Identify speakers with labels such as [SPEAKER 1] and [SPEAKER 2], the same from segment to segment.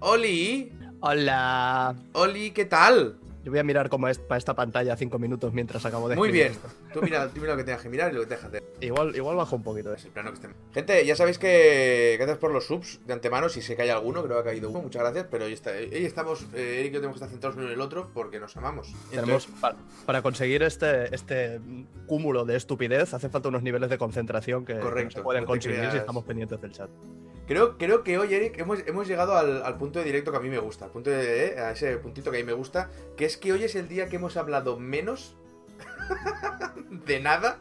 [SPEAKER 1] Oli.
[SPEAKER 2] Hola.
[SPEAKER 1] Oli, ¿qué tal?
[SPEAKER 2] Yo voy a mirar cómo es para esta pantalla cinco minutos mientras acabo de
[SPEAKER 1] Muy
[SPEAKER 2] escribir
[SPEAKER 1] bien.
[SPEAKER 2] esto.
[SPEAKER 1] Tú mira, tú mira lo que tengas que mirar y lo que tengas que hacer.
[SPEAKER 2] Igual, igual bajo un poquito
[SPEAKER 1] Es
[SPEAKER 2] eso.
[SPEAKER 1] el plano que esté- Gente, ya sabéis que gracias por los subs de antemano. Si se cae alguno, creo que ha caído uno. Muchas gracias, pero hoy, está- hoy estamos, eh, Eric y yo tenemos que estar centrados uno en el otro porque nos amamos.
[SPEAKER 2] Tenemos,
[SPEAKER 1] Entonces,
[SPEAKER 2] para, para conseguir este, este cúmulo de estupidez hace falta unos niveles de concentración que, que no
[SPEAKER 1] Correcto,
[SPEAKER 2] se pueden
[SPEAKER 1] no te
[SPEAKER 2] conseguir
[SPEAKER 1] creas.
[SPEAKER 2] si estamos pendientes del chat.
[SPEAKER 1] creo, creo que hoy, Eric, hemos, hemos llegado al, al punto de directo que a mí me gusta. al punto de, eh, a ese puntito que a mí me gusta, que es que hoy es el día que hemos hablado menos de nada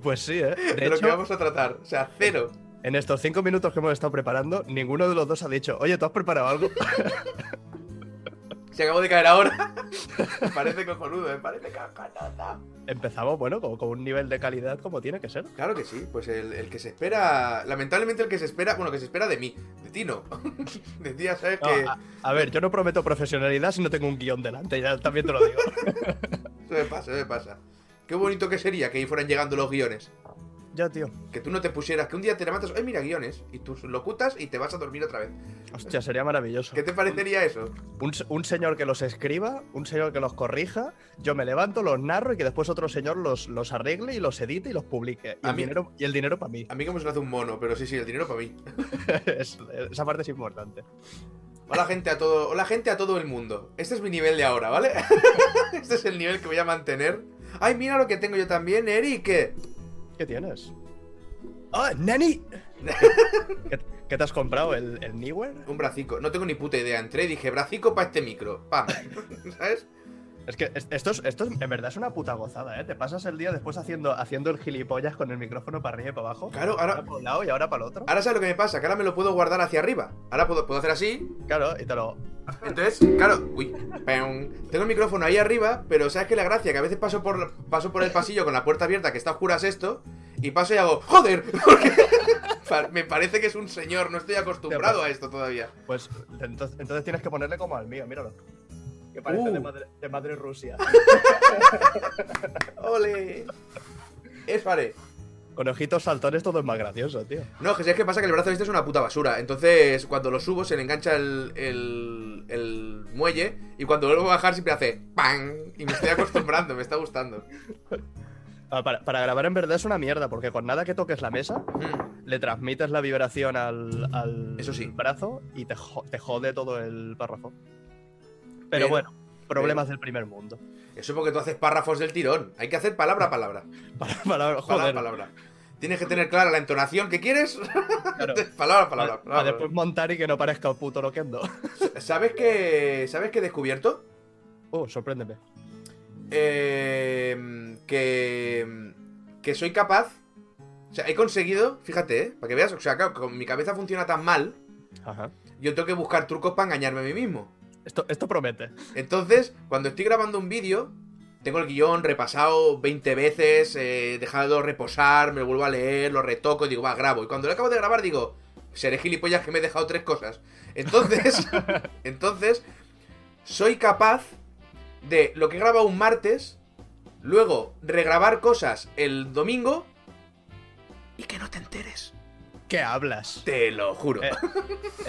[SPEAKER 2] Pues sí, ¿eh? De
[SPEAKER 1] de lo que
[SPEAKER 2] hecho,
[SPEAKER 1] vamos a tratar. O sea, cero.
[SPEAKER 2] en estos cinco minutos que hemos estado preparando, ninguno de los dos ha dicho, oye, ¿tú has preparado algo?
[SPEAKER 1] Se acabó de caer ahora. Me parece cojonudo, me parece cacanada.
[SPEAKER 2] Empezamos, bueno, con, con un nivel de calidad como tiene que ser.
[SPEAKER 1] Claro que sí, pues el, el que se espera. Lamentablemente el que se espera. Bueno, que se espera de mí, de ti no. De ti ya sabes
[SPEAKER 2] No, ah.
[SPEAKER 1] que.
[SPEAKER 2] a, a ver, yo no prometo profesionalidad si no tengo un guión delante, ya también te lo digo.
[SPEAKER 1] Eso me pasa, eso me pasa. Qué bonito que sería que ahí fueran llegando los guiones.
[SPEAKER 2] ya, tío.
[SPEAKER 1] Que tú no te pusieras, que un día te levantas, ay mira guiones, y tú locutas y te vas a dormir otra vez.
[SPEAKER 2] Hostia, sería maravilloso.
[SPEAKER 1] ¿Qué te parecería eso?
[SPEAKER 2] Un, se- un señor que los escriba, un señor que los corrija, yo me levanto, los narro y que después otro señor los, los arregle y los edite y los publique. Y
[SPEAKER 1] A
[SPEAKER 2] el
[SPEAKER 1] mí-
[SPEAKER 2] dinero, y el dinero para mí.
[SPEAKER 1] A mí como se me hace un mono, pero sí, sí, el dinero para mí.
[SPEAKER 2] Es- esa parte es importante.
[SPEAKER 1] Hola gente a todo, hola gente a todo el mundo. Este es mi nivel de ahora, ¿vale? este es el nivel que voy a mantener. Ay, mira lo que tengo yo también, Eric.
[SPEAKER 2] ¿Qué tienes? ¡Ah, Nani! ¿Qué, qué te has comprado? ¿El, el Newer?
[SPEAKER 1] Un bracico. No tengo ni puta idea. Entré y dije, bracico para este micro. Pam. ¿Sabes?
[SPEAKER 2] Es que es- esto, es, esto es- en verdad es una puta gozada, ¿eh? Te pasas el día después haciendo, haciendo el gilipollas con el micrófono para arriba y para abajo.
[SPEAKER 1] Claro, ahora- Ah.
[SPEAKER 2] para un lado y ahora para el otro.
[SPEAKER 1] Ahora sabes lo que me pasa, que ahora me lo puedo guardar hacia arriba. Ahora puedo, puedo hacer así.
[SPEAKER 2] Claro, y te lo.
[SPEAKER 1] Entonces, claro, uy, peum. Tengo el micrófono ahí arriba, pero sabes que la gracia que a veces paso por la- paso por el pasillo con la puerta abierta, que está oscura es esto, y paso y hago, ¡joder! Porque pa- me parece que es un señor, no estoy acostumbrado a esto todavía.
[SPEAKER 2] Pues entonces, entonces tienes que ponerle como al mío, míralo. Que parece
[SPEAKER 1] Uh.
[SPEAKER 2] de, madre, de madre Rusia.
[SPEAKER 1] ¡Ole! Eso haré.
[SPEAKER 2] Con ojitos saltones todo es más gracioso, tío.
[SPEAKER 1] No, que es que pasa que el brazo este es una puta basura. Entonces, cuando lo subo, se le engancha el, el, el muelle. Y cuando vuelvo a bajar, siempre hace ¡Pam! Y me estoy acostumbrando, me está gustando.
[SPEAKER 2] Ah, Para, para grabar en verdad es una mierda, porque con nada que toques la mesa,
[SPEAKER 1] Mm,
[SPEAKER 2] le transmites la vibración al, al
[SPEAKER 1] Eso sí.
[SPEAKER 2] brazo y te, jo- te jode todo el párrafo. Pero,
[SPEAKER 1] Pero-
[SPEAKER 2] bueno, problemas del primer mundo.
[SPEAKER 1] Eso porque tú haces párrafos del tirón. Hay que hacer palabra a palabra.
[SPEAKER 2] Para, para-
[SPEAKER 1] Palabra
[SPEAKER 2] joder,
[SPEAKER 1] a palabra. Tienes que tener clara la entonación que quieres.
[SPEAKER 2] claro.
[SPEAKER 1] palabra a
[SPEAKER 2] Pa-
[SPEAKER 1] palabra.
[SPEAKER 2] pa
[SPEAKER 1] palabra.
[SPEAKER 2] después montar y que no parezca un puto loquendo.
[SPEAKER 1] ¿Sabes qué? ¿Sabes qué he descubierto?
[SPEAKER 2] Uh, sorpréndeme.
[SPEAKER 1] Eh, que, que soy capaz. O sea, he conseguido, fíjate, ¿eh? para que veas, o sea, claro, con mi cabeza funciona tan mal
[SPEAKER 2] Ajá.
[SPEAKER 1] yo tengo que buscar trucos para engañarme a mí mismo.
[SPEAKER 2] Esto, esto promete.
[SPEAKER 1] Entonces, cuando estoy grabando un vídeo, tengo el guión repasado 20 veces, eh, dejado reposar, me lo vuelvo a leer, lo retoco y digo, va, grabo. Y cuando lo acabo de grabar, digo, seré gilipollas que me he dejado tres cosas. Entonces, entonces, soy capaz de lo que he grabado un martes, luego regrabar cosas el domingo y que no te enteres.
[SPEAKER 2] ¿Qué hablas?
[SPEAKER 1] Te lo juro.
[SPEAKER 2] Eh,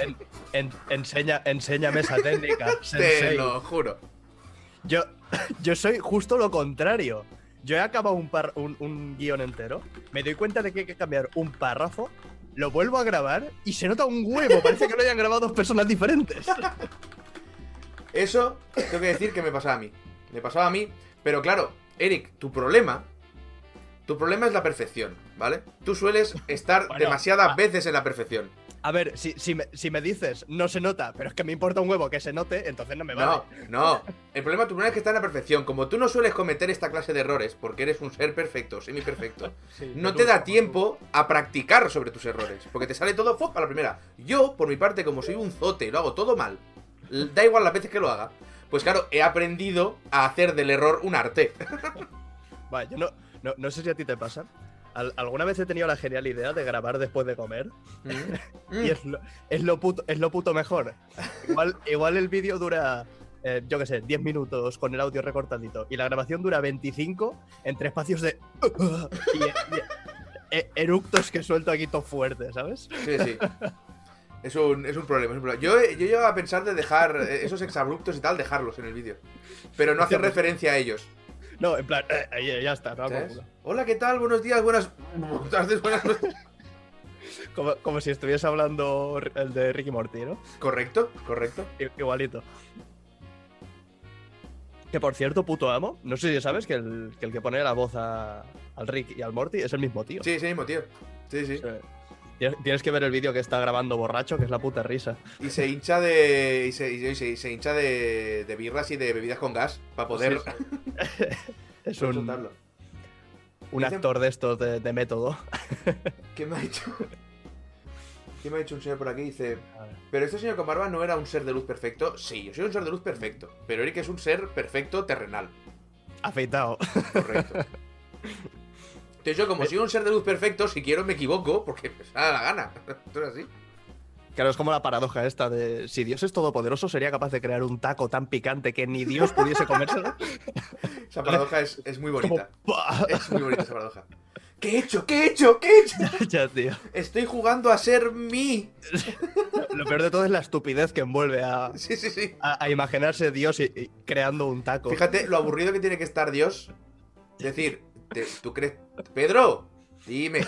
[SPEAKER 2] En- en- enseña, enséñame esa técnica.
[SPEAKER 1] te
[SPEAKER 2] sensei.
[SPEAKER 1] lo juro.
[SPEAKER 2] Yo, yo soy justo lo contrario. Yo he acabado un, par- un, un guión entero, me doy cuenta de que hay que cambiar un párrafo, lo vuelvo a grabar y se nota un huevo. Parece que lo hayan grabado dos personas diferentes.
[SPEAKER 1] Eso tengo que decir que me pasaba a mí. Me pasaba a mí, pero claro, Eric, tu problema. Tu problema es la perfección, ¿vale? Tú sueles estar
[SPEAKER 2] Bueno,
[SPEAKER 1] demasiadas
[SPEAKER 2] va.
[SPEAKER 1] veces en la perfección.
[SPEAKER 2] A ver, si, si, me, si me dices no se nota, pero es que me importa un huevo que se note, entonces no me vale.
[SPEAKER 1] No, no. El problema, tu problema es que está en la perfección. Como tú no sueles cometer esta clase de errores, porque eres un ser perfecto, semiperfecto, no te da tiempo a practicar sobre tus errores. Porque te sale todo ¡fop! a la primera. Yo, por mi parte, como soy un zote y lo hago todo mal, l- da igual las veces que lo haga. Pues claro, he aprendido a hacer del error un arte.
[SPEAKER 2] Vale, yo no, no, no sé si a ti te pasa. Al- alguna vez he tenido la genial idea de grabar después de comer
[SPEAKER 1] Mm.
[SPEAKER 2] y es lo, es lo, puto, es lo puto mejor. Igual, igual el vídeo dura, eh, yo qué sé, 10 minutos con el audio recortadito y la grabación dura 25 entre espacios de... y- y- e- eructos que suelto aquí todo fuerte, ¿sabes?
[SPEAKER 1] Sí, sí. Es un, es un problema, es un problema. Yo, he- yo llevo a pensar de dejar eh, esos exabruptos y tal, dejarlos en el vídeo. Pero no hacer referencia a ellos.
[SPEAKER 2] No, en plan, eh, ahí, ya está, no,
[SPEAKER 1] ¿sabes?
[SPEAKER 2] como,
[SPEAKER 1] Hola, ¿qué tal? Buenos días, buenas tardes, buenas noches.
[SPEAKER 2] como- como si estuviese hablando el de Ricky Morty, ¿no?
[SPEAKER 1] Correcto, correcto.
[SPEAKER 2] I- Igualito. Que por cierto, puto amo, no sé si sabes que el que, el que pone la voz a- al Rick y al Morty es el mismo tío.
[SPEAKER 1] Sí, ese mismo, tío. Sí, sí.
[SPEAKER 2] O sea, tienes- Tienes que ver el vídeo que está grabando borracho, que es la puta risa.
[SPEAKER 1] Y se hincha de. Y se, y se- y se hincha de, de birras y de bebidas con gas para poder
[SPEAKER 2] Sí, Es un,
[SPEAKER 1] soltarlo.
[SPEAKER 2] un
[SPEAKER 1] Dicen-
[SPEAKER 2] actor de estos de, de método.
[SPEAKER 1] ¿Qué me ha dicho? ¿Qué me ha dicho un señor por aquí? Dice. Pero este señor con barba no era un ser de luz perfecto. Sí, yo soy un ser de luz perfecto. Pero Eric es un ser perfecto terrenal.
[SPEAKER 2] Afeitado.
[SPEAKER 1] Correcto. Entonces yo, como soy un ser de luz perfecto, si quiero me equivoco, porque me da la gana. Esto es así.
[SPEAKER 2] Claro, es como la paradoja esta de si Dios es todopoderoso, sería capaz de crear un taco tan picante que ni Dios pudiese comérselo.
[SPEAKER 1] Esa paradoja es, es muy
[SPEAKER 2] Como,
[SPEAKER 1] bonita.
[SPEAKER 2] ¡pah!
[SPEAKER 1] Es muy bonita esa paradoja. ¿Qué he hecho? ¿Qué he hecho? ¿Qué he hecho?
[SPEAKER 2] ya, tío.
[SPEAKER 1] Estoy jugando a ser mí.
[SPEAKER 2] Lo peor de todo es la estupidez que envuelve a,
[SPEAKER 1] Sí, sí, sí.
[SPEAKER 2] a- a imaginarse Dios y- y creando un taco.
[SPEAKER 1] Fíjate lo aburrido que tiene que estar Dios. Es decir, te- tú crees. Pedro, dime.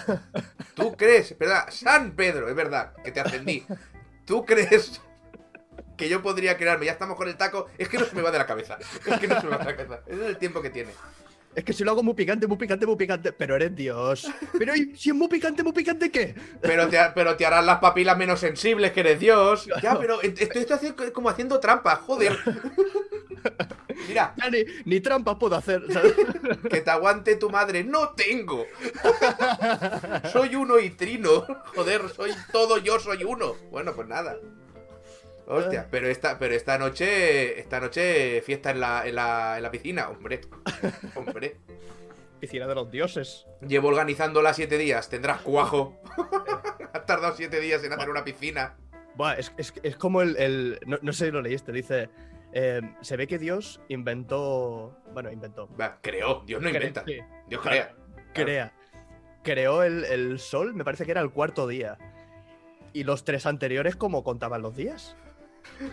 [SPEAKER 1] Tú crees, es ¿verdad? San Pedro, es verdad, que te ascendí. ¿Tú crees que yo podría crearme? Ya estamos con el taco. Es que no se me va de la cabeza. Es que no se me va de la cabeza. Ese es el tiempo que tiene.
[SPEAKER 2] Es que si lo hago muy picante, muy picante, muy picante, pero eres Dios. Pero ¿y si es muy picante, muy picante, ¿qué?
[SPEAKER 1] Pero te, pero te harán las papilas menos sensibles que eres Dios. Ya, pero ent- estoy, estoy haciendo- como haciendo trampa, joder. Mira,
[SPEAKER 2] Ya ni, ni trampas puedo hacer. ¿sabes?
[SPEAKER 1] Que te aguante tu madre. ¡No tengo! soy uno y trino. Joder, soy todo yo, soy uno. Bueno, pues nada. Hostia, pero esta, pero esta noche. Esta noche fiesta en la, en la, en la piscina, hombre. Hombre.
[SPEAKER 2] Piscina de los dioses.
[SPEAKER 1] Llevo organizándola siete días, tendrás cuajo. Has tardado siete días en hacer una piscina.
[SPEAKER 2] Buah, es, es- es como el. el- no, no sé si lo leíste, dice. eh, se ve que Dios inventó. Bueno, inventó.
[SPEAKER 1] Va, creó, Dios no
[SPEAKER 2] Cre-
[SPEAKER 1] inventa.
[SPEAKER 2] sí,
[SPEAKER 1] Dios crea.
[SPEAKER 2] Crea. Creó el, el sol, me parece que era el cuarto día. Y los tres anteriores, ¿cómo contaban los días?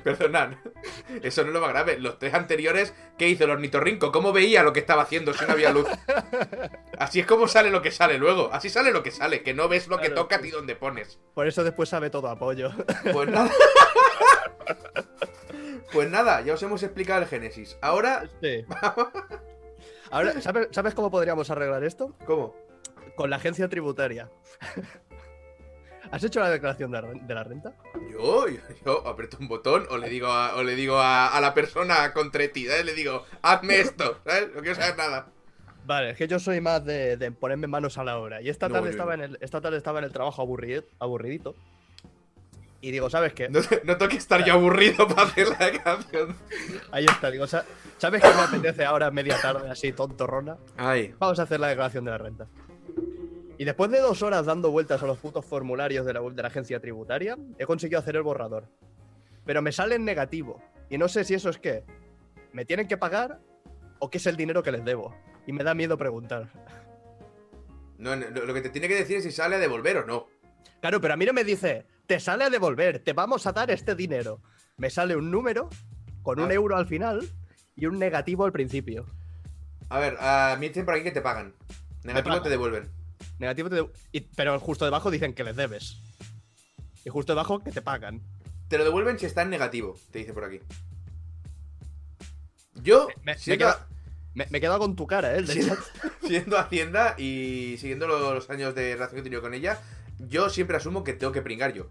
[SPEAKER 1] Perdonad, eso no es lo más grave. Los tres anteriores, ¿qué hizo el ornitorrinco? ¿Cómo veía lo que estaba haciendo si no había luz? Así es como sale lo que sale luego. Así sale lo que sale, que no ves lo que
[SPEAKER 2] Claro,
[SPEAKER 1] tocas
[SPEAKER 2] sí.
[SPEAKER 1] ni dónde pones.
[SPEAKER 2] Por eso después sabe todo apoyo.
[SPEAKER 1] Pues nada. Pues nada, ya os hemos explicado el Génesis. Ahora,
[SPEAKER 2] Sí. Ahora, ¿sabes, ¿sabes cómo podríamos arreglar esto?
[SPEAKER 1] ¿cómo?
[SPEAKER 2] Con la agencia tributaria. ¿Has hecho la declaración de la ren- de la renta?
[SPEAKER 1] Yo, yo, yo aprieto un botón o le digo a, o le digo a, a la persona contretida, ¿eh? le digo, hazme esto, ¿sabes? No quiero saber nada.
[SPEAKER 2] Vale, es que yo soy más de, de ponerme manos a la obra. Y esta
[SPEAKER 1] No,
[SPEAKER 2] tarde,
[SPEAKER 1] yo
[SPEAKER 2] estaba, En el, esta tarde estaba en el trabajo aburrid- aburridito. Y digo, ¿sabes qué?
[SPEAKER 1] No, no tengo que estar yo aburrido para hacer la canción.
[SPEAKER 2] Ahí está, digo, "Sa- ¿sabes qué me apetece ahora media tarde así, tontorrona?
[SPEAKER 1] Ay,
[SPEAKER 2] Vamos a hacer la declaración de la renta. Y después de dos horas dando vueltas a los putos formularios de la, web de la agencia tributaria, he conseguido hacer el borrador. Pero me sale en negativo. Y no sé si eso es que me tienen que pagar o qué es el dinero que les debo. Y me da miedo preguntar.
[SPEAKER 1] No, no, lo lo que te tiene que decir es si sale a devolver o no.
[SPEAKER 2] Claro, pero a mí no me dice, te sale a devolver, te vamos a dar este dinero. Me sale un número con un
[SPEAKER 1] Ah.
[SPEAKER 2] euro al final y un negativo al principio.
[SPEAKER 1] A ver, a mí dicen por aquí que te pagan.
[SPEAKER 2] Me
[SPEAKER 1] Negativo
[SPEAKER 2] pagan.
[SPEAKER 1] te devuelven.
[SPEAKER 2] Negativo, te de- y- pero justo debajo dicen que les debes. Y justo debajo que te pagan.
[SPEAKER 1] Te lo devuelven si está en negativo, te dice por aquí. Yo,
[SPEAKER 2] Me- me
[SPEAKER 1] siendo,
[SPEAKER 2] queda- Me, me he quedado con tu cara, ¿eh? El de
[SPEAKER 1] Sí.
[SPEAKER 2] chat.
[SPEAKER 1] siendo Hacienda y siguiendo lo- los años de relación que he tenido con ella, yo siempre asumo que tengo que pringar yo.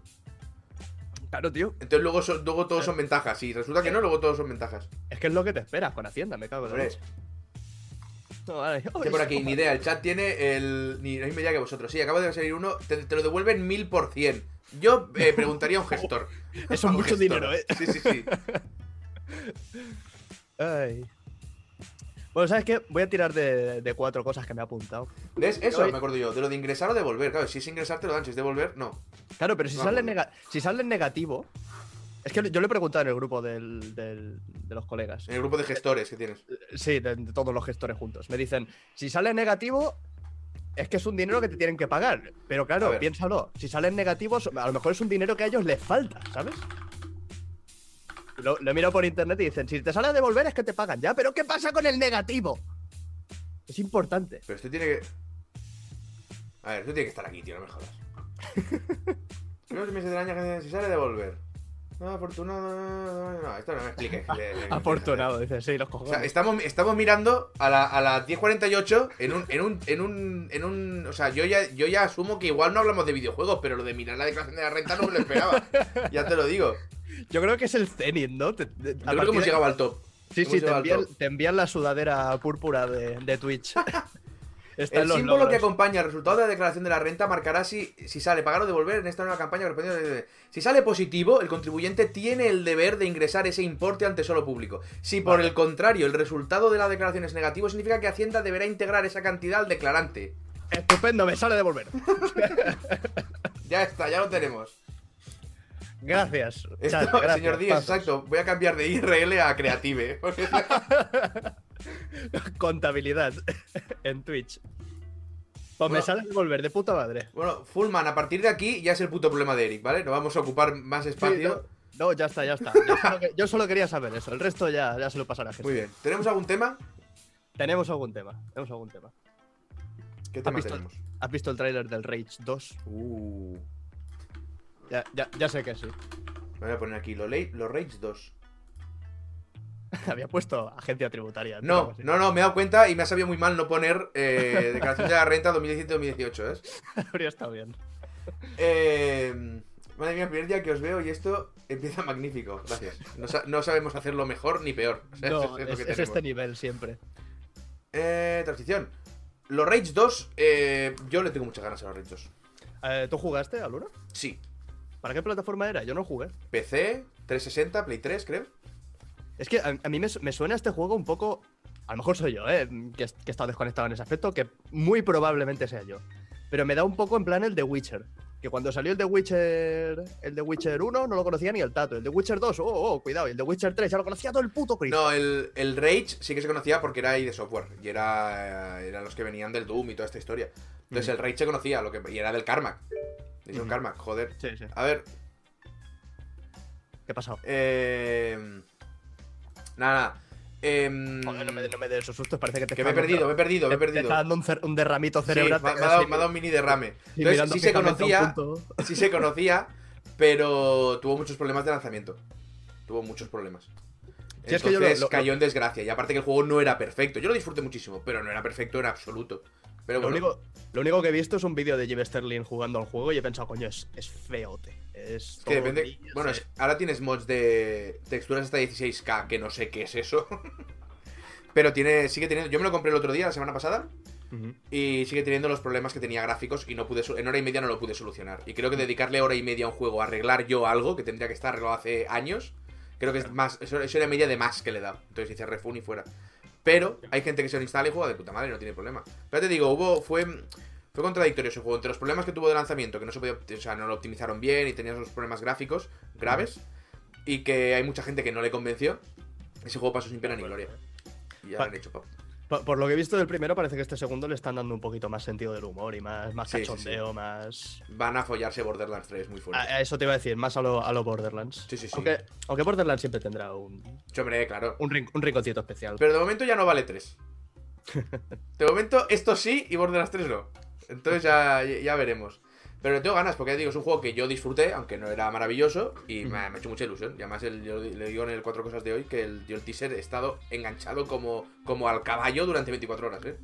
[SPEAKER 2] Claro, tío.
[SPEAKER 1] Entonces luego, son- luego todos son ventajas. Y resulta que no, luego todos son ventajas.
[SPEAKER 2] Es que es lo que te esperas con Hacienda, me cago en la
[SPEAKER 1] Hombre.
[SPEAKER 2] leche. No, vale.
[SPEAKER 1] Dice por aquí, ni idea, el chat tiene el. Ni la misma idea que vosotros. Sí, acaba de salir uno, te, te lo devuelven mil por cien. Yo eh, preguntaría a un gestor.
[SPEAKER 2] Eso es
[SPEAKER 1] Un
[SPEAKER 2] mucho
[SPEAKER 1] gestor.
[SPEAKER 2] dinero, ¿eh?
[SPEAKER 1] Sí, sí, sí.
[SPEAKER 2] Ay. Bueno, ¿sabes qué? Voy a tirar de, de cuatro cosas que me he apuntado.
[SPEAKER 1] ¿Ves? Eso
[SPEAKER 2] Yo-
[SPEAKER 1] me acuerdo yo, de lo de ingresar o devolver. Claro, si es ingresar te lo dan, si es devolver, no.
[SPEAKER 2] Claro, pero si,
[SPEAKER 1] No,
[SPEAKER 2] sale,
[SPEAKER 1] no.
[SPEAKER 2] nega- si sale en negativo. Es que yo le he preguntado en el grupo del- del- de los colegas.
[SPEAKER 1] En el grupo de gestores que tienes.
[SPEAKER 2] Sí, de, de todos los gestores juntos. Me dicen, si sale negativo, es que es un dinero que te tienen que pagar. Pero
[SPEAKER 1] A
[SPEAKER 2] claro,
[SPEAKER 1] ver.
[SPEAKER 2] piénsalo. Si salen negativos, a lo mejor es un dinero que a ellos les falta, ¿sabes? Lo, lo he mirado por internet y dicen, si te sale a devolver es que te pagan ya, pero ¿qué pasa con el negativo? Es importante.
[SPEAKER 1] Pero esto tiene que. A ver, esto tiene que estar aquí, tío, no me jodas. Creo que me extraña que si sale devolver. No, afortunado. No, esto no me expliques. le- le-
[SPEAKER 2] Afortunado, dices, sí, los
[SPEAKER 1] O
[SPEAKER 2] cojones.
[SPEAKER 1] sea, estamos, estamos mirando a, la- a las 10.48 en un, en un, en un, en un. O sea, yo ya, yo ya asumo que igual no hablamos de videojuegos, pero lo de mirar la declaración de la renta no me lo esperaba. ya te lo digo.
[SPEAKER 2] Yo creo que es el cenit, ¿no? Te- te- a
[SPEAKER 1] Yo creo
[SPEAKER 2] partir
[SPEAKER 1] que hemos
[SPEAKER 2] de-
[SPEAKER 1] llegado al top.
[SPEAKER 2] Sí,
[SPEAKER 1] hemos
[SPEAKER 2] sí, te
[SPEAKER 1] llegado al
[SPEAKER 2] envían,
[SPEAKER 1] top.
[SPEAKER 2] te envían la sudadera púrpura de, de Twitch. Están
[SPEAKER 1] El
[SPEAKER 2] los
[SPEAKER 1] símbolo que
[SPEAKER 2] logros.
[SPEAKER 1] acompaña el resultado de la declaración de la renta marcará si, si sale pagar o devolver en esta nueva campaña. correspondiente. Si sale positivo, el contribuyente tiene el deber de ingresar ese importe ante solo público. Si por
[SPEAKER 2] Vale.
[SPEAKER 1] el contrario el resultado de la declaración es negativo, significa que Hacienda deberá integrar esa cantidad al declarante.
[SPEAKER 2] Estupendo, me sale devolver.
[SPEAKER 1] Ya está, ya lo tenemos.
[SPEAKER 2] Gracias.
[SPEAKER 1] Esto,
[SPEAKER 2] chat, gracias,
[SPEAKER 1] señor Díez,
[SPEAKER 2] pasos.
[SPEAKER 1] exacto. Voy a cambiar de IRL a Creative. ¿eh? porque-
[SPEAKER 2] Contabilidad en Twitch. Pues me
[SPEAKER 1] Bueno.
[SPEAKER 2] sale devolver, de puta madre.
[SPEAKER 1] bueno, Fullman, a partir de aquí ya es el puto problema de Eric, ¿vale? No vamos a ocupar más espacio.
[SPEAKER 2] no, no, ya está, ya está. Yo solo, que- yo solo quería saber eso. El resto ya, ya se lo pasará a Jesús.
[SPEAKER 1] Muy bien. ¿Tenemos algún tema?
[SPEAKER 2] Tenemos algún tema. Tenemos algún tema.
[SPEAKER 1] ¿Qué tema
[SPEAKER 2] visto-
[SPEAKER 1] tenemos?
[SPEAKER 2] ¿Has visto el tráiler del Rage 2?
[SPEAKER 1] Uh.
[SPEAKER 2] Ya, ya, ya sé que sí.
[SPEAKER 1] Me voy a poner aquí, los, ley- los Rage 2.
[SPEAKER 2] Había puesto agencia tributaria. algo
[SPEAKER 1] No,
[SPEAKER 2] así.
[SPEAKER 1] no, no, me he dado cuenta y me ha sabido muy mal no poner eh, declaración de la renta 2017-2018, ¿eh?
[SPEAKER 2] Habría estado bien.
[SPEAKER 1] Eh, Madre mía, primer día que os veo y esto empieza magnífico, gracias. No, sa- no sabemos hacerlo mejor ni peor. O sea,
[SPEAKER 2] No,
[SPEAKER 1] es lo
[SPEAKER 2] es,
[SPEAKER 1] que
[SPEAKER 2] es
[SPEAKER 1] tenemos.
[SPEAKER 2] este nivel siempre.
[SPEAKER 1] Eh, transición. Los Rage 2, eh, yo le tengo muchas ganas a los Rage 2.
[SPEAKER 2] Eh, ¿Tú jugaste a Luna?
[SPEAKER 1] Sí,
[SPEAKER 2] ¿Para qué plataforma era? Yo no jugué.
[SPEAKER 1] PC, 360, Play 3, creo.
[SPEAKER 2] Es que a, a mí me, su- me suena este juego un poco. A lo mejor soy yo, ¿eh? Que, es- que he estado desconectado en ese aspecto, que muy probablemente sea yo. Pero me da un poco en plan el de Witcher. Que cuando salió el de Witcher. El de Witcher 1 no lo conocía ni el tato. El de Witcher 2, oh, oh, cuidado. Y el de Witcher 3 ya lo conocía todo el puto Cristo.
[SPEAKER 1] No, el, el Rage sí que se conocía porque era ahí de software. Y era, eran los que venían del Doom y toda esta historia. Entonces
[SPEAKER 2] Ujú.
[SPEAKER 1] el Rage se conocía, lo que, y era del Karmac. Dice
[SPEAKER 2] Ujú.
[SPEAKER 1] Karmac, joder.
[SPEAKER 2] Sí, sí.
[SPEAKER 1] A ver,
[SPEAKER 2] ¿Qué ha pasado?
[SPEAKER 1] eh. Nada, nada. Em,
[SPEAKER 2] Joder, no me, no me des esos sustos, parece que te
[SPEAKER 1] que me he
[SPEAKER 2] está dando-
[SPEAKER 1] perdido, me he perdido, me he
[SPEAKER 2] te- te
[SPEAKER 1] perdido.
[SPEAKER 2] está dando un, cer- un derramito
[SPEAKER 1] Sí, me, ha-
[SPEAKER 2] cerebral.
[SPEAKER 1] me ha dado, me ha dado un mini derrame. Entonces sí se conocía, sí se conocía, pero tuvo muchos problemas de lanzamiento. Tuvo muchos problemas.
[SPEAKER 2] Sí,
[SPEAKER 1] Entonces
[SPEAKER 2] es que yo lo- lo-
[SPEAKER 1] cayó en desgracia. Y aparte que el juego no era perfecto. Yo lo disfruté muchísimo, pero no era perfecto en absoluto. Pero
[SPEAKER 2] Lo
[SPEAKER 1] bueno,
[SPEAKER 2] único, lo único que he visto es un vídeo de Jim Sterling jugando al juego y he pensado, coño, es, es feote.
[SPEAKER 1] es
[SPEAKER 2] Es,
[SPEAKER 1] que
[SPEAKER 2] todo
[SPEAKER 1] depende.
[SPEAKER 2] gris,
[SPEAKER 1] Bueno,
[SPEAKER 2] es-
[SPEAKER 1] es- ahora tienes mods de texturas hasta 16K, que no sé qué es eso. pero tiene, sigue teniendo. Yo me lo compré el otro día, la semana pasada,
[SPEAKER 2] Ujú.
[SPEAKER 1] y sigue teniendo los problemas que tenía gráficos y no pude su- en hora y media no lo pude solucionar. Y creo que dedicarle hora y media a un juego a arreglar yo algo que tendría que estar arreglado hace años, creo que es más, eso es hora y media de más que le da. Entonces dice refun y fuera. Pero hay gente que se lo instala y juega de puta madre, no tiene problema. Pero ya te digo, hubo, fue, fue contradictorio ese juego. Entre los problemas que tuvo de lanzamiento, que no se podía, opt- o sea, no lo optimizaron bien y tenía esos problemas gráficos graves, y que hay mucha gente que no le convenció, ese juego pasó sin pena ni gloria. Y ya
[SPEAKER 2] Pa-
[SPEAKER 1] lo han hecho pop.
[SPEAKER 2] Por, por lo que he visto del primero, parece que este segundo le están dando un poquito más sentido del humor y más, más
[SPEAKER 1] Sí, sí, sí.
[SPEAKER 2] cachondeo, más.
[SPEAKER 1] Van a follarse Borderlands 3 muy
[SPEAKER 2] A,
[SPEAKER 1] fuerte.
[SPEAKER 2] a eso te iba a decir, más a lo, a lo Borderlands.
[SPEAKER 1] Sí, sí, sí.
[SPEAKER 2] Aunque, aunque Borderlands siempre tendrá un,
[SPEAKER 1] Sí, Hombre, claro.
[SPEAKER 2] un, rin- un rinconcito especial.
[SPEAKER 1] Pero de momento ya no vale 3. De momento esto sí y Borderlands 3 no. Entonces ya, ya veremos. Pero le tengo ganas porque ya digo, es un juego que yo disfruté, aunque no era maravilloso, y me ha, me ha hecho mucha ilusión. Y además el- yo le digo en el Cuatro Cosas de hoy que el, yo el teaser he estado enganchado como, como al caballo durante 24 horas. ¿eh?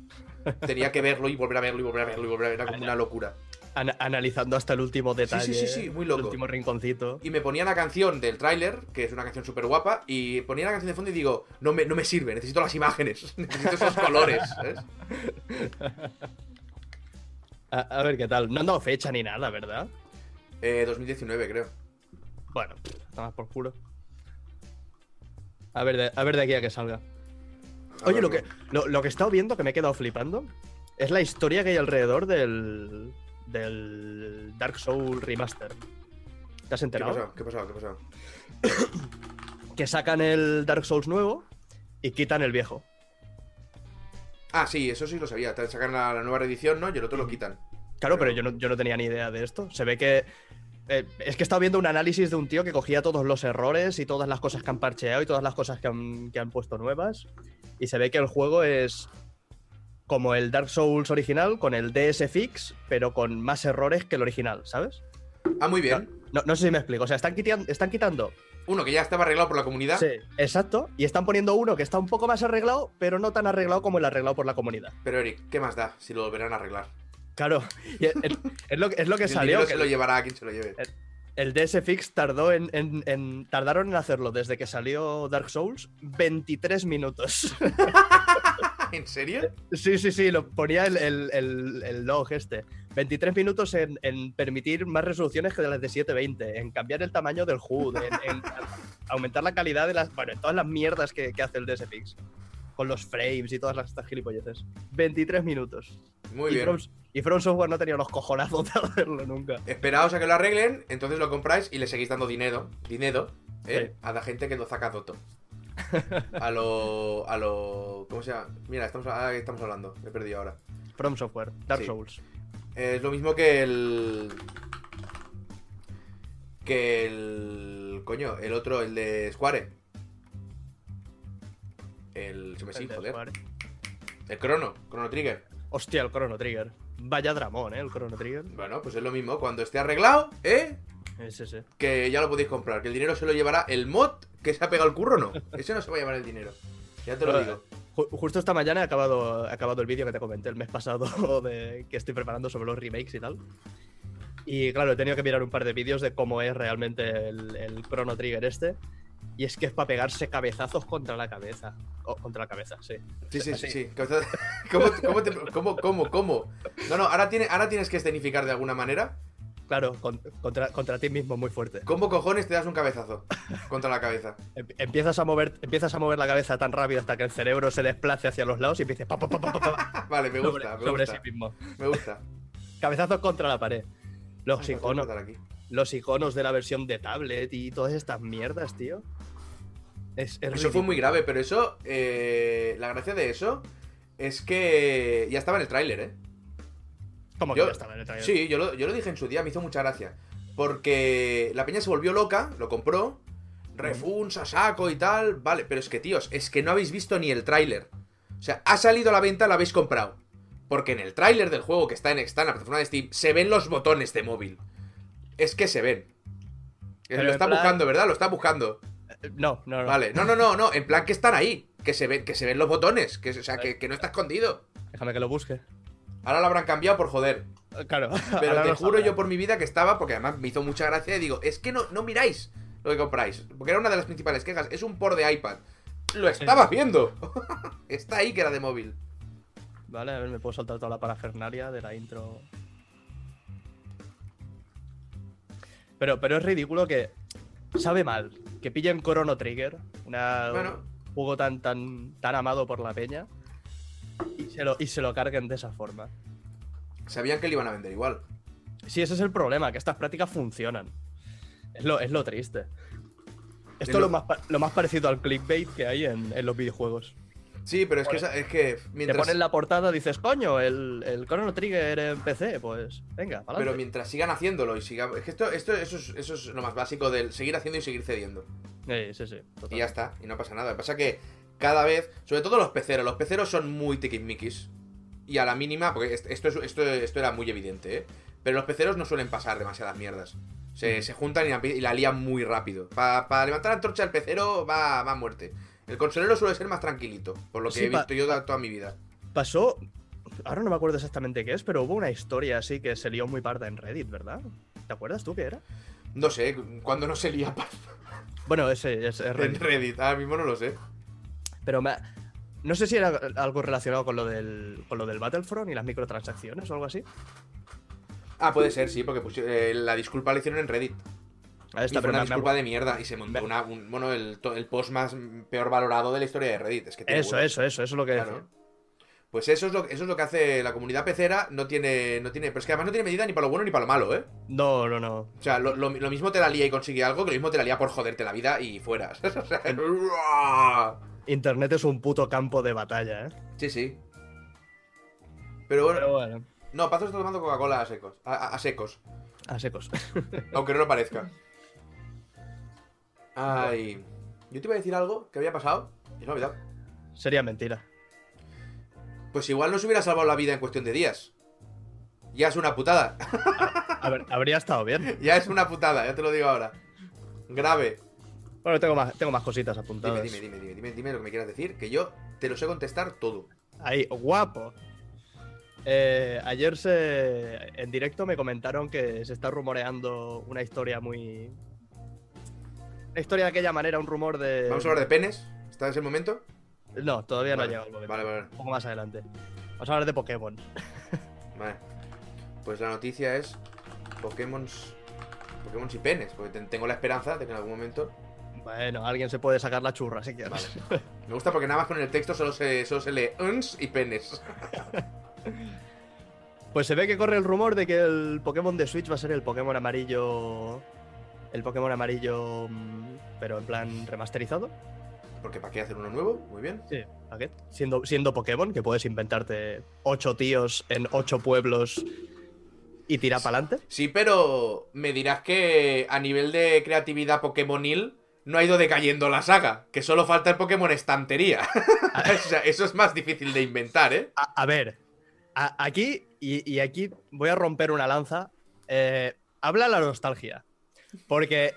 [SPEAKER 1] Tenía que verlo y volver a verlo y volver a verlo y volver a verlo. Era como una locura.
[SPEAKER 2] Ana- analizando hasta el último detalle.
[SPEAKER 1] sí, sí, muy loco.
[SPEAKER 2] El último rinconcito.
[SPEAKER 1] Y me ponía la canción del tráiler, que es una canción súper guapa, y ponía la canción de fondo y digo, no me, no me sirve, necesito las imágenes, necesito esos colores. ¿sabes?
[SPEAKER 2] A, a ver qué tal. No han dado fecha ni nada, ¿verdad?
[SPEAKER 1] Eh, 2019 creo.
[SPEAKER 2] Bueno, pff, nada más por culo. A ver, de, a ver de aquí a que salga.
[SPEAKER 1] A
[SPEAKER 2] Oye,
[SPEAKER 1] ver,
[SPEAKER 2] lo que, lo, lo que he estado viendo, que me he quedado flipando, es la historia que hay alrededor del, del Dark Soul Remaster. ¿Te has
[SPEAKER 1] ¿Qué ha
[SPEAKER 2] enterado?
[SPEAKER 1] pasado? ¿Qué ha pasado? ¿Qué ha pasado?
[SPEAKER 2] Que sacan el Dark Souls nuevo y quitan el viejo.
[SPEAKER 1] Ah, sí, eso sí lo sabía. Te Sacan la, la nueva reedición, ¿no? Y el otro lo
[SPEAKER 2] Ujú.
[SPEAKER 1] quitan.
[SPEAKER 2] Claro,
[SPEAKER 1] Pero-
[SPEAKER 2] pero yo no, yo no tenía ni idea de esto. Se ve que. eh, es que estaba viendo un análisis de un tío que cogía todos los errores y todas las cosas que han parcheado y todas las cosas que han, que han puesto nuevas. Y se ve que el juego es como el Dark Souls original, con el DS Fix, pero con más errores que el original, ¿sabes?
[SPEAKER 1] Ah, muy bien.
[SPEAKER 2] No, no sé si me explico. O sea, están, quitian- están quitando.
[SPEAKER 1] Uno que ya estaba arreglado por la comunidad.
[SPEAKER 2] Sí, exacto. Y están poniendo uno que está un poco más arreglado, pero no tan arreglado como el arreglado por la comunidad.
[SPEAKER 1] Pero Eric, ¿qué más da si lo volverán a arreglar?
[SPEAKER 2] Claro. y es, es- es lo, que- es lo que
[SPEAKER 1] El
[SPEAKER 2] salió.
[SPEAKER 1] dinero
[SPEAKER 2] que-
[SPEAKER 1] se lo llevará a quien se lo lleve.
[SPEAKER 2] Eh, El DS Fix tardó en, en- en- tardaron en hacerlo desde que salió Dark Souls 23 minutos.
[SPEAKER 1] ¿En serio?
[SPEAKER 2] sí, sí, sí, lo ponía el, el- el- el log este. 23 minutos en, en permitir más resoluciones que las de 720, en cambiar el tamaño del HUD, en, en aumentar la calidad de las. Bueno, en todas las mierdas que, que hace el DS Fix. Con los frames y todas las, estas gilipolleces. 23 minutos.
[SPEAKER 1] Muy
[SPEAKER 2] y,
[SPEAKER 1] bien.
[SPEAKER 2] From, y From Software no tenía los cojonazos de hacerlo nunca.
[SPEAKER 1] Esperaos a que lo arreglen, entonces lo compráis y le seguís dando dinero. Dinero. ¿eh?
[SPEAKER 2] Sí.
[SPEAKER 1] A la gente que nos saca Doto. A lo. A lo. ¿Cómo se llama? Mira, estamos, ah, estamos hablando. Me he perdido ahora.
[SPEAKER 2] From Software, Dark
[SPEAKER 1] Sí.
[SPEAKER 2] Souls.
[SPEAKER 1] Eh, Es lo mismo que el. Que el. Coño, el otro, el de Square. El. Se me Pues sí,
[SPEAKER 2] El de
[SPEAKER 1] joder.
[SPEAKER 2] Square.
[SPEAKER 1] El Chrono, Chrono Trigger.
[SPEAKER 2] Hostia, el Chrono Trigger. Vaya dramón, ¿eh? El Chrono Trigger.
[SPEAKER 1] Bueno, pues es lo mismo. Cuando esté arreglado, ¿eh?
[SPEAKER 2] Ese, ese.
[SPEAKER 1] Que ya lo podéis comprar. Que el dinero se lo llevará el mod que se ha pegado el curro, no. Ese no se va a llevar el dinero. Ya te lo
[SPEAKER 2] Vale.
[SPEAKER 1] digo.
[SPEAKER 2] Ju- justo esta mañana he acabado, he acabado el vídeo que te comenté el mes pasado de, que estoy preparando sobre los remakes y tal. Y claro, he tenido que mirar un par de vídeos de cómo es realmente el, el Chrono Trigger este. Y es que es para pegarse cabezazos contra la cabeza. O, contra la cabeza, sí.
[SPEAKER 1] Sí, sí, sí,
[SPEAKER 2] Así.
[SPEAKER 1] sí. ¿Cómo, cómo, te- cómo, cómo, cómo? No, no, ahora, tiene, ahora tienes que escenificar de alguna manera.
[SPEAKER 2] Claro, con- contra, contra ti mismo muy fuerte.
[SPEAKER 1] ¿Cómo cojones te das un cabezazo contra la cabeza?
[SPEAKER 2] Em- Empiezas a, mover, empiezas a mover la cabeza tan rápido hasta que el cerebro se desplace hacia los lados y empiezas pa, pa, pa, pa, pa, pa,
[SPEAKER 1] Ah, Vale, me
[SPEAKER 2] sobre,
[SPEAKER 1] gusta, me
[SPEAKER 2] sobre
[SPEAKER 1] gusta.
[SPEAKER 2] sí mismo.
[SPEAKER 1] Me gusta.
[SPEAKER 2] Cabezazos contra la pared. Los
[SPEAKER 1] Ah, no tengo
[SPEAKER 2] iconos,
[SPEAKER 1] que cortar aquí.
[SPEAKER 2] los iconos de la versión de tablet y todas estas mierdas, tío. Es, es
[SPEAKER 1] Eso fue
[SPEAKER 2] ridículo.
[SPEAKER 1] muy grave, pero eso. eh, la gracia de eso es que ya estaba en el tráiler, ¿eh?
[SPEAKER 2] ¿Cómo que
[SPEAKER 1] yo-
[SPEAKER 2] ya estaba en el trailer?
[SPEAKER 1] Sí, yo lo, yo lo dije en su día, me hizo mucha gracia. Porque la peña se volvió loca, lo compró, refunsa, saco y tal. Vale, pero es que, tíos, es que no habéis visto ni el tráiler. O sea, ha salido a la venta, la habéis comprado. Porque en el tráiler del juego que está en, está en la plataforma de Steam, se ven los botones de móvil. Es que se ven. Eh,
[SPEAKER 2] Pero
[SPEAKER 1] lo
[SPEAKER 2] en
[SPEAKER 1] está
[SPEAKER 2] plan-
[SPEAKER 1] buscando, ¿verdad? Lo está buscando.
[SPEAKER 2] Eh, No, no, no.
[SPEAKER 1] Vale, no, no, no, no. En plan que están ahí. Que se ven, que se ven los botones. Que, se- o sea, que, que no está escondido.
[SPEAKER 2] Déjame que lo busque.
[SPEAKER 1] Ahora lo habrán cambiado por joder.
[SPEAKER 2] Eh, Claro.
[SPEAKER 1] Pero
[SPEAKER 2] ahora
[SPEAKER 1] te
[SPEAKER 2] lo
[SPEAKER 1] juro
[SPEAKER 2] sabrá.
[SPEAKER 1] yo por mi vida que estaba, porque además me hizo mucha gracia y digo, es que no, no miráis lo que compráis. Porque era una de las principales quejas, es un por de iPad. Lo estabas viendo. Está ahí que era de móvil.
[SPEAKER 2] Vale, a ver, me puedo saltar toda la parafernalia de la intro. Pero, pero es ridículo que. Sabe mal que pillen Chrono Trigger, una,
[SPEAKER 1] Bueno.
[SPEAKER 2] un juego tan, tan, tan amado por la peña, y se, lo, y se lo carguen de esa forma.
[SPEAKER 1] Sabían que le iban a vender igual.
[SPEAKER 2] Sí, ese es el problema, que estas prácticas funcionan. Es lo, es lo triste. Esto es
[SPEAKER 1] lo-
[SPEAKER 2] lo más, pa- lo más parecido al clickbait que hay en, en los videojuegos.
[SPEAKER 1] Sí, pero es que, esa- es que
[SPEAKER 2] Te
[SPEAKER 1] mientras,
[SPEAKER 2] ponen la portada, dices, coño, el, el Chrono Trigger en PC, pues venga,
[SPEAKER 1] pero
[SPEAKER 2] pa'lante.
[SPEAKER 1] mientras sigan haciéndolo y sigan... Es que esto, esto eso, es, eso es lo más básico del seguir haciendo y seguir cediendo.
[SPEAKER 2] Eh, sí, sí, total.
[SPEAKER 1] Y ya está, y no pasa nada. Lo que pasa es que cada vez, sobre todo los peceros, los peceros son muy tiquismiquis. Y a la mínima, porque est- esto, es- esto, esto era muy evidente, ¿eh? Pero los peceros no suelen pasar demasiadas mierdas.
[SPEAKER 2] Mm.
[SPEAKER 1] Se, se juntan y la, pi- y la lían muy rápido. Para levantar la antorcha del pecero va, va a muerte. El consolero suele ser más tranquilito, por lo que
[SPEAKER 2] Sí,
[SPEAKER 1] he
[SPEAKER 2] pa-
[SPEAKER 1] visto yo da- toda mi vida.
[SPEAKER 2] Pasó, ahora no me acuerdo exactamente qué es, pero hubo una historia así que se lió muy parda en Reddit, ¿verdad? ¿Te acuerdas tú qué era?
[SPEAKER 1] No sé, eh, cuando no se lía pa-
[SPEAKER 2] Bueno, ese es, es
[SPEAKER 1] en
[SPEAKER 2] Reddit.
[SPEAKER 1] Reddit, ahora mismo no lo sé.
[SPEAKER 2] Pero me ha- no sé si era algo relacionado con lo del, con lo del Battlefront y las microtransacciones o algo así.
[SPEAKER 1] Ah, puede ser, sí, porque pusi- eh, la disculpa la hicieron en Reddit.
[SPEAKER 2] A
[SPEAKER 1] Y
[SPEAKER 2] esta,
[SPEAKER 1] fue
[SPEAKER 2] pero
[SPEAKER 1] una
[SPEAKER 2] me- me-
[SPEAKER 1] disculpa de mierda y se montó
[SPEAKER 2] me-
[SPEAKER 1] una, un- bueno, el, to- el post más mm, peor valorado de la historia de Reddit. Es que tiene
[SPEAKER 2] Eso,
[SPEAKER 1] huevos.
[SPEAKER 2] eso, eso, eso es lo que
[SPEAKER 1] Claro.
[SPEAKER 2] decía.
[SPEAKER 1] Pues eso es, lo, eso es lo que hace la comunidad pecera. No tiene, no tiene. Pero es que además no tiene medida ni para lo bueno ni para lo malo, ¿eh?
[SPEAKER 2] No, no, no.
[SPEAKER 1] O sea, lo, lo- lo mismo te la lía y consigue algo que lo mismo te la lía por joderte la vida y fueras. O sea, ¡ruah!
[SPEAKER 2] Internet es un puto campo de batalla, ¿eh?
[SPEAKER 1] sí, sí. Pero bueno,
[SPEAKER 2] Pero bueno,
[SPEAKER 1] no, Pazo está tomando Coca-Cola a secos. A, a- a secos.
[SPEAKER 2] a secos.
[SPEAKER 1] Aunque no lo parezca. Ay. Yo te iba a decir algo que había pasado. Y se me ha olvidado.
[SPEAKER 2] Sería mentira.
[SPEAKER 1] Pues igual nos hubiera salvado la vida en cuestión de días. Ya es una putada.
[SPEAKER 2] A ver, habría estado bien.
[SPEAKER 1] ya es una putada, ya te lo digo ahora. Grave.
[SPEAKER 2] Bueno, tengo más, tengo más cositas
[SPEAKER 1] Dime,
[SPEAKER 2] apuntadas.
[SPEAKER 1] dime, dime, dime, dime, dime lo que me quieras decir, que yo te lo sé contestar todo.
[SPEAKER 2] Ahí, guapo. Eh, ayer se, en directo me comentaron que se está rumoreando una historia muy... Una historia de aquella manera, un rumor de...
[SPEAKER 1] Vamos a hablar de penes. ¿Está en ese momento?
[SPEAKER 2] No, todavía no
[SPEAKER 1] Vale,
[SPEAKER 2] ha llegado el momento.
[SPEAKER 1] Vale, vale,
[SPEAKER 2] Un poco más adelante. Vamos a hablar de Pokémon.
[SPEAKER 1] vale. Pues la noticia es Pokémon Pokémon y penes, porque ten- tengo la esperanza de que en algún momento.
[SPEAKER 2] Bueno, alguien se puede sacar la churra si quieres.
[SPEAKER 1] Vale. Me gusta porque nada más con el texto solo se, solo se lee uns y penes.
[SPEAKER 2] Pues se ve que corre el rumor de que el Pokémon de Switch va a ser el Pokémon amarillo. El Pokémon amarillo. mm, Pero en plan remasterizado.
[SPEAKER 1] Porque ¿para qué hacer uno nuevo? Muy bien.
[SPEAKER 2] Sí. Siendo, siendo Pokémon, que puedes inventarte ocho tíos en ocho pueblos y tirar para adelante.
[SPEAKER 1] Sí, pero me dirás que a nivel de creatividad Pokémonil no ha ido decayendo la saga, que solo falta el Pokémon estantería. o sea, eso es más difícil de inventar, ¿eh?
[SPEAKER 2] A, a ver, a- aquí, y, y aquí voy a romper una lanza. eh, habla la nostalgia. Porque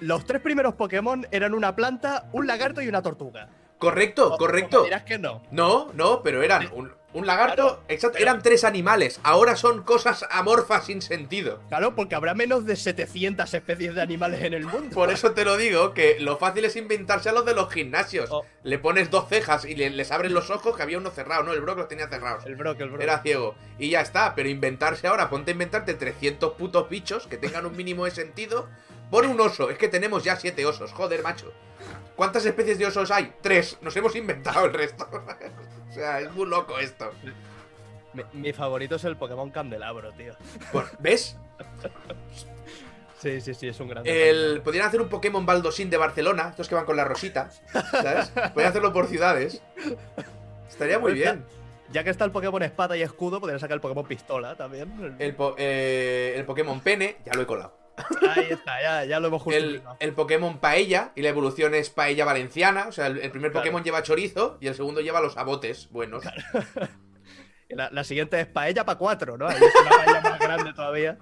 [SPEAKER 2] los tres primeros Pokémon eran una planta, un lagarto y una tortuga.
[SPEAKER 1] Correcto,
[SPEAKER 2] O- o me
[SPEAKER 1] correcto.
[SPEAKER 2] Dirás que no.
[SPEAKER 1] No, no, pero eran un, un lagarto. Exacto,
[SPEAKER 2] pero-
[SPEAKER 1] eran tres animales. Ahora son cosas amorfas sin sentido.
[SPEAKER 2] Claro, porque habrá menos de 700 especies de animales en el mundo.
[SPEAKER 1] Por eso te lo digo, que lo fácil es inventarse a los de los gimnasios.
[SPEAKER 2] Oh.
[SPEAKER 1] Le pones dos cejas y le- les abres los ojos, que había uno cerrado, ¿no? El Brock los tenía cerrados.
[SPEAKER 2] El Brock, el Brock.
[SPEAKER 1] Era ciego. Y ya está, pero inventarse ahora, ponte a inventarte 300 putos bichos que tengan un mínimo de sentido. Pon un oso, es que tenemos ya siete osos, joder, macho. ¿Cuántas especies de osos hay? Tres, nos hemos inventado el resto. o sea, es muy loco esto.
[SPEAKER 2] Mi, mi favorito es el Pokémon Candelabro, tío.
[SPEAKER 1] Pues, ¿Ves?
[SPEAKER 2] Sí, sí, sí, es un gran.
[SPEAKER 1] Eh, El, podrían hacer un Pokémon Baldosín de Barcelona, estos que van con la rosita, ¿sabes? Podrían hacerlo por ciudades. Estaría muy bien.
[SPEAKER 2] Ya que está el Pokémon Espada y Escudo, podrían sacar el Pokémon Pistola también.
[SPEAKER 1] El, po- eh, el Pokémon Pene, ya lo he colado.
[SPEAKER 2] Ahí está, ya, ya lo hemos
[SPEAKER 1] El,
[SPEAKER 2] justificado.
[SPEAKER 1] el Pokémon Paella, y la evolución es Paella Valenciana. O sea, el, el primer
[SPEAKER 2] Claro.
[SPEAKER 1] Pokémon lleva chorizo y el segundo lleva los abotes buenos.
[SPEAKER 2] La, la siguiente es paella para cuatro, ¿no? Ahí es una paella más grande todavía.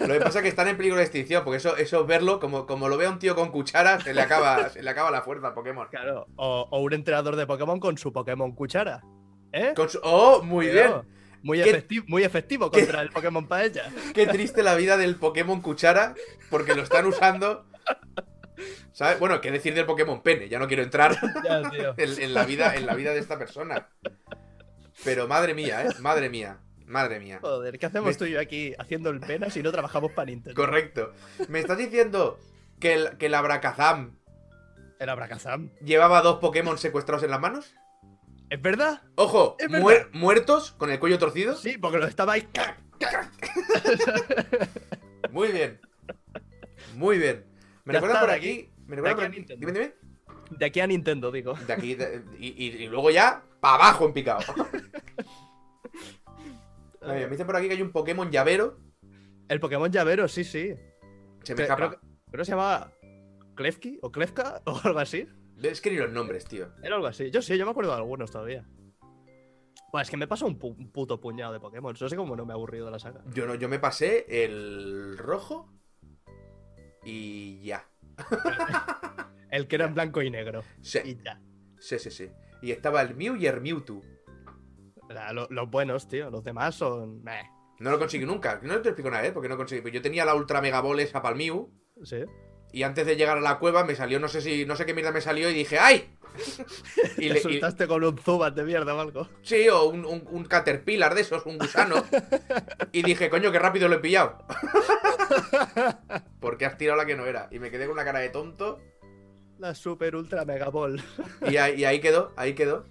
[SPEAKER 1] Lo que pasa es que están en peligro de extinción, porque eso, eso verlo, como, como lo vea un tío con cuchara, se le acaba, se le acaba la fuerza al Pokémon.
[SPEAKER 2] Claro. O, o un entrenador de Pokémon con su Pokémon Cuchara. ¿Eh?
[SPEAKER 1] Con su- ¡Oh, muy bien!
[SPEAKER 2] Cuidado. Muy
[SPEAKER 1] ¿Qué-
[SPEAKER 2] efectivo, muy efectivo contra el Pokémon Paella.
[SPEAKER 1] Qué triste la vida del Pokémon Cuchara, porque lo están usando. ¿Sabes? Bueno, qué decir del Pokémon Pene, ya no quiero entrar
[SPEAKER 2] Ya, tío.
[SPEAKER 1] en, en la vida, en la vida de esta persona. Pero madre mía, ¿eh? Madre mía, madre mía.
[SPEAKER 2] Joder, ¿qué hacemos tú y yo aquí haciendo el pena si no trabajamos para Nintendo?
[SPEAKER 1] Correcto. Me estás diciendo que el, que el Abracazam
[SPEAKER 2] El Abracazam.
[SPEAKER 1] llevaba dos Pokémon secuestrados en las manos.
[SPEAKER 2] ¿Es verdad?
[SPEAKER 1] Ojo,
[SPEAKER 2] Es verdad.
[SPEAKER 1] muer- muertos con el cuello torcido.
[SPEAKER 2] Sí, porque lo estaba ahí. ¡cac!
[SPEAKER 1] Muy bien. Muy bien. Me
[SPEAKER 2] Ya
[SPEAKER 1] recuerda
[SPEAKER 2] está,
[SPEAKER 1] por
[SPEAKER 2] de
[SPEAKER 1] aquí. Me recuerda
[SPEAKER 2] de
[SPEAKER 1] por
[SPEAKER 2] aquí a
[SPEAKER 1] aquí.
[SPEAKER 2] Nintendo.
[SPEAKER 1] Dime, dime.
[SPEAKER 2] De aquí a Nintendo, digo.
[SPEAKER 1] De aquí. de- y, y- y luego ya, para abajo en picado. A ver, me dicen por aquí que hay un Pokémon llavero.
[SPEAKER 2] El Pokémon llavero, sí, sí.
[SPEAKER 1] Se me
[SPEAKER 2] Creo-
[SPEAKER 1] escapa.
[SPEAKER 2] Creo que se llamaba Klefki o Klefka o algo así.
[SPEAKER 1] Es que ni los nombres, tío.
[SPEAKER 2] Era algo así. Yo sí, yo me acuerdo de algunos todavía. Bueno, es que me pasa un, pu- un puto puñado de Pokémon. No sé cómo no me ha aburrido la saga.
[SPEAKER 1] Yo no, yo me pasé el rojo. Y ya.
[SPEAKER 2] El que era en blanco y negro.
[SPEAKER 1] Sí.
[SPEAKER 2] Y ya.
[SPEAKER 1] Sí, sí, sí. Y estaba el Mew y el Mewtwo.
[SPEAKER 2] O sea, lo- los buenos, tío. Los demás son. meh,
[SPEAKER 1] No lo conseguí nunca. No te explico nada, ¿eh? Porque no conseguí. Pues yo tenía la Ultra Mega Ball esa para el Mew.
[SPEAKER 2] Sí.
[SPEAKER 1] Y antes de llegar a la cueva me salió, no sé si, no sé qué mierda me salió y dije ¡ay! y
[SPEAKER 2] Y
[SPEAKER 1] le,
[SPEAKER 2] le
[SPEAKER 1] y-
[SPEAKER 2] soltaste con un Zubat de mierda o algo.
[SPEAKER 1] sí, o un, un- un caterpillar de esos, un gusano. y dije, coño, qué rápido lo he pillado. Porque has tirado la que no era. Y me quedé con una cara de tonto.
[SPEAKER 2] La super ultra mega ball.
[SPEAKER 1] Y ahí, y ahí quedó, ahí quedó.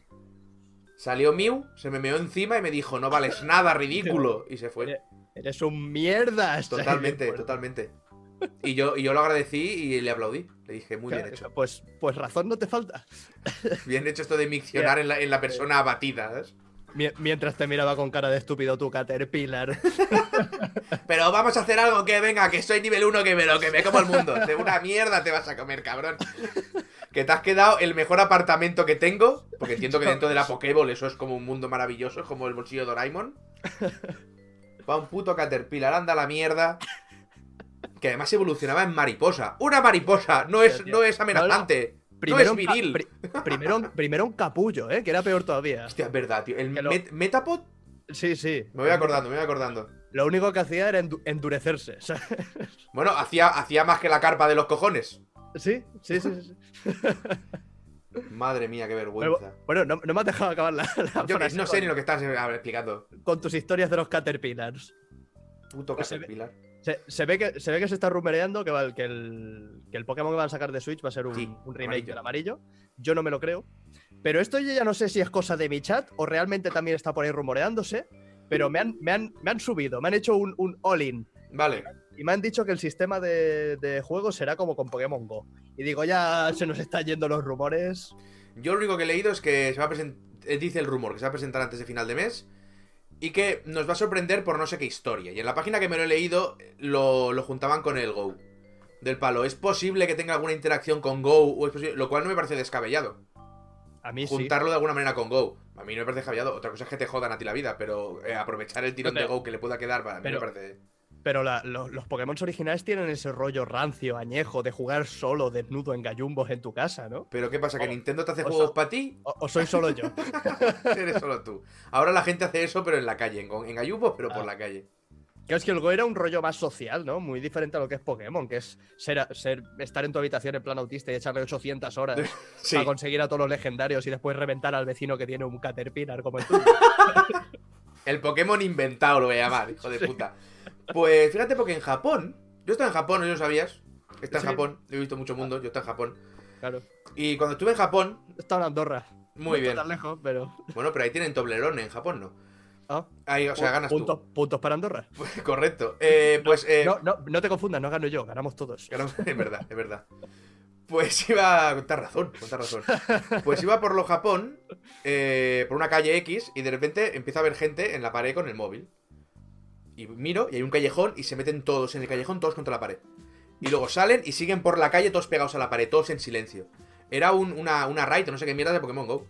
[SPEAKER 1] Salió Mew, se me meó encima y me dijo, no vales nada, ridículo. Y se fue.
[SPEAKER 2] Eres un mierda.
[SPEAKER 1] Totalmente, totalmente. Y yo, y yo lo agradecí y le aplaudí. Le dije, muy bien hecho.
[SPEAKER 2] Pues, pues razón no te falta.
[SPEAKER 1] Bien hecho esto de miccionar en la, en la persona abatida. ¿sabes?
[SPEAKER 2] Mie- Mientras te miraba con cara de estúpido tu caterpillar.
[SPEAKER 1] Pero vamos a hacer algo que venga, que soy nivel 1, que me lo que me como el mundo. De una mierda te vas a comer, cabrón. Que te has quedado el mejor apartamento que tengo. Porque entiendo que dentro de la Pokéball eso es como un mundo maravilloso, es como el bolsillo de Doraemon. Va un puto Caterpillar, anda a la mierda. Que además evolucionaba en mariposa. ¡Una mariposa! No es, no es amenazante. No es
[SPEAKER 2] un ca-
[SPEAKER 1] viril.
[SPEAKER 2] pri- primero, un- primero un capullo, ¿eh? Que era peor todavía.
[SPEAKER 1] Hostia, es verdad, tío. El
[SPEAKER 2] Que lo-
[SPEAKER 1] met- Metapod.
[SPEAKER 2] Sí, sí.
[SPEAKER 1] Me voy acordando, me voy acordando.
[SPEAKER 2] Lo único que hacía era endu- endurecerse. ¿sabes?
[SPEAKER 1] Bueno, hacía, hacía más que la carpa de los cojones.
[SPEAKER 2] Sí, sí, sí. sí, sí.
[SPEAKER 1] Madre mía, qué
[SPEAKER 2] Bueno,
[SPEAKER 1] vergüenza.
[SPEAKER 2] bueno, no, no me has dejado acabar la, la
[SPEAKER 1] Yo que
[SPEAKER 2] frase
[SPEAKER 1] no sé
[SPEAKER 2] con-
[SPEAKER 1] ni lo que estás eh, explicando.
[SPEAKER 2] con tus historias de los caterpillars.
[SPEAKER 1] Puto
[SPEAKER 2] Pues se
[SPEAKER 1] Caterpillar.
[SPEAKER 2] Se, se ve, que, se ve que se está rumoreando que, va- que, el, que el Pokémon que van a sacar de Switch va a ser un,
[SPEAKER 1] Sí,
[SPEAKER 2] un remake
[SPEAKER 1] amarillo.
[SPEAKER 2] del amarillo. Yo no me lo creo. Pero esto yo ya no sé si es cosa de mi chat o realmente también está por ahí rumoreándose. Pero me han, me han, me han subido, me han hecho un, un all-in.
[SPEAKER 1] Vale.
[SPEAKER 2] Y me han dicho que el sistema de, de juego será como con Pokémon Go. Y digo, ya se nos están yendo los rumores.
[SPEAKER 1] Yo lo único que he leído es que se va a presentar. Dice el rumor que se va a presentar antes de final de mes. Y que nos va a sorprender por no sé qué historia. Y en la página que me lo he leído eh, lo, lo juntaban con el Go. Del palo. Es posible que tenga alguna interacción con Go. O es posible- lo cual no me parece descabellado.
[SPEAKER 2] A mí sí.
[SPEAKER 1] Juntarlo de alguna manera con Go. A mí no me parece descabellado. Otra cosa es que te jodan a ti la vida. Pero eh, aprovechar el tirón
[SPEAKER 2] Pero-
[SPEAKER 1] de Go que le pueda quedar para mí
[SPEAKER 2] pero-
[SPEAKER 1] me parece.
[SPEAKER 2] Pero la- lo- los Pokémon originales tienen ese rollo rancio, añejo, de jugar solo, desnudo, en gallumbos en tu casa, ¿no?
[SPEAKER 1] Pero ¿qué pasa? ¿Que
[SPEAKER 2] O-
[SPEAKER 1] Nintendo te hace
[SPEAKER 2] o sea-
[SPEAKER 1] juegos para ti?
[SPEAKER 2] O, o soy solo yo.
[SPEAKER 1] Eres solo tú. Ahora la gente hace eso, pero en la calle. En, con- en gallumbos, pero por
[SPEAKER 2] Ah.
[SPEAKER 1] la calle.
[SPEAKER 2] Claro, es que el Go era un rollo más social, ¿no? Muy diferente a lo que es Pokémon, que es ser, ser- estar en tu habitación en plan autista y echarle 800 horas
[SPEAKER 1] Sí.
[SPEAKER 2] para conseguir a todos los legendarios y después reventar al vecino que tiene un Caterpillar como el tuyo.
[SPEAKER 1] El Pokémon inventado lo voy a llamar, hijo de
[SPEAKER 2] Sí.
[SPEAKER 1] puta. Pues fíjate, porque en Japón. Yo estaba en Japón, no lo sabías. Está en
[SPEAKER 2] Sí.
[SPEAKER 1] Japón, he visto mucho mundo, yo estaba en Japón.
[SPEAKER 2] Claro.
[SPEAKER 1] Y cuando estuve en Japón,
[SPEAKER 2] Está en Andorra.
[SPEAKER 1] muy
[SPEAKER 2] No está
[SPEAKER 1] bien.
[SPEAKER 2] tan lejos, pero.
[SPEAKER 1] Bueno, pero ahí tienen Toblerone, en Japón no.
[SPEAKER 2] Ah,
[SPEAKER 1] Ahí, o sea,
[SPEAKER 2] pu-
[SPEAKER 1] ganas
[SPEAKER 2] puntos, puntos para Andorra.
[SPEAKER 1] tú. Correcto. Eh, pues. eh,
[SPEAKER 2] No, no, no te confundas, no gano yo, ganamos todos.
[SPEAKER 1] Que no- es verdad, es verdad. Pues iba. Con tal razón, con tal razón. Pues iba por lo Japón, eh, por una calle X, y de repente empieza a ver gente en la pared con el móvil. Y miro, y hay un callejón, y se meten todos en el callejón, todos contra la pared. Y luego salen y siguen por la calle, todos pegados a la pared, todos en silencio. Era un- una, una raid, o no sé qué mierda de Pokémon Go.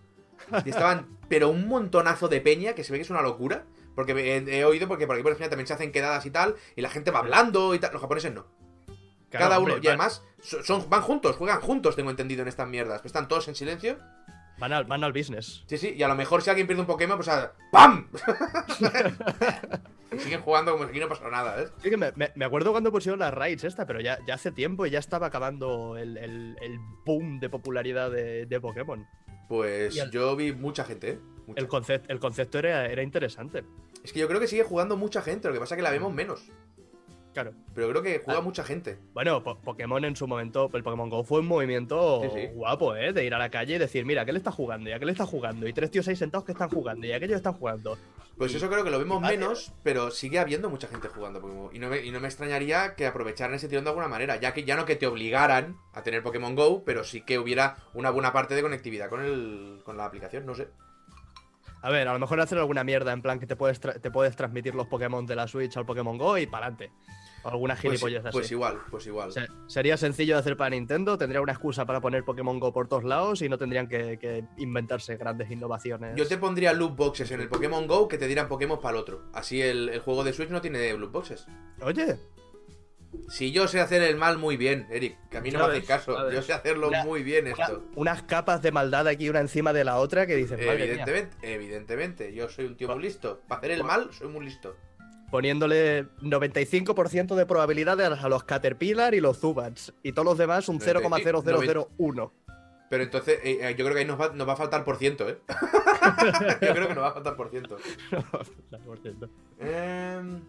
[SPEAKER 1] Y estaban, pero un montonazo de peña, que se ve que es una locura. Porque he, he oído, porque por aquí por España también se hacen quedadas y tal, y la gente va hablando y tal. Los japoneses no.
[SPEAKER 2] Claro,
[SPEAKER 1] Cada uno.
[SPEAKER 2] hombre,
[SPEAKER 1] y además, so- son, van juntos, juegan juntos, tengo entendido, en estas mierdas. Pero están todos en silencio.
[SPEAKER 2] Van, van al, van al business.
[SPEAKER 1] Sí, sí. Y a lo mejor si alguien pierde un Pokémon, pues a... ¡Pam! y siguen jugando como si no pasó nada, ¿eh?
[SPEAKER 2] Sí que me, me- me acuerdo cuando pusieron las raids esta, pero ya, ya hace tiempo y ya estaba acabando el, el- el boom de popularidad de- de Pokémon.
[SPEAKER 1] Pues
[SPEAKER 2] Y el-
[SPEAKER 1] yo vi mucha gente, ¿eh? Mucha.
[SPEAKER 2] El, concept- el concepto era, era interesante.
[SPEAKER 1] Es que yo creo que sigue jugando mucha gente, lo que pasa es que la vemos menos.
[SPEAKER 2] Claro.
[SPEAKER 1] Pero creo que juega
[SPEAKER 2] Ah.
[SPEAKER 1] mucha gente.
[SPEAKER 2] Bueno, Po- Pokémon en su momento, el Pokémon Go fue un movimiento
[SPEAKER 1] Sí, sí.
[SPEAKER 2] guapo, ¿eh? De ir a la calle y decir, mira, ¿a ¿qué le está jugando? ¿Y a qué le está jugando? Y tres tíos ahí sentados que están jugando. ¿Y aquellos están jugando?
[SPEAKER 1] Pues
[SPEAKER 2] Y-
[SPEAKER 1] eso creo que lo vemos
[SPEAKER 2] vale.
[SPEAKER 1] menos, pero sigue habiendo mucha gente jugando Pokémon. Y no, me, y no me extrañaría que aprovecharan ese tirón de alguna manera, ya que ya no que te obligaran a tener Pokémon Go, pero sí que hubiera una buena parte de conectividad con, el, con la aplicación, no sé.
[SPEAKER 2] A ver, a lo mejor hacen alguna mierda en plan que te puedes, tra- te puedes transmitir los Pokémon de la Switch al Pokémon Go y pa'lante. O alguna
[SPEAKER 1] Pues,
[SPEAKER 2] gilipollez así.
[SPEAKER 1] pues igual, pues igual.
[SPEAKER 2] Se- sería sencillo de hacer para Nintendo, tendría una excusa para poner Pokémon Go por todos lados y no tendrían que, que inventarse grandes innovaciones.
[SPEAKER 1] Yo te pondría loot boxes en el Pokémon Go que te dieran Pokémon para el otro. Así el, el juego de Switch no tiene loot boxes.
[SPEAKER 2] Oye,
[SPEAKER 1] Si yo sé hacer el mal muy bien, Eric, que a mí no
[SPEAKER 2] Ya
[SPEAKER 1] me haces
[SPEAKER 2] ves,
[SPEAKER 1] caso.
[SPEAKER 2] ya
[SPEAKER 1] Yo
[SPEAKER 2] ves.
[SPEAKER 1] sé hacerlo
[SPEAKER 2] Una-
[SPEAKER 1] muy bien
[SPEAKER 2] una-
[SPEAKER 1] esto.
[SPEAKER 2] unas capas de maldad aquí una encima de la otra que dices, madre mía. Pues
[SPEAKER 1] Evidentemente, evidentemente, yo soy un tío muy listo. Para hacer el mal, soy muy listo.
[SPEAKER 2] poniéndole 95% de probabilidades a los Caterpillar y los Zubats. Y todos los demás un 0,0001.
[SPEAKER 1] Pero entonces, eh, eh, yo creo que ahí nos va, nos va a faltar por ciento, ¿eh? yo creo que nos va a faltar por ciento. Em,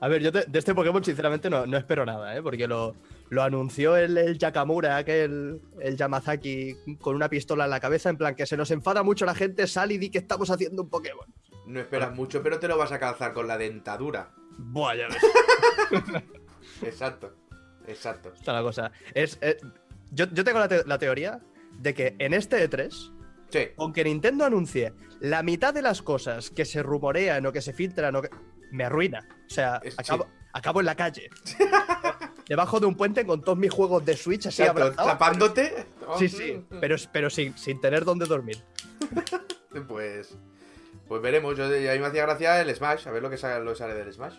[SPEAKER 2] a ver, yo de, de este Pokémon sinceramente no, no espero nada, ¿eh? Porque lo, lo anunció el, el Yakamura, aquel, el Yamazaki, con una pistola en la cabeza, en plan que se nos enfada mucho la gente, sal y di que estamos haciendo un Pokémon.
[SPEAKER 1] no esperas mucho, pero te lo vas a calzar con la dentadura.
[SPEAKER 2] Buah, ya ves.
[SPEAKER 1] Exacto, exacto.
[SPEAKER 2] Está la cosa. Es, eh, yo, yo tengo la, te- la teoría de que en este E3
[SPEAKER 1] Sí.
[SPEAKER 2] Con que Nintendo anuncie la mitad de las cosas que se rumorean o que se filtran o que... Me arruina. O sea,
[SPEAKER 1] Es- Eh, sí.
[SPEAKER 2] acabo, acabo en la calle. Debajo de un puente con todos mis juegos de Switch así
[SPEAKER 1] Exacto,
[SPEAKER 2] abrazados.
[SPEAKER 1] tapándote. Mm.
[SPEAKER 2] Sí, sí, pero, pero sin, sin tener dónde dormir.
[SPEAKER 1] Pues. Pues veremos. Yo, a mí me hacía gracia el Smash, a ver lo que sale, lo que sale del Smash.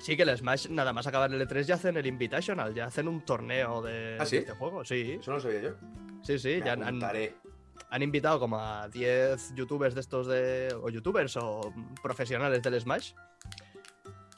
[SPEAKER 2] Sí, que el Smash, nada más acabar el E3, ya hacen el Invitational, ya hacen un torneo de,
[SPEAKER 1] ¿Ah, sí?
[SPEAKER 2] de este juego. Sí,
[SPEAKER 1] Eso no lo sabía yo.
[SPEAKER 2] sí, sí.
[SPEAKER 1] Me
[SPEAKER 2] ya han- han,
[SPEAKER 1] apuntaré.
[SPEAKER 2] han invitado como a 10 youtubers de estos de. o youtubers o profesionales del Smash.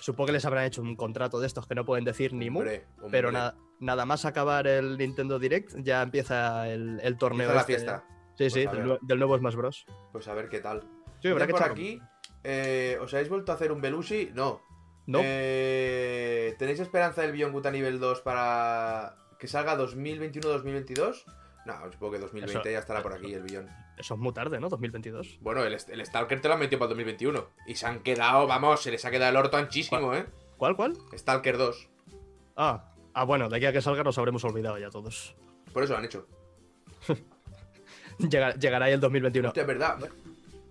[SPEAKER 2] Supongo que les habrán hecho un contrato de estos que no pueden decir ni mu,
[SPEAKER 1] Hombre, hombre.
[SPEAKER 2] pero nada, nada más acabar el Nintendo Direct ya empieza el, el torneo.
[SPEAKER 1] Empieza la
[SPEAKER 2] este.
[SPEAKER 1] fiesta.
[SPEAKER 2] Sí,
[SPEAKER 1] Pues
[SPEAKER 2] sí,
[SPEAKER 1] a
[SPEAKER 2] del,
[SPEAKER 1] ver.
[SPEAKER 2] nue- del nuevo Smash Bros.
[SPEAKER 1] Pues a ver qué tal.
[SPEAKER 2] Sí, habrá
[SPEAKER 1] Ya
[SPEAKER 2] que
[SPEAKER 1] por
[SPEAKER 2] echar-
[SPEAKER 1] aquí, eh, ¿os habéis vuelto a hacer un Belushi? No.
[SPEAKER 2] No,
[SPEAKER 1] Eh, ¿Tenéis esperanza del Beyond Good a nivel 2 para que salga 2021-2022? No, supongo que 2020
[SPEAKER 2] Eso-
[SPEAKER 1] ya estará por aquí el Beyond.
[SPEAKER 2] eso es muy tarde, ¿no? 2022.
[SPEAKER 1] Bueno, el, el Stalker te lo han metido para el 2021. Y se han quedado, vamos, se les ha quedado el orto anchísimo, ¿eh?
[SPEAKER 2] ¿Cuál, cuál?
[SPEAKER 1] Stalker 2.
[SPEAKER 2] Ah, ah, bueno, de aquí a que salga nos habremos olvidado ya todos.
[SPEAKER 1] Por eso lo han hecho.
[SPEAKER 2] Llega- llegará ahí el 2021.
[SPEAKER 1] Hostia, es verdad.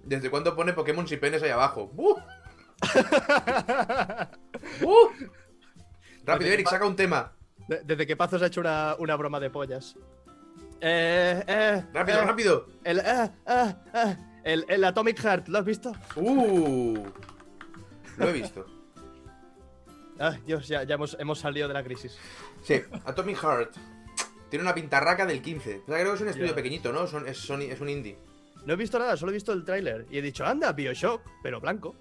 [SPEAKER 1] ¿Desde cuándo pone Pokémon y penes ahí abajo? ¡Buh! ¡Buh! Rápido, Eric, saca un tema.
[SPEAKER 2] De- Desde que Pazos ha hecho una, una broma de pollas. Eh, eh,
[SPEAKER 1] Rápido,
[SPEAKER 2] eh,
[SPEAKER 1] rápido.
[SPEAKER 2] El, eh, eh, eh, el, el Atomic Heart, ¿lo has visto?
[SPEAKER 1] ¡Uh! Lo he visto.
[SPEAKER 2] Ay, Ah, Dios, ya, ya hemos, hemos salido de la crisis.
[SPEAKER 1] Sí, Atomic Heart. Tiene una pintarraca del 15. O sea, creo que es un estudio
[SPEAKER 2] Ya.
[SPEAKER 1] pequeñito, ¿no? Son- es, son- es un indie.
[SPEAKER 2] No he visto nada, solo he visto el tráiler. Y he dicho, anda, Bioshock, pero blanco.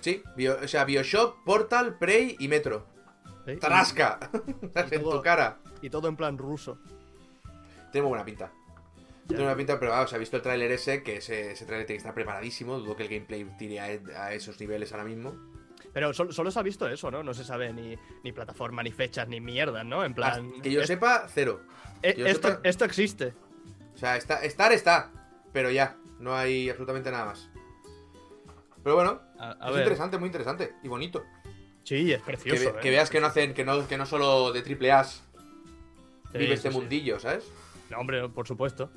[SPEAKER 1] Sí, bio- o sea, Bioshock, Portal, Prey y Metro.
[SPEAKER 2] ¿eh?
[SPEAKER 1] ¡Tarasca! en
[SPEAKER 2] todo-
[SPEAKER 1] tu cara.
[SPEAKER 2] Y, y todo en plan ruso.
[SPEAKER 1] Tiene muy buena pinta. Tiene una pinta, pero vamos, se ha visto el tráiler ese, que ese, ese tráiler tiene que estar preparadísimo. Dudo que el gameplay tire a, a esos niveles ahora mismo.
[SPEAKER 2] Pero sol- solo se ha visto eso, ¿no? No se sabe ni, ni plataforma, ni fechas, ni mierda, ¿no? En plan.
[SPEAKER 1] Hasta Ah, que yo
[SPEAKER 2] es-
[SPEAKER 1] sepa, cero.
[SPEAKER 2] eh,
[SPEAKER 1] yo
[SPEAKER 2] esto,
[SPEAKER 1] sepa-
[SPEAKER 2] esto existe.
[SPEAKER 1] O sea, está, estar está, pero ya, no hay absolutamente nada más. Pero bueno,
[SPEAKER 2] A, a
[SPEAKER 1] es
[SPEAKER 2] ver.
[SPEAKER 1] interesante, muy interesante y bonito.
[SPEAKER 2] Sí, es
[SPEAKER 1] Que,
[SPEAKER 2] precioso.
[SPEAKER 1] ve-
[SPEAKER 2] ¿eh?
[SPEAKER 1] que veas que no hacen, que no, que no solo de triple A
[SPEAKER 2] Sí,
[SPEAKER 1] vive este
[SPEAKER 2] sí, sí.
[SPEAKER 1] mundillo, ¿sabes?
[SPEAKER 2] No, hombre, por supuesto.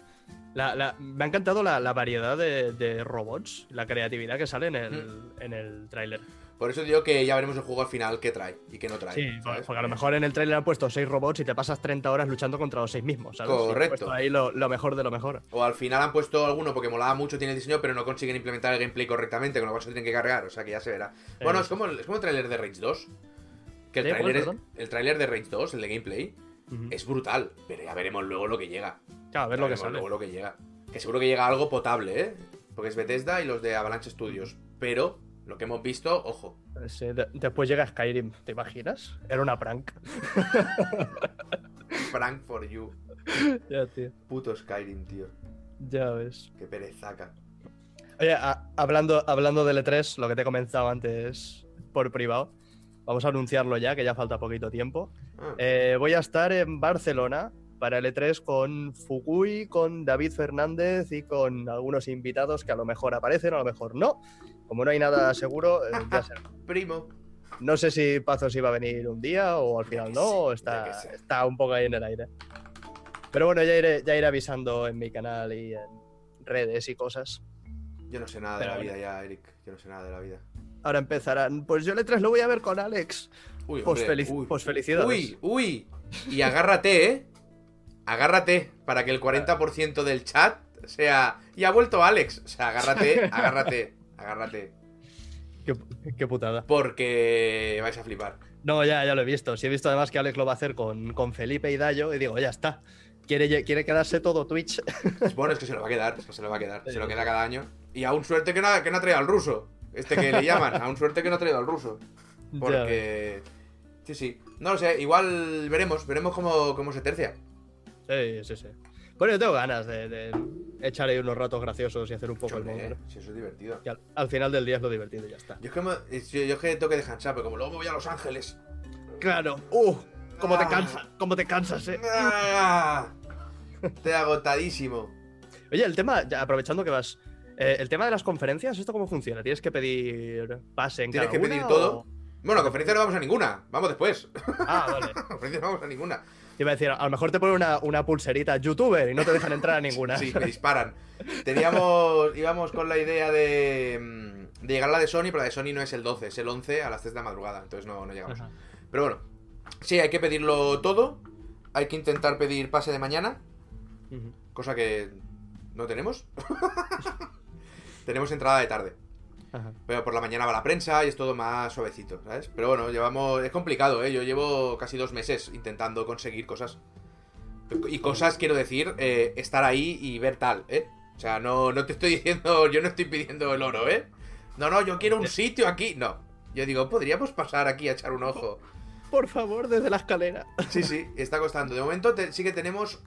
[SPEAKER 2] La- la- me ha encantado la, la variedad de, de robots, la creatividad que sale en el,
[SPEAKER 1] Mm.
[SPEAKER 2] en el tráiler.
[SPEAKER 1] Por eso digo que ya veremos el juego al final que trae y que no trae.
[SPEAKER 2] Sí, por-
[SPEAKER 1] ¿sabes?
[SPEAKER 2] porque a lo mejor en el tráiler han puesto seis robots y te pasas 30 horas luchando contra los seis mismos, ¿sabes? Y han
[SPEAKER 1] Correcto.
[SPEAKER 2] puesto ahí lo, lo mejor de lo mejor.
[SPEAKER 1] O al final han puesto alguno porque molaba mucho, tiene el diseño, pero no consiguen implementar el gameplay correctamente, con lo cual se lo tienen que cargar, o sea que ya se verá. Bueno,
[SPEAKER 2] Eh,
[SPEAKER 1] es como, el- es como el tráiler de Rage 2. Que el
[SPEAKER 2] ¿De cuál,
[SPEAKER 1] tráiler es-
[SPEAKER 2] perdón?
[SPEAKER 1] el tráiler de Rage 2, el de gameplay,
[SPEAKER 2] Ujú.
[SPEAKER 1] es brutal, pero ya veremos luego lo que llega.
[SPEAKER 2] Claro, a ver lo que
[SPEAKER 1] Veremos
[SPEAKER 2] sale.
[SPEAKER 1] Luego lo que llega. Que seguro que llega algo potable, ¿eh? Porque es Bethesda y los de Avalanche Studios. Pero lo que hemos visto, ojo.
[SPEAKER 2] Sí, de- después llega Skyrim, ¿te imaginas? Era una prank.
[SPEAKER 1] Frank for you.
[SPEAKER 2] ya, tío.
[SPEAKER 1] Puto Skyrim, tío.
[SPEAKER 2] Ya ves.
[SPEAKER 1] Qué perezaca.
[SPEAKER 2] Oye, a- hablando, hablando del E3, lo que te he comenzado antes por privado, vamos a anunciarlo ya, que ya falta poquito tiempo.
[SPEAKER 1] Ah,
[SPEAKER 2] Eh, voy a estar en Barcelona para el E3 con Fukui, con David Fernández y con algunos invitados que a lo mejor aparecen, a lo mejor no. Como no hay nada seguro, eh, ya será.
[SPEAKER 1] primo.
[SPEAKER 2] no sé si Pazos iba a venir un día o al final
[SPEAKER 1] que
[SPEAKER 2] no,
[SPEAKER 1] sí,
[SPEAKER 2] o
[SPEAKER 1] ya
[SPEAKER 2] está,
[SPEAKER 1] que sí.
[SPEAKER 2] está un poco ahí en el aire. Pero bueno, ya iré, ya iré avisando en mi canal y en redes y cosas.
[SPEAKER 1] Yo no sé nada de
[SPEAKER 2] Pero
[SPEAKER 1] la
[SPEAKER 2] bueno.
[SPEAKER 1] vida ya, Eric. Yo no sé nada de la vida.
[SPEAKER 2] Ahora empezarán. Pues yo el E3 lo voy a ver con Alex.
[SPEAKER 1] Uy,
[SPEAKER 2] Pues,
[SPEAKER 1] hombre,
[SPEAKER 2] feliz,
[SPEAKER 1] uy.
[SPEAKER 2] pues felicidades.
[SPEAKER 1] Uy, uy. Y agárrate, ¿eh? Agárrate para que el 40% del chat sea... Y ha vuelto Alex. O sea, agárrate, agárrate, agárrate.
[SPEAKER 2] Qué, qué putada.
[SPEAKER 1] Porque vais a flipar.
[SPEAKER 2] No, ya, ya lo he visto. Sí, he visto además que Alex lo va a hacer con, con Felipe y Dayo. Y digo, ya está. Quiere, lle- quiere quedarse todo Twitch.
[SPEAKER 1] Bueno, es que se lo va a quedar, es que se lo va a quedar, se lo
[SPEAKER 2] Sí.
[SPEAKER 1] queda cada año. Y aún suerte que no, ha- que no ha traído al ruso. Este que le llaman, aún suerte que no ha traído al ruso. Porque. Sí, sí. No lo sé, igual veremos, veremos cómo, cómo se tercia.
[SPEAKER 2] Sí, sí, sí. Bueno, yo tengo ganas de, de echar ahí unos ratos graciosos y hacer un poco el
[SPEAKER 1] Hombre,
[SPEAKER 2] móvil.
[SPEAKER 1] eh, si eso es divertido.
[SPEAKER 2] Que al, al final del día es lo divertido y ya está.
[SPEAKER 1] Yo es que, me- es- yo, yo es que tengo que descansar, pero como luego me voy a Los Ángeles.
[SPEAKER 2] Claro. ¡Uh! Cómo te
[SPEAKER 1] Ah.
[SPEAKER 2] cansas, cómo te cansas, eh.
[SPEAKER 1] ¡ah! Estoy agotadísimo.
[SPEAKER 2] Oye, el tema, ya aprovechando que vas. eh, el tema de las conferencias, ¿esto cómo funciona? ¿Tienes que pedir pase en
[SPEAKER 1] Tienes
[SPEAKER 2] cada
[SPEAKER 1] que
[SPEAKER 2] una
[SPEAKER 1] pedir
[SPEAKER 2] o-
[SPEAKER 1] todo. Bueno, a conferencia no vamos a ninguna, vamos después.
[SPEAKER 2] Ah, vale.
[SPEAKER 1] A conferencia no vamos a ninguna.
[SPEAKER 2] Te iba a decir, a lo mejor te ponen una, una pulserita youtuber y no te dejan entrar a ninguna.
[SPEAKER 1] Sí, me disparan. Teníamos, íbamos con la idea de, mm, de llegar a la de Sony, pero la de Sony no es el 12, es el 11 a las 3 de la madrugada, entonces no, no llegamos.
[SPEAKER 3] Ajá.
[SPEAKER 1] Pero bueno, sí, hay que pedirlo todo, hay que intentar pedir pase de mañana,
[SPEAKER 2] Ujú.
[SPEAKER 1] cosa que no tenemos. tenemos entrada de tarde.
[SPEAKER 2] Ajá.
[SPEAKER 1] Pero por la mañana va la prensa y es todo más suavecito, ¿sabes? Pero bueno, llevamos. Es complicado, ¿eh? Yo llevo casi dos meses intentando conseguir cosas. Y cosas, quiero decir, eh, estar ahí y ver tal, ¿eh? O sea, no, no te estoy diciendo. Yo no estoy pidiendo el oro, ¿eh? No, no, yo quiero un sitio aquí. No. Yo digo, podríamos pasar aquí a echar un ojo.
[SPEAKER 2] Por favor, desde la escalera.
[SPEAKER 1] Sí, sí, está costando. De momento te- sí que tenemos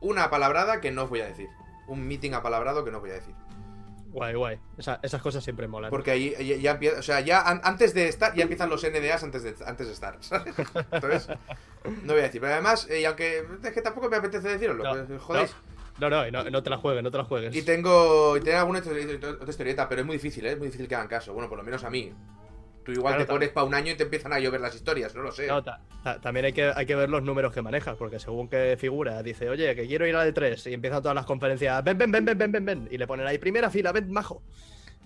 [SPEAKER 1] una palabrada que no os voy a decir. Un meeting apalabrado que no os voy a decir.
[SPEAKER 2] Guay, guay. Esa- esas cosas siempre molan.
[SPEAKER 1] Porque ahí ya, ya empieza, o sea, ya an- antes de estar, ya empiezan los NDAs antes de, antes de estar, ¿sabes? Entonces, no voy a decir. Pero además, eh, y aunque es que tampoco me apetece decirlo,
[SPEAKER 2] No,
[SPEAKER 1] pues, jodéis.
[SPEAKER 2] No, no, y no, no te la juegues, no te la juegues.
[SPEAKER 1] Y tengo, y tengo alguna histori- otra historieta, pero es muy difícil, ¿eh? Es muy difícil que hagan caso. Bueno, por lo menos a mí. Tú igual
[SPEAKER 2] Claro,
[SPEAKER 1] te pones para un año y te empiezan a llover las historias, no lo sé.
[SPEAKER 2] No, ta- ta- también hay que, hay que ver los números que manejas, porque según que figura, dice, oye, que quiero ir a la de 3 y empiezan todas las conferencias, ven, ven, ven, ven, ven, ven, ven, y le ponen ahí primera fila, ven, majo,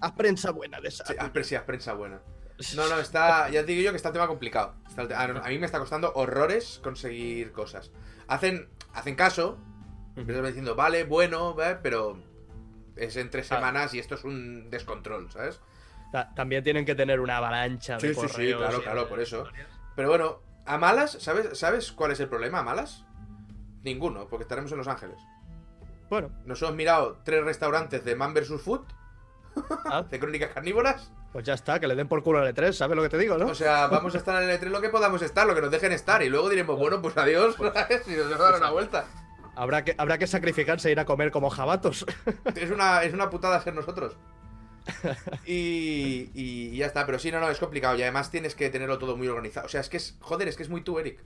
[SPEAKER 2] haz prensa buena de esa.
[SPEAKER 1] Sí, haz pre- sí, haz prensa buena. No, no, está. Ya te digo yo que está el tema complicado. Está el te- a, a mí me está costando horrores conseguir cosas. Hacen, hacen caso, empiezan diciendo, vale, bueno, ¿eh? pero es en tres
[SPEAKER 2] Ah.
[SPEAKER 1] semanas y esto es un descontrol, ¿sabes?
[SPEAKER 2] Ta- también tienen que tener una avalancha de
[SPEAKER 1] Sí, sí, sí,
[SPEAKER 2] correos
[SPEAKER 1] claro,
[SPEAKER 2] y-
[SPEAKER 1] claro, por eso. Pero bueno, a malas, ¿sabes, ¿sabes cuál es el problema? ¿A malas? Ninguno, porque estaremos en Los Ángeles.
[SPEAKER 2] Bueno,
[SPEAKER 1] Nos hemos mirado tres restaurantes de Man vs. Food,
[SPEAKER 2] ah,
[SPEAKER 1] de crónicas carnívoras.
[SPEAKER 2] pues ya está, que le den por culo a la de 3 ¿sabes lo que te digo, no?
[SPEAKER 1] O sea, vamos a estar en el E3 lo que podamos estar, lo que nos dejen estar. Y luego diremos, bueno, pues adiós, ¿sabes? Y nos dar una vuelta.
[SPEAKER 2] Habrá que, habrá que sacrificarse e ir a comer como jabatos.
[SPEAKER 1] Es una, es una putada ser nosotros. Y, y ya está, pero sí, no, no, es complicado. Y además tienes que tenerlo todo muy organizado. O sea, es que es, joder, es que es muy tú, Eric.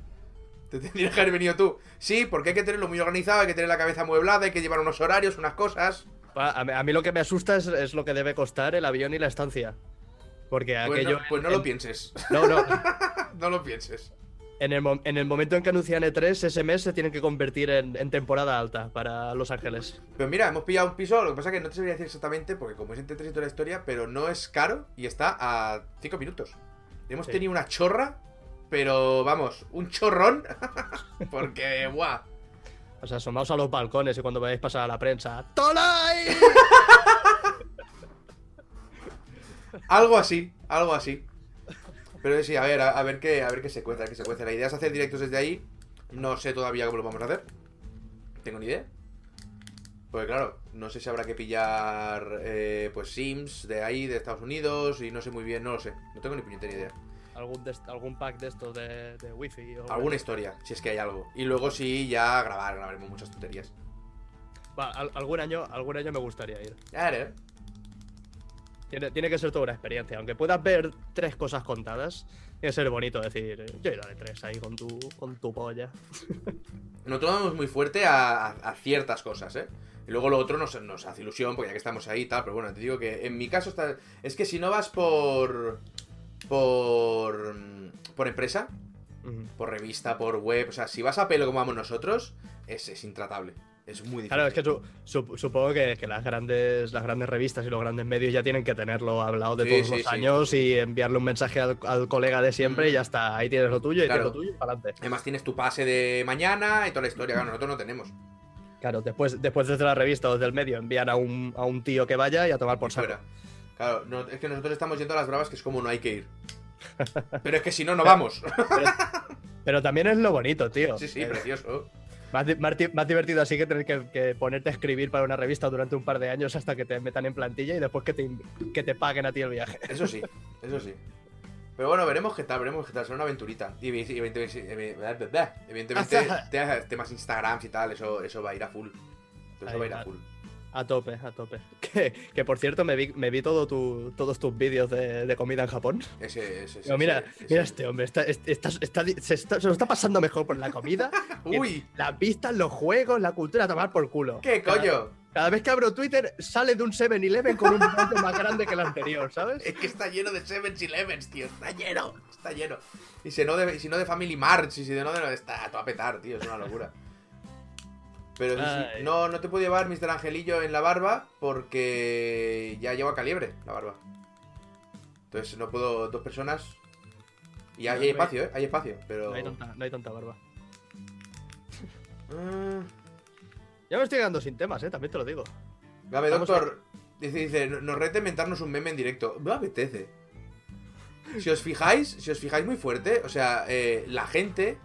[SPEAKER 1] Te tendrías que haber venido tú. Sí, porque hay que tenerlo muy organizado, hay que tener la cabeza amueblada, hay que llevar unos horarios, unas cosas.
[SPEAKER 2] Va, A mí, a mí lo que me asusta es, es lo que debe costar el avión y la estancia. Porque
[SPEAKER 1] Pues
[SPEAKER 2] aquello.
[SPEAKER 1] no, pues no lo
[SPEAKER 2] en-
[SPEAKER 1] pienses.
[SPEAKER 2] No, no.
[SPEAKER 1] No lo pienses.
[SPEAKER 2] En el, mo- en el momento en que anuncian E3, ese mes se tienen que convertir en, en temporada alta para Los Ángeles.
[SPEAKER 1] Pero mira, hemos pillado un piso, lo que pasa es que no te sabría decir exactamente, porque como es entre tres y toda la historia, pero no es caro y está a cinco minutos. Hemos
[SPEAKER 2] Sí.
[SPEAKER 1] tenido una chorra, pero vamos, un chorrón. porque, guau.
[SPEAKER 2] O sea, asomaos a los balcones y cuando veáis pasar a la prensa. ¡Tolai!
[SPEAKER 1] Algo así, algo así. Pero sí, a ver, a, a ver qué, a ver qué se cuenta, qué se cuenta. La idea es hacer directos desde ahí. No sé todavía cómo lo vamos a hacer. Tengo ni idea. Porque claro, no sé si habrá que pillar eh, pues Sims de ahí, de Estados Unidos, y no sé muy bien, no lo sé. No tengo ni puñetera idea.
[SPEAKER 2] ¿Algún, de est- algún pack de estos de, de wifi. O...
[SPEAKER 1] Alguna historia, si es que hay algo. Y luego sí, ya grabar, grabaremos muchas tonterías.
[SPEAKER 2] Va, al- algún, año, algún año me gustaría ir.
[SPEAKER 1] Claro.
[SPEAKER 2] Tiene, tiene que ser toda una experiencia. Aunque puedas ver tres cosas contadas, tiene que ser bonito decir, yo he ido de tres ahí con tu, con tu polla.
[SPEAKER 1] Nosotros vamos muy fuerte a, a- a ciertas cosas, ¿eh? Y luego lo otro nos, nos hace ilusión, porque ya que estamos ahí y tal, pero bueno, te digo que en mi caso está... Es que si no vas por... Por... mm, Por empresa,
[SPEAKER 2] Ujú.
[SPEAKER 1] por revista, por web, o sea, si vas a pelo como vamos nosotros, es, es intratable. Es muy difícil.
[SPEAKER 2] Claro, es que su- su- supongo que, que las grandes las grandes revistas y los grandes medios ya tienen que tenerlo hablado de
[SPEAKER 1] Sí,
[SPEAKER 2] todos
[SPEAKER 1] sí,
[SPEAKER 2] los
[SPEAKER 1] sí.
[SPEAKER 2] años y enviarle un mensaje al, al colega de siempre y ya está. Ahí tienes lo tuyo, ahí
[SPEAKER 1] Claro.
[SPEAKER 2] tienes lo tuyo y para adelante.
[SPEAKER 1] Además tienes tu pase de mañana y toda la historia, claro, nosotros no tenemos.
[SPEAKER 2] Claro, después, después desde la revista o desde el medio envían a un, a un tío que vaya y a tomar por
[SPEAKER 1] Y
[SPEAKER 2] saco.
[SPEAKER 1] fuera. Claro, no- es que nosotros estamos yendo a las bravas, que es como no hay que ir. Pero es que si no, no vamos.
[SPEAKER 2] Pero también es lo bonito, tío.
[SPEAKER 1] Sí, sí,
[SPEAKER 2] Eh,
[SPEAKER 1] precioso.
[SPEAKER 2] más, di- más di- más divertido así que tener que, que ponerte a escribir para una revista durante un par de años hasta que te metan en plantilla y después que te, in- que te paguen a ti el viaje.
[SPEAKER 1] Eso sí, eso sí. Pero bueno, veremos qué tal, veremos qué tal. Será una aventurita. Y evi- evidentemente, evi- evidentemente te- temas Instagram y tal, eso, eso va a ir a full. Eso
[SPEAKER 2] Ahí
[SPEAKER 1] va a ir a
[SPEAKER 2] va.
[SPEAKER 1] full.
[SPEAKER 2] A tope, a tope. Que, que, por cierto, me vi, me vi todo tu- todos tus vídeos de, de comida en Japón.
[SPEAKER 1] Ese, ese,
[SPEAKER 2] Digo,
[SPEAKER 1] ese-
[SPEAKER 2] mira,
[SPEAKER 1] ese-
[SPEAKER 2] mira este hombre, está- es- está- está- se, está- se lo está pasando mejor por la comida,
[SPEAKER 1] Uy,
[SPEAKER 2] las vistas, los juegos, la cultura, a tomar por culo.
[SPEAKER 1] qué coño.
[SPEAKER 2] Cada vez que abro Twitter sale de un 7-Eleven con un plato más grande que el anterior, ¿sabes?
[SPEAKER 1] Es que está lleno de 7-Elevens, tío. Está lleno. Está lleno. Y si no de, si no de Family Mart, y si no de... Está todo a petar, tío. Es una locura. Pero sí, sí.
[SPEAKER 2] Ay.
[SPEAKER 1] No, no te puedo llevar Mr. Angelillo en la barba porque ya lleva calibre la barba. Entonces no puedo dos personas. Y hay,
[SPEAKER 2] No,
[SPEAKER 1] hay
[SPEAKER 2] no hay-
[SPEAKER 1] espacio, ¿eh? Hay espacio, pero...
[SPEAKER 2] No hay tanta, no hay tanta barba.
[SPEAKER 1] Mm.
[SPEAKER 2] Ya me estoy quedando sin temas, eh, también te lo digo.
[SPEAKER 1] Gabe,
[SPEAKER 2] Vamos
[SPEAKER 1] doctor, dice, dice, nos reta inventarnos un meme en directo. Me apetece. Si os fijáis, si os fijáis muy fuerte, o sea, eh, la gente,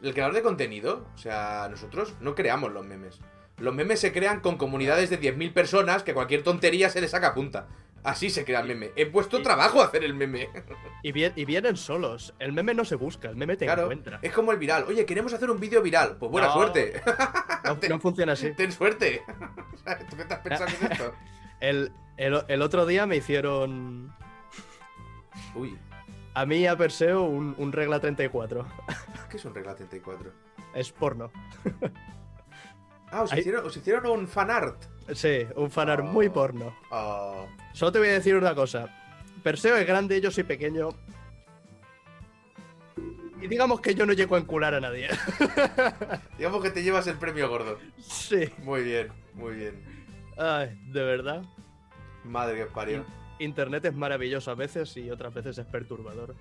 [SPEAKER 1] el creador de contenido, o sea, nosotros no creamos los memes. Los memes se crean con comunidades de 10.000 personas que cualquier tontería se le saca punta. Así se crea el meme. He puesto
[SPEAKER 2] Y-
[SPEAKER 1] trabajo hacer el meme.
[SPEAKER 2] Y, vie- y vienen solos. El meme no se busca, el meme te
[SPEAKER 1] Claro,
[SPEAKER 2] encuentra.
[SPEAKER 1] es como el viral. Oye, queremos hacer un vídeo viral. Pues buena
[SPEAKER 2] No.
[SPEAKER 1] suerte.
[SPEAKER 2] No, no funciona así.
[SPEAKER 1] Ten suerte. O sea, ¿Tú qué estás pensando en esto?
[SPEAKER 2] El, el- el otro día me hicieron
[SPEAKER 1] Uy,
[SPEAKER 2] a mí y a Perseo un, un regla 34.
[SPEAKER 1] ¿qué son regla 34?
[SPEAKER 2] Es porno.
[SPEAKER 1] Ah, os
[SPEAKER 2] Ahí-
[SPEAKER 1] hicieron, os hicieron un fanart.
[SPEAKER 2] Sí, un fanart muy
[SPEAKER 1] Oh.
[SPEAKER 2] porno.
[SPEAKER 1] Oh,
[SPEAKER 2] Solo te voy a decir una cosa. Perseo es grande, yo soy pequeño. Y digamos que yo no llego a encular a nadie.
[SPEAKER 1] digamos que te llevas el premio gordo.
[SPEAKER 2] sí.
[SPEAKER 1] Muy bien, muy bien.
[SPEAKER 2] Ay, de verdad.
[SPEAKER 1] Madre que os parió.
[SPEAKER 2] Internet es maravilloso a veces y otras veces es perturbador.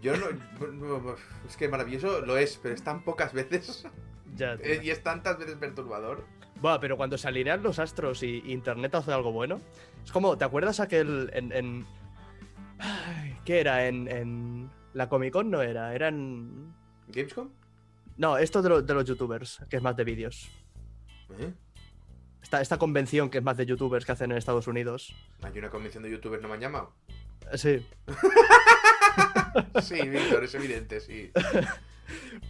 [SPEAKER 1] Yo no, no- no- Es que maravilloso lo es, pero es tan pocas veces.
[SPEAKER 2] Ya. tío.
[SPEAKER 1] eh, Y es tantas veces perturbador.
[SPEAKER 2] Buah, pero cuando se alinean los astros y Internet hace algo bueno, es como, ¿te acuerdas aquel en... en- Ay, ¿Qué era? En, en la Comic Con no era, eran...
[SPEAKER 1] ¿Gamescom?
[SPEAKER 2] No, esto de, lo- de los youtubers, que es más de vídeos.
[SPEAKER 1] ¿Eh?
[SPEAKER 2] Esta, esta convención que es más de youtubers que hacen en Estados Unidos.
[SPEAKER 1] ¿Hay una convención de youtubers no me han llamado?
[SPEAKER 2] Eh, Sí,
[SPEAKER 1] Sí, Víctor, es evidente, sí.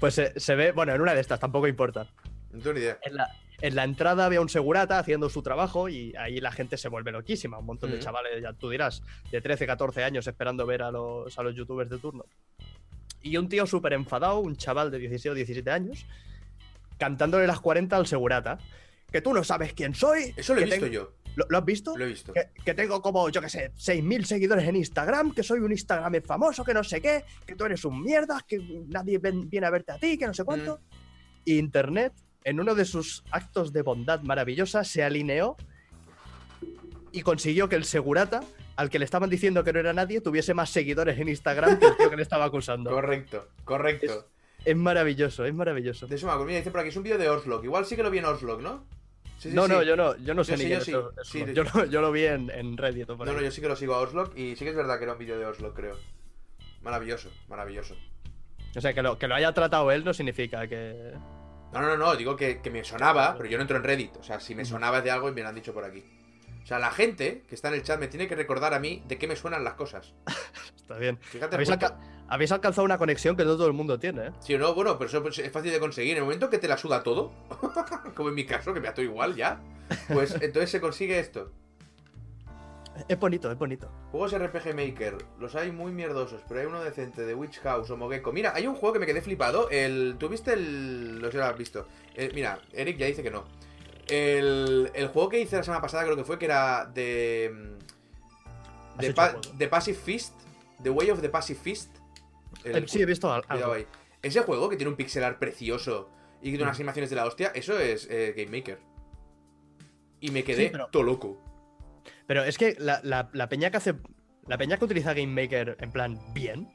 [SPEAKER 2] pues se, se ve, bueno, en una de estas, tampoco importa.
[SPEAKER 1] No tengo ni idea.
[SPEAKER 2] En la, en la entrada había un segurata haciendo su trabajo y ahí la gente se vuelve loquísima. Un montón de
[SPEAKER 1] Ujú.
[SPEAKER 2] chavales, ya tú dirás, de 13, 14 años esperando ver a los, a los youtubers de turno. Y un tío súper enfadado, un chaval de 16 o 17 años, cantándole las 40 al segurata. Que tú no sabes quién soy.
[SPEAKER 1] Eso lo he
[SPEAKER 2] que
[SPEAKER 1] visto
[SPEAKER 2] ten-
[SPEAKER 1] yo.
[SPEAKER 2] ¿Lo, lo has visto?
[SPEAKER 1] Lo he visto.
[SPEAKER 2] Que, que tengo como, yo qué sé, 6.000 seguidores en Instagram, que soy un Instagram famoso, que no sé qué, que tú eres un mierda, que nadie ven- viene a verte a ti, que no sé cuánto.
[SPEAKER 1] Mm.
[SPEAKER 2] Y Internet, en uno de sus actos de bondad maravillosa, se alineó y consiguió que el segurata, al que le estaban diciendo que no era nadie, tuviese más seguidores en Instagram que el tío que le estaba acusando.
[SPEAKER 1] Correcto, correcto.
[SPEAKER 2] Es maravilloso, es maravilloso.
[SPEAKER 1] De eso me acuerdo. Mira, dice por aquí, es un vídeo de Orslock. Igual sí que lo vi en Orslock, ¿no? Sí, sí,
[SPEAKER 2] no,
[SPEAKER 1] sí.
[SPEAKER 2] no, yo no, yo no sé
[SPEAKER 1] Yo
[SPEAKER 2] ni
[SPEAKER 1] sí, yo
[SPEAKER 2] quién es
[SPEAKER 1] sí.
[SPEAKER 2] Or- es
[SPEAKER 1] Sí,
[SPEAKER 2] Or-
[SPEAKER 1] de-
[SPEAKER 2] yo, lo, yo lo vi en, en Reddit. o por
[SPEAKER 1] No,
[SPEAKER 2] ahí.
[SPEAKER 1] no, yo sí que lo sigo a Orslock y sí que es verdad que era un vídeo de Orslock, creo. Maravilloso, maravilloso.
[SPEAKER 2] O sea, que lo, que lo haya tratado él no significa que...
[SPEAKER 1] No, no, no, no, digo que, que me sonaba, pero yo no entro en Reddit. O sea, si me sonaba es de algo y me lo han dicho por aquí. O sea, la gente que está en el chat me tiene que recordar a mí de qué me suenan las cosas.
[SPEAKER 2] Está bien.
[SPEAKER 1] Fíjate,
[SPEAKER 2] Habéis,
[SPEAKER 1] punto.
[SPEAKER 2] alca- habéis alcanzado una conexión que no todo el mundo tiene, ¿eh?
[SPEAKER 1] Sí o no, bueno, pero eso pues, es fácil de conseguir. En el momento que te la suda todo, como en mi caso, que me ato igual ya, pues entonces se consigue esto.
[SPEAKER 2] Es bonito, es bonito.
[SPEAKER 1] Juegos RPG Maker, los hay muy mierdosos, pero hay uno decente de Witch House o Mogeko. Mira, hay un juego que me quedé flipado. El. ¿Tuviste el.? No sé si lo has visto. Eh, mira, Eric ya dice que no. El, el juego que hice la semana pasada, creo que fue, que era de. mm,
[SPEAKER 2] Has
[SPEAKER 1] De,
[SPEAKER 2] hecho
[SPEAKER 1] pa-
[SPEAKER 2] juego.
[SPEAKER 1] de Passive Fist. The Way of the Passive Fist. El-
[SPEAKER 2] Eh, sí, he visto al-
[SPEAKER 1] cuidado
[SPEAKER 2] algo.
[SPEAKER 1] ahí. Ese juego que tiene un pixel art precioso y que tiene
[SPEAKER 2] Mm.
[SPEAKER 1] unas animaciones de la hostia, eso es eh, Game Maker. Y me quedé
[SPEAKER 2] Sí, pero-
[SPEAKER 1] todo loco.
[SPEAKER 2] Pero es que la, la- la peña que hace... La peña que utiliza Game Maker en plan bien,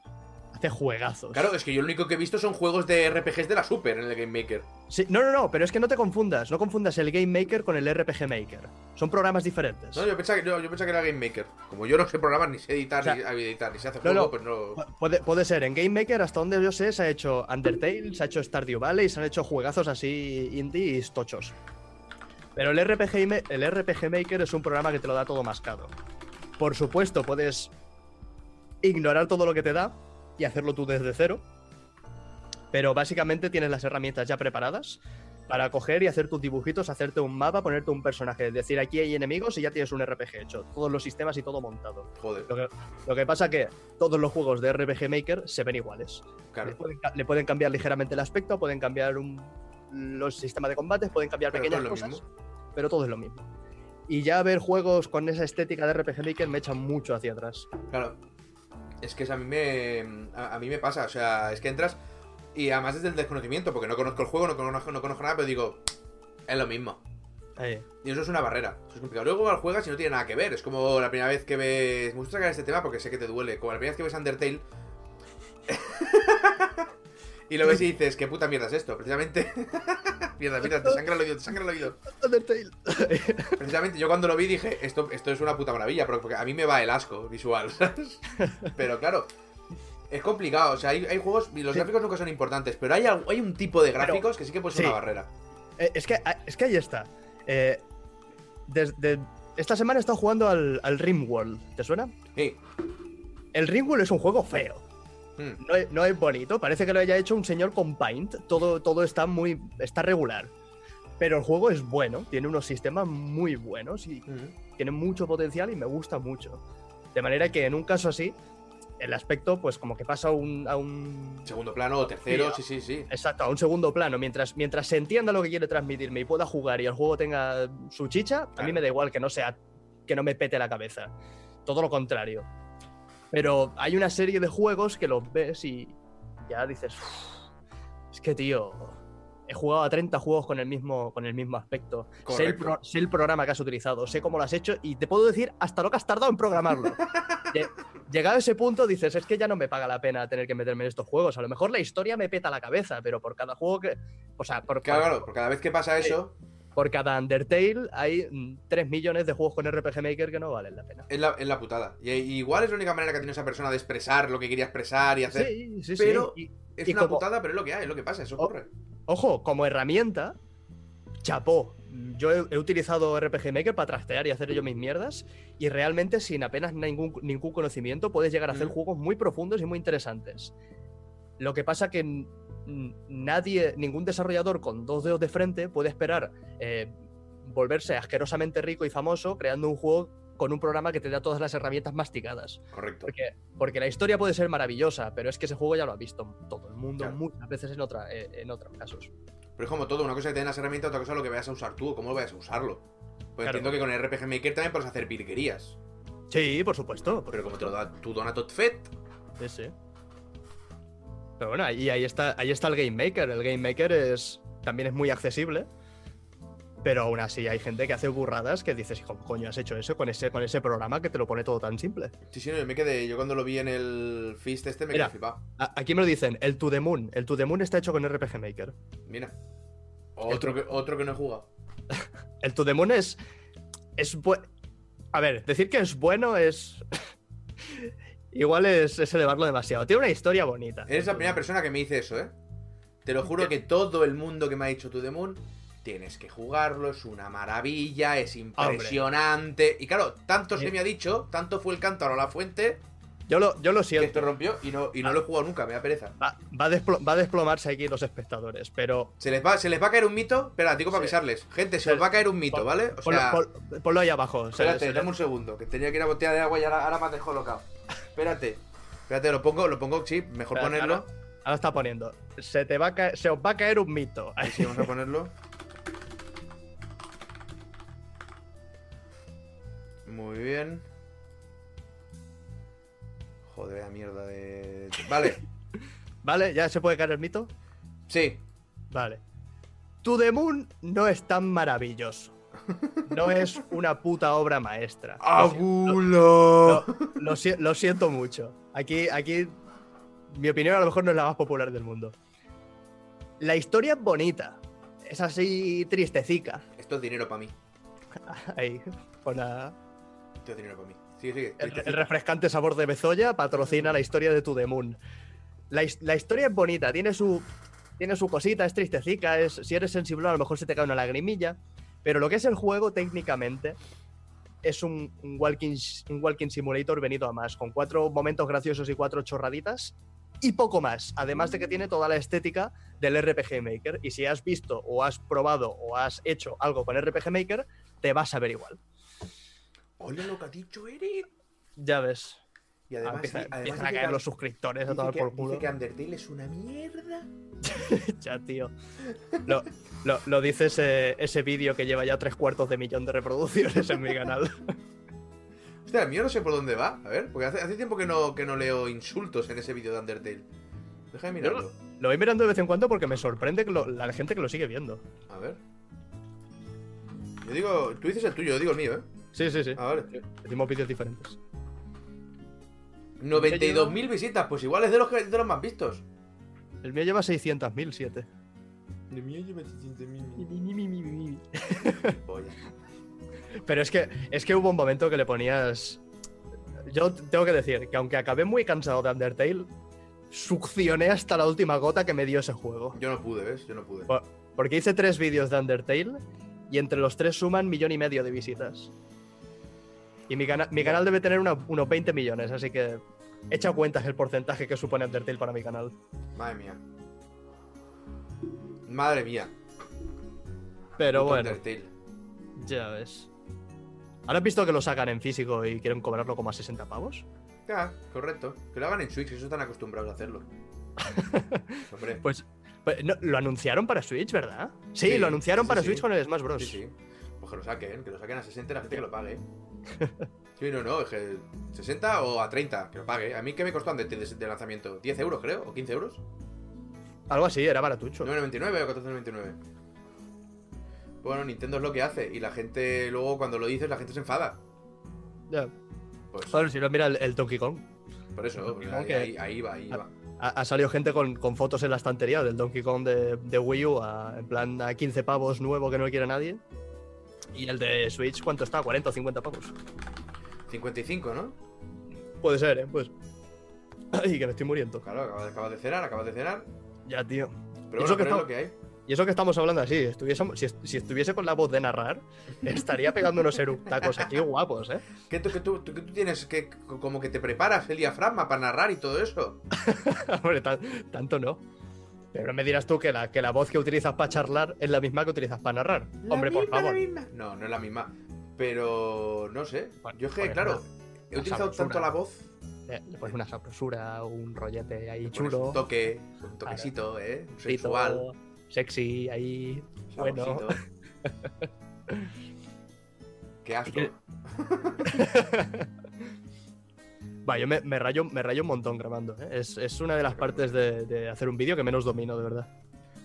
[SPEAKER 2] hace juegazos.
[SPEAKER 1] Claro, es que yo lo único que he visto son juegos de RPGs de la Super en el Game Maker.
[SPEAKER 2] Sí, no, no, no, pero es que no te confundas. No confundas el Game Maker con el RPG Maker. Son programas diferentes.
[SPEAKER 1] No, yo pensaba que, yo, yo pensaba que era Game Maker. Como yo no sé programar, ni sé editar,
[SPEAKER 2] O sea,
[SPEAKER 1] ni sé editar, ni sé hacer
[SPEAKER 2] no,
[SPEAKER 1] juego,
[SPEAKER 2] no.
[SPEAKER 1] pues no.
[SPEAKER 2] Pu- Puede, puede ser, en Game Maker, hasta donde yo sé, se ha hecho Undertale, se ha hecho Stardew Valley, se han hecho juegazos así indie y tochos. Pero el RPG, ma- el RPG Maker es un programa que te lo da todo mascado. Por supuesto, puedes ignorar todo lo que te da y hacerlo tú desde cero. Pero básicamente tienes las herramientas ya preparadas para coger y hacer tus dibujitos, hacerte un mapa, ponerte un personaje. Es decir, aquí hay enemigos y ya tienes un RPG hecho. Todos los sistemas y todo montado.
[SPEAKER 1] Joder,
[SPEAKER 2] Lo que, lo que pasa que todos los juegos de RPG Maker se ven iguales. Le
[SPEAKER 1] claro.
[SPEAKER 2] pueden, ca- le pueden cambiar ligeramente el aspecto, pueden cambiar un- los sistemas de combates, pueden cambiar
[SPEAKER 1] Pero
[SPEAKER 2] pequeñas
[SPEAKER 1] no es lo
[SPEAKER 2] cosas, pero todo es lo mismo. Y ya ver juegos con esa estética de RPG Maker me echa mucho hacia atrás.
[SPEAKER 1] Claro. Es que es a mí me. A, a mí me pasa. O sea, es que entras. Y además desde el desconocimiento, porque no conozco el juego, no conozco, no conozco nada, pero digo. Es lo mismo.
[SPEAKER 2] Ahí.
[SPEAKER 1] Y eso es una barrera. Eso es complicado. Luego igual juegas y no tiene nada que ver. Es como la primera vez que ves. Me gusta sacar este tema porque sé que te duele. Como la primera vez que ves Undertale. y lo ves y dices, ¿qué puta mierda es esto? Precisamente. mierda, mierda, te sangra el oído, te sangra el oído.
[SPEAKER 2] Undertale.
[SPEAKER 1] Precisamente yo cuando lo vi dije, esto, esto es una puta maravilla, pero- porque a mí me va el asco visual, ¿sabes? Pero claro, es complicado, o sea, hay, hay juegos, y los
[SPEAKER 2] Sí.
[SPEAKER 1] gráficos nunca son importantes, pero hay, al- hay un tipo de gráficos que sí que puede ser
[SPEAKER 2] sí.
[SPEAKER 1] una barrera.
[SPEAKER 2] Eh, es, que, ah, es que ahí está. Eh, desde, esta semana he estado jugando al, al Rimworld. ¿Te suena?
[SPEAKER 1] Sí.
[SPEAKER 2] El Rimworld es un juego feo.
[SPEAKER 1] Mm.
[SPEAKER 2] No es, no es bonito. Parece que lo haya hecho un señor con Paint. Todo, todo está muy. está regular. Pero el juego es bueno. Tiene unos sistemas muy buenos y
[SPEAKER 1] Mm.
[SPEAKER 2] tiene mucho potencial y me gusta mucho. De manera que en un caso así, el aspecto, pues como que pasa a un- a un
[SPEAKER 1] Segundo plano o tercero,
[SPEAKER 2] Mira.
[SPEAKER 1] sí, sí, sí.
[SPEAKER 2] Exacto, a un segundo plano. Mientras, mientras se entienda lo que quiere transmitirme y pueda jugar y el juego tenga su chicha, a
[SPEAKER 1] Claro.
[SPEAKER 2] mí me da igual que no sea que no me pete la cabeza. Todo lo contrario. Pero hay una serie de juegos que los ves y ya dices, "Uf, es que tío, he jugado a 30 juegos con el mismo, con el mismo aspecto. Sé el,
[SPEAKER 1] Correcto.
[SPEAKER 2] pro- sé el programa que has utilizado, sé cómo lo has hecho y te puedo decir hasta lo que has tardado en programarlo. Lle- Llegado a ese punto dices, es que ya no me paga la pena tener que meterme en estos juegos. A lo mejor la historia me peta la cabeza, pero por cada juego que... O sea, por,
[SPEAKER 1] Claro,
[SPEAKER 2] por-
[SPEAKER 1] claro, porque cada vez que pasa eso,
[SPEAKER 2] por cada Undertale hay 3 millones de juegos con RPG Maker que no valen la pena.
[SPEAKER 1] es la, es la putada. Y, y igual es la única manera que tiene esa persona de expresar lo que quería expresar y hacer.
[SPEAKER 2] Sí, sí, sí.
[SPEAKER 1] pero-
[SPEAKER 2] Y-
[SPEAKER 1] es
[SPEAKER 2] y
[SPEAKER 1] una
[SPEAKER 2] como-
[SPEAKER 1] putada, pero es lo que hay, es lo que pasa, eso
[SPEAKER 2] Oh.
[SPEAKER 1] ocurre.
[SPEAKER 2] ojo, como herramienta, chapó. Yo he, he utilizado RPG Maker para trastear y hacer yo mis mierdas y realmente sin apenas ningún, ningún conocimiento puedes llegar a hacer
[SPEAKER 1] Mm.
[SPEAKER 2] juegos muy profundos y muy interesantes. Lo que pasa que n- n- nadie, ningún desarrollador con dos dedos de frente puede esperar eh, volverse asquerosamente rico y famoso creando un juego con un programa que te da todas las herramientas masticadas.
[SPEAKER 1] Correcto.
[SPEAKER 2] Porque, porque la historia puede ser maravillosa, pero es que ese juego ya lo ha visto todo el mundo
[SPEAKER 1] Claro.
[SPEAKER 2] muchas veces en, otra, eh, en otros casos.
[SPEAKER 1] Pero es como todo, una cosa que te den las herramientas, otra cosa es lo que vayas a usar tú, o cómo vayas a usarlo. Pues
[SPEAKER 2] Claro.
[SPEAKER 1] entiendo que con el RPG Maker también puedes hacer virguerías.
[SPEAKER 2] Sí, por supuesto. por
[SPEAKER 1] Pero como te lo
[SPEAKER 2] supuesto.
[SPEAKER 1] da tu Donatot Fett,
[SPEAKER 2] Sí, sí. Pero bueno, y ahí está, ahí está el Game Maker. El Game Maker es, también es muy accesible. Pero aún así hay gente que hace burradas que dices, hijo, coño, has hecho eso con ese, con ese programa que te lo pone todo tan simple.
[SPEAKER 1] sí, sí, no, yo me quedé. Yo cuando lo vi en el Fist este me quedé
[SPEAKER 2] Mira.
[SPEAKER 1] flipado.
[SPEAKER 2] A- aquí me lo dicen, el To The Moon. El To The Moon está hecho con RPG Maker.
[SPEAKER 1] Mira. Otro que, otro que no he jugado.
[SPEAKER 2] El To The Moon es. Es bu- A ver, decir que es bueno es. Igual es, es elevarlo demasiado. Tiene una historia bonita.
[SPEAKER 1] Eres la primera persona que me dice eso, ¿eh? Te lo juro que todo el mundo que me ha dicho To The Moon, tienes que jugarlo, es una maravilla, es impresionante. Y claro, tanto se
[SPEAKER 2] Sí.
[SPEAKER 1] me ha dicho, tanto fue el cántaro a la fuente,
[SPEAKER 2] Yo lo, yo lo
[SPEAKER 1] que
[SPEAKER 2] siento.
[SPEAKER 1] esto rompió y no,
[SPEAKER 2] Ah.
[SPEAKER 1] y no lo he jugado nunca, me da pereza.
[SPEAKER 2] Va, va a desplo- va a desplomarse aquí los espectadores, pero.
[SPEAKER 1] Se les, va, se les va a caer un mito. Espera, digo para
[SPEAKER 2] Sí.
[SPEAKER 1] avisarles. Gente, se
[SPEAKER 2] Pero-
[SPEAKER 1] os va a caer un mito, ¿vale? O
[SPEAKER 2] ponlo,
[SPEAKER 1] sea,
[SPEAKER 2] pon- ponlo ahí abajo. se-
[SPEAKER 1] espérate,
[SPEAKER 2] se-
[SPEAKER 1] dame un segundo, que tenía que ir a botella de agua y ahora, ahora me has descolocado. Espérate, espérate, lo pongo, lo pongo, sí, mejor
[SPEAKER 2] Espera,
[SPEAKER 1] ponerlo.
[SPEAKER 2] Ahora está poniendo. Se, te va a caer- se os va a caer un mito.
[SPEAKER 1] Ahí sí, vamos a ponerlo. Muy bien. Joder, la mierda de. Vale,
[SPEAKER 2] ¿Vale? ¿Ya se puede caer el mito?
[SPEAKER 1] sí.
[SPEAKER 2] Vale. To the Moon no es tan maravilloso. No es una puta obra maestra.
[SPEAKER 1] Ah,
[SPEAKER 2] Lo siento.
[SPEAKER 1] ¡Abulo!
[SPEAKER 2] Lo, si- lo siento mucho. Aquí, aquí, mi opinión a lo mejor no es la más popular del mundo. La historia es bonita. Es así tristecica.
[SPEAKER 1] Esto es dinero para mí.
[SPEAKER 2] Ahí, con la-
[SPEAKER 1] Esto es dinero para mí. Sigue, sigue.
[SPEAKER 2] el, el refrescante sabor de Bezoya patrocina la historia de To The Moon. La, his- la historia es bonita, tiene su, tiene su cosita, es tristecica, es, si eres sensible a lo mejor se te cae una lagrimilla, pero lo que es el juego técnicamente es un, un walking, s- un walking simulator venido a más, con cuatro momentos graciosos y cuatro chorraditas y poco más, además de que tiene toda la estética del RPG Maker, y si has visto o has probado o has hecho algo con RPG Maker, te vas a ver igual.
[SPEAKER 1] Oye lo que ha dicho Eric.
[SPEAKER 2] Ya ves.
[SPEAKER 1] Y además,
[SPEAKER 2] empieza,
[SPEAKER 1] sí, además
[SPEAKER 2] empiezan a
[SPEAKER 1] dice,
[SPEAKER 2] caer
[SPEAKER 1] que,
[SPEAKER 2] los suscriptores a
[SPEAKER 1] dice
[SPEAKER 2] tomar
[SPEAKER 1] que-
[SPEAKER 2] por
[SPEAKER 1] dice
[SPEAKER 2] culo.
[SPEAKER 1] que Undertale es una mierda.
[SPEAKER 2] Ya, tío. Lo, lo- lo dice ese, ese vídeo que lleva ya tres cuartos de millón de reproducciones en mi canal.
[SPEAKER 1] Hostia, el mío no sé por dónde va. A ver, porque hace, hace tiempo que no, que no leo insultos en ese vídeo de Undertale. Deja de mirarlo.
[SPEAKER 2] Lo voy mirando de vez en cuando porque me sorprende que lo- la gente que lo sigue viendo.
[SPEAKER 1] A ver. Yo digo, tú dices el tuyo, yo digo el mío, ¿eh?
[SPEAKER 2] Sí, sí, sí.
[SPEAKER 1] Ah, vale.
[SPEAKER 2] Decimos vídeos diferentes.
[SPEAKER 1] 92.000 visitas, pues igual es de los, que- de los más vistos.
[SPEAKER 2] El mío lleva 600.000, 7.
[SPEAKER 1] El mío lleva 600.000.
[SPEAKER 2] Pero es que, es que hubo un momento que le ponías. Yo t- tengo que decir que aunque acabé muy cansado de Undertale, succioné hasta la última gota que me dio ese juego.
[SPEAKER 1] Yo no pude, ¿ves? Yo no pude.
[SPEAKER 2] Bueno. Porque hice tres vídeos de Undertale y entre los tres suman millón y medio de visitas. Y mi, cana- mi canal debe tener una- unos 20 millones, así que echa cuentas el porcentaje que supone Undertale para mi canal.
[SPEAKER 1] Madre mía. Madre mía.
[SPEAKER 2] Pero
[SPEAKER 1] puto
[SPEAKER 2] bueno,
[SPEAKER 1] Undertale.
[SPEAKER 2] ya ves. ¿Ahora has visto que lo sacan en físico y quieren cobrarlo como a 60 pavos?
[SPEAKER 1] Ya, correcto. Que lo hagan en Switch, que eso están acostumbrados a hacerlo. Hombre.
[SPEAKER 2] Pues, pues, no, lo anunciaron para Switch, ¿verdad? Sí,
[SPEAKER 1] Sí,
[SPEAKER 2] lo anunciaron
[SPEAKER 1] sí,
[SPEAKER 2] para
[SPEAKER 1] sí.
[SPEAKER 2] Switch con el Smash Bros.
[SPEAKER 1] Sí, sí. Pues que lo saquen, que lo saquen a 60 y la gente que lo pague. Sí, no, no, es que 60 o a 30, que lo pague. ¿A mí qué me costó antes de, de lanzamiento? ¿10 euros, creo? ¿O 15 euros?
[SPEAKER 2] Algo así, era baratucho.
[SPEAKER 1] 9.99 o 14.99. Bueno, Nintendo es lo que hace. Y la gente, luego cuando lo dices, la gente se enfada.
[SPEAKER 2] Ya.
[SPEAKER 1] Pues
[SPEAKER 2] Joder, si no, mira el, el Donkey Kong.
[SPEAKER 1] por eso, porque
[SPEAKER 2] Digamos
[SPEAKER 1] ahí,
[SPEAKER 2] Ah, que-
[SPEAKER 1] ahí- ahí va, ahí
[SPEAKER 2] Ah.
[SPEAKER 1] va.
[SPEAKER 2] Ha, ha salido gente con, con fotos en la estantería del Donkey Kong de, de Wii U, a- en plan a 15 pavos nuevo que no quiere nadie. Y el de Switch, ¿cuánto está? ¿40 o 50 pavos?
[SPEAKER 1] 55, ¿no?
[SPEAKER 2] Puede ser, ¿eh? Pues. Ay, que me estoy muriendo.
[SPEAKER 1] Claro, acabas de, acabas de cenar, acabas de cenar.
[SPEAKER 2] Ya, tío.
[SPEAKER 1] Pero
[SPEAKER 2] Y eso
[SPEAKER 1] bueno,
[SPEAKER 2] que
[SPEAKER 1] pero es
[SPEAKER 2] está-
[SPEAKER 1] lo que hay.
[SPEAKER 2] Y eso que estamos hablando así, estuviésemos- si, est- si estuviese con la voz de narrar, estaría pegando unos eructacos aquí guapos, ¿eh?
[SPEAKER 1] Que tú, que tú, tú- que tú tienes que, como que te preparas el diafragma para narrar y todo eso.
[SPEAKER 2] Hombre, tan- tanto no. Pero no me dirás tú que la, que la voz que utilizas para charlar es la misma que utilizas para narrar. Hombre, por favor.
[SPEAKER 1] No, no es la misma. Pero no sé.
[SPEAKER 2] Bueno,
[SPEAKER 1] Yo es que,
[SPEAKER 2] joder,
[SPEAKER 1] claro,
[SPEAKER 2] nada.
[SPEAKER 1] he
[SPEAKER 2] La
[SPEAKER 1] utilizado
[SPEAKER 2] sabrosura.
[SPEAKER 1] tanto la voz.
[SPEAKER 2] Eh, Le, le pones una sabrosura, un rollete ahí
[SPEAKER 1] le pones
[SPEAKER 2] chulo.
[SPEAKER 1] Un toque, un toquecito, ¿eh? Un
[SPEAKER 2] frito,
[SPEAKER 1] Sexual.
[SPEAKER 2] Sexy, ahí. bueno.
[SPEAKER 1] sabrosito. Qué asco.
[SPEAKER 2] ¿Qué- Va, yo me, me rayo, me rayo un montón grabando. ¿eh? Es, es una de las partes de, de hacer un vídeo que menos domino, de verdad.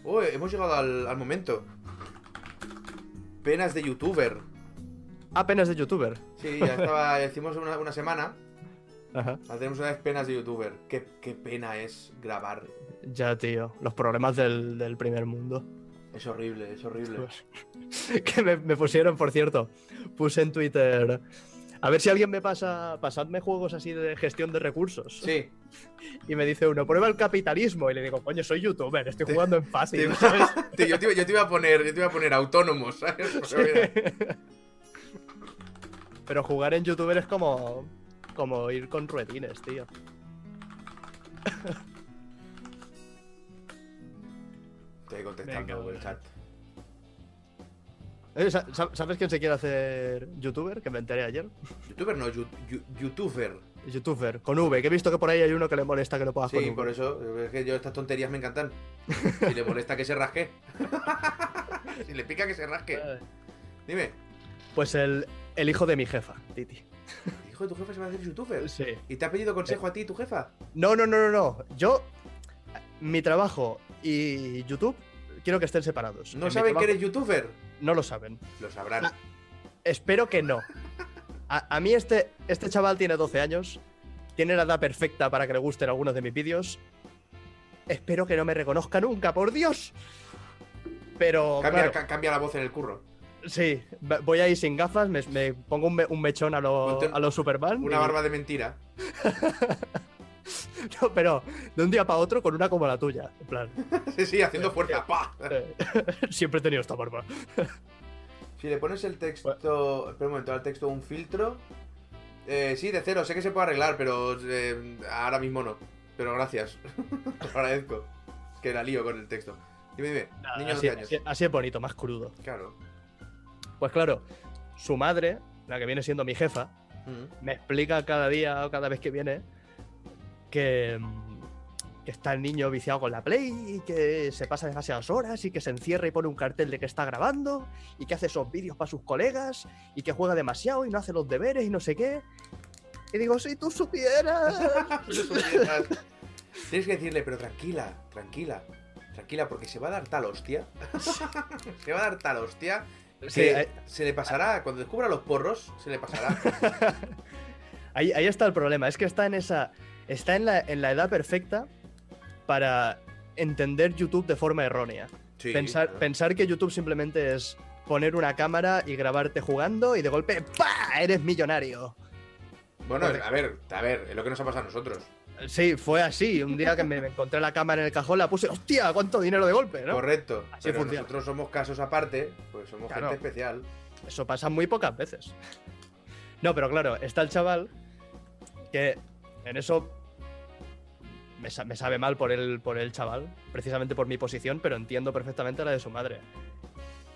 [SPEAKER 1] Uy, hemos llegado al, al momento. Penas de youtuber.
[SPEAKER 2] Apenas de youtuber.
[SPEAKER 1] Sí, ya estaba, hicimos una, una semana.
[SPEAKER 2] Ajá.
[SPEAKER 1] Ahora tenemos unas penas de youtuber. Qué, qué pena es grabar.
[SPEAKER 2] Ya, tío. Los problemas del, del primer mundo. Pues,
[SPEAKER 1] Es horrible, es horrible.
[SPEAKER 2] que me, me pusieron, por cierto. Puse en Twitter. A ver si alguien me pasa. Pasadme juegos así de gestión de recursos.
[SPEAKER 1] Sí,
[SPEAKER 2] Y me dice uno, prueba el capitalismo. Y le digo, coño, soy youtuber, estoy jugando en
[SPEAKER 1] te-
[SPEAKER 2] fácil. ¿sabes?
[SPEAKER 1] te- yo, te, iba- yo te iba a poner, yo te iba a poner autónomo, ¿sabes? Porque mira,
[SPEAKER 2] Pero jugar en youtuber es como. como ir con ruedines, tío.
[SPEAKER 1] Estoy contestando
[SPEAKER 2] Venga,
[SPEAKER 1] el chat.
[SPEAKER 2] Eh, sa- sa- ¿Sabes quién se quiere hacer youtuber? Que me enteré ayer.
[SPEAKER 1] Youtuber no, yu- yu- youtuber.
[SPEAKER 2] Youtuber, con V, que he visto que por ahí hay uno que le molesta que no puedas con
[SPEAKER 1] Sí,
[SPEAKER 2] V.
[SPEAKER 1] por eso, es que yo estas tonterías me encantan. Si le molesta que se rasque. si le pica que se rasque.
[SPEAKER 2] Eh,
[SPEAKER 1] Dime,
[SPEAKER 2] Pues el, el hijo de mi jefa, Titi.
[SPEAKER 1] hijo de tu jefa se va a hacer youtuber.
[SPEAKER 2] Sí.
[SPEAKER 1] ¿Y te ha pedido
[SPEAKER 2] Eh.
[SPEAKER 1] consejo a ti, tu jefa?
[SPEAKER 2] No, no, no, no, no. Yo, mi trabajo y YouTube, quiero que estén separados. En
[SPEAKER 1] ¿No
[SPEAKER 2] mi
[SPEAKER 1] saben que
[SPEAKER 2] trabajo- Ah,
[SPEAKER 1] eres youtuber?
[SPEAKER 2] No lo saben.
[SPEAKER 1] Lo sabrán.
[SPEAKER 2] Espero que no. A, a mí este, este chaval tiene 12 años, tiene la edad perfecta para que le gusten algunos de mis vídeos. Espero que no me reconozca nunca, por Dios. Pero
[SPEAKER 1] Cambia,
[SPEAKER 2] oh, claro,
[SPEAKER 1] ca- cambia la voz en el curro.
[SPEAKER 2] sí, va- voy ahí sin gafas, me, me pongo un, me- un mechón a los
[SPEAKER 1] Ponte un-
[SPEAKER 2] a lo Superman.
[SPEAKER 1] Una
[SPEAKER 2] y-
[SPEAKER 1] barba de mentira.
[SPEAKER 2] No, pero de un día para otro con una como la tuya. En plan,
[SPEAKER 1] sí, sí, haciendo fuerza. ¡Pah!
[SPEAKER 2] eh, siempre he tenido esta barba.
[SPEAKER 1] Si le pones el texto. Espera un momento, al texto un filtro. Eh, sí, de cero, sé que se puede arreglar, pero eh, ahora mismo no. Pero gracias. Lo agradezco. Que la lío con el texto. Dime, dime.
[SPEAKER 2] Nada,
[SPEAKER 1] niño de
[SPEAKER 2] así-
[SPEAKER 1] 12 años.
[SPEAKER 2] así- así es bonito, más crudo.
[SPEAKER 1] Claro.
[SPEAKER 2] Pues claro, su madre, la que viene siendo mi jefa,
[SPEAKER 1] Mm.
[SPEAKER 2] me explica cada día o cada vez que viene que, mm, que está el niño viciado con la Play y que se pasa demasiadas horas y que se encierra y pone un cartel de que está grabando y que hace esos vídeos para sus colegas y que juega demasiado y no hace los deberes y no sé qué. Y digo, si tú supieras.
[SPEAKER 1] Tienes que decirle, pero tranquila, tranquila, tranquila, porque se va a dar tal hostia. se va a dar tal hostia. Que
[SPEAKER 2] Sí, eh.
[SPEAKER 1] se le pasará, cuando descubra los porros, se le pasará.
[SPEAKER 2] Ahí, ahí está el problema, es que está en esa. Está en la, en la edad perfecta para entender YouTube de forma errónea.
[SPEAKER 1] Sí,
[SPEAKER 2] pensar,
[SPEAKER 1] claro.
[SPEAKER 2] pensar que YouTube simplemente es poner una cámara y grabarte jugando y de golpe ¡pa! eres millonario.
[SPEAKER 1] Bueno, a ver, a ver, es lo que nos ha pasado a nosotros.
[SPEAKER 2] Sí, fue así. Un día que me me encontré la cámara en el cajón, la puse, hostia, cuánto dinero de golpe, ¿no?
[SPEAKER 1] Correcto.
[SPEAKER 2] Así
[SPEAKER 1] pero
[SPEAKER 2] funciona.
[SPEAKER 1] nosotros somos casos aparte, pues somos
[SPEAKER 2] Claro.
[SPEAKER 1] gente especial.
[SPEAKER 2] Eso pasa muy pocas veces. No, pero claro, está el chaval que en eso me, sa- me sabe mal por el, por el chaval, precisamente por mi posición, pero entiendo perfectamente la de su madre.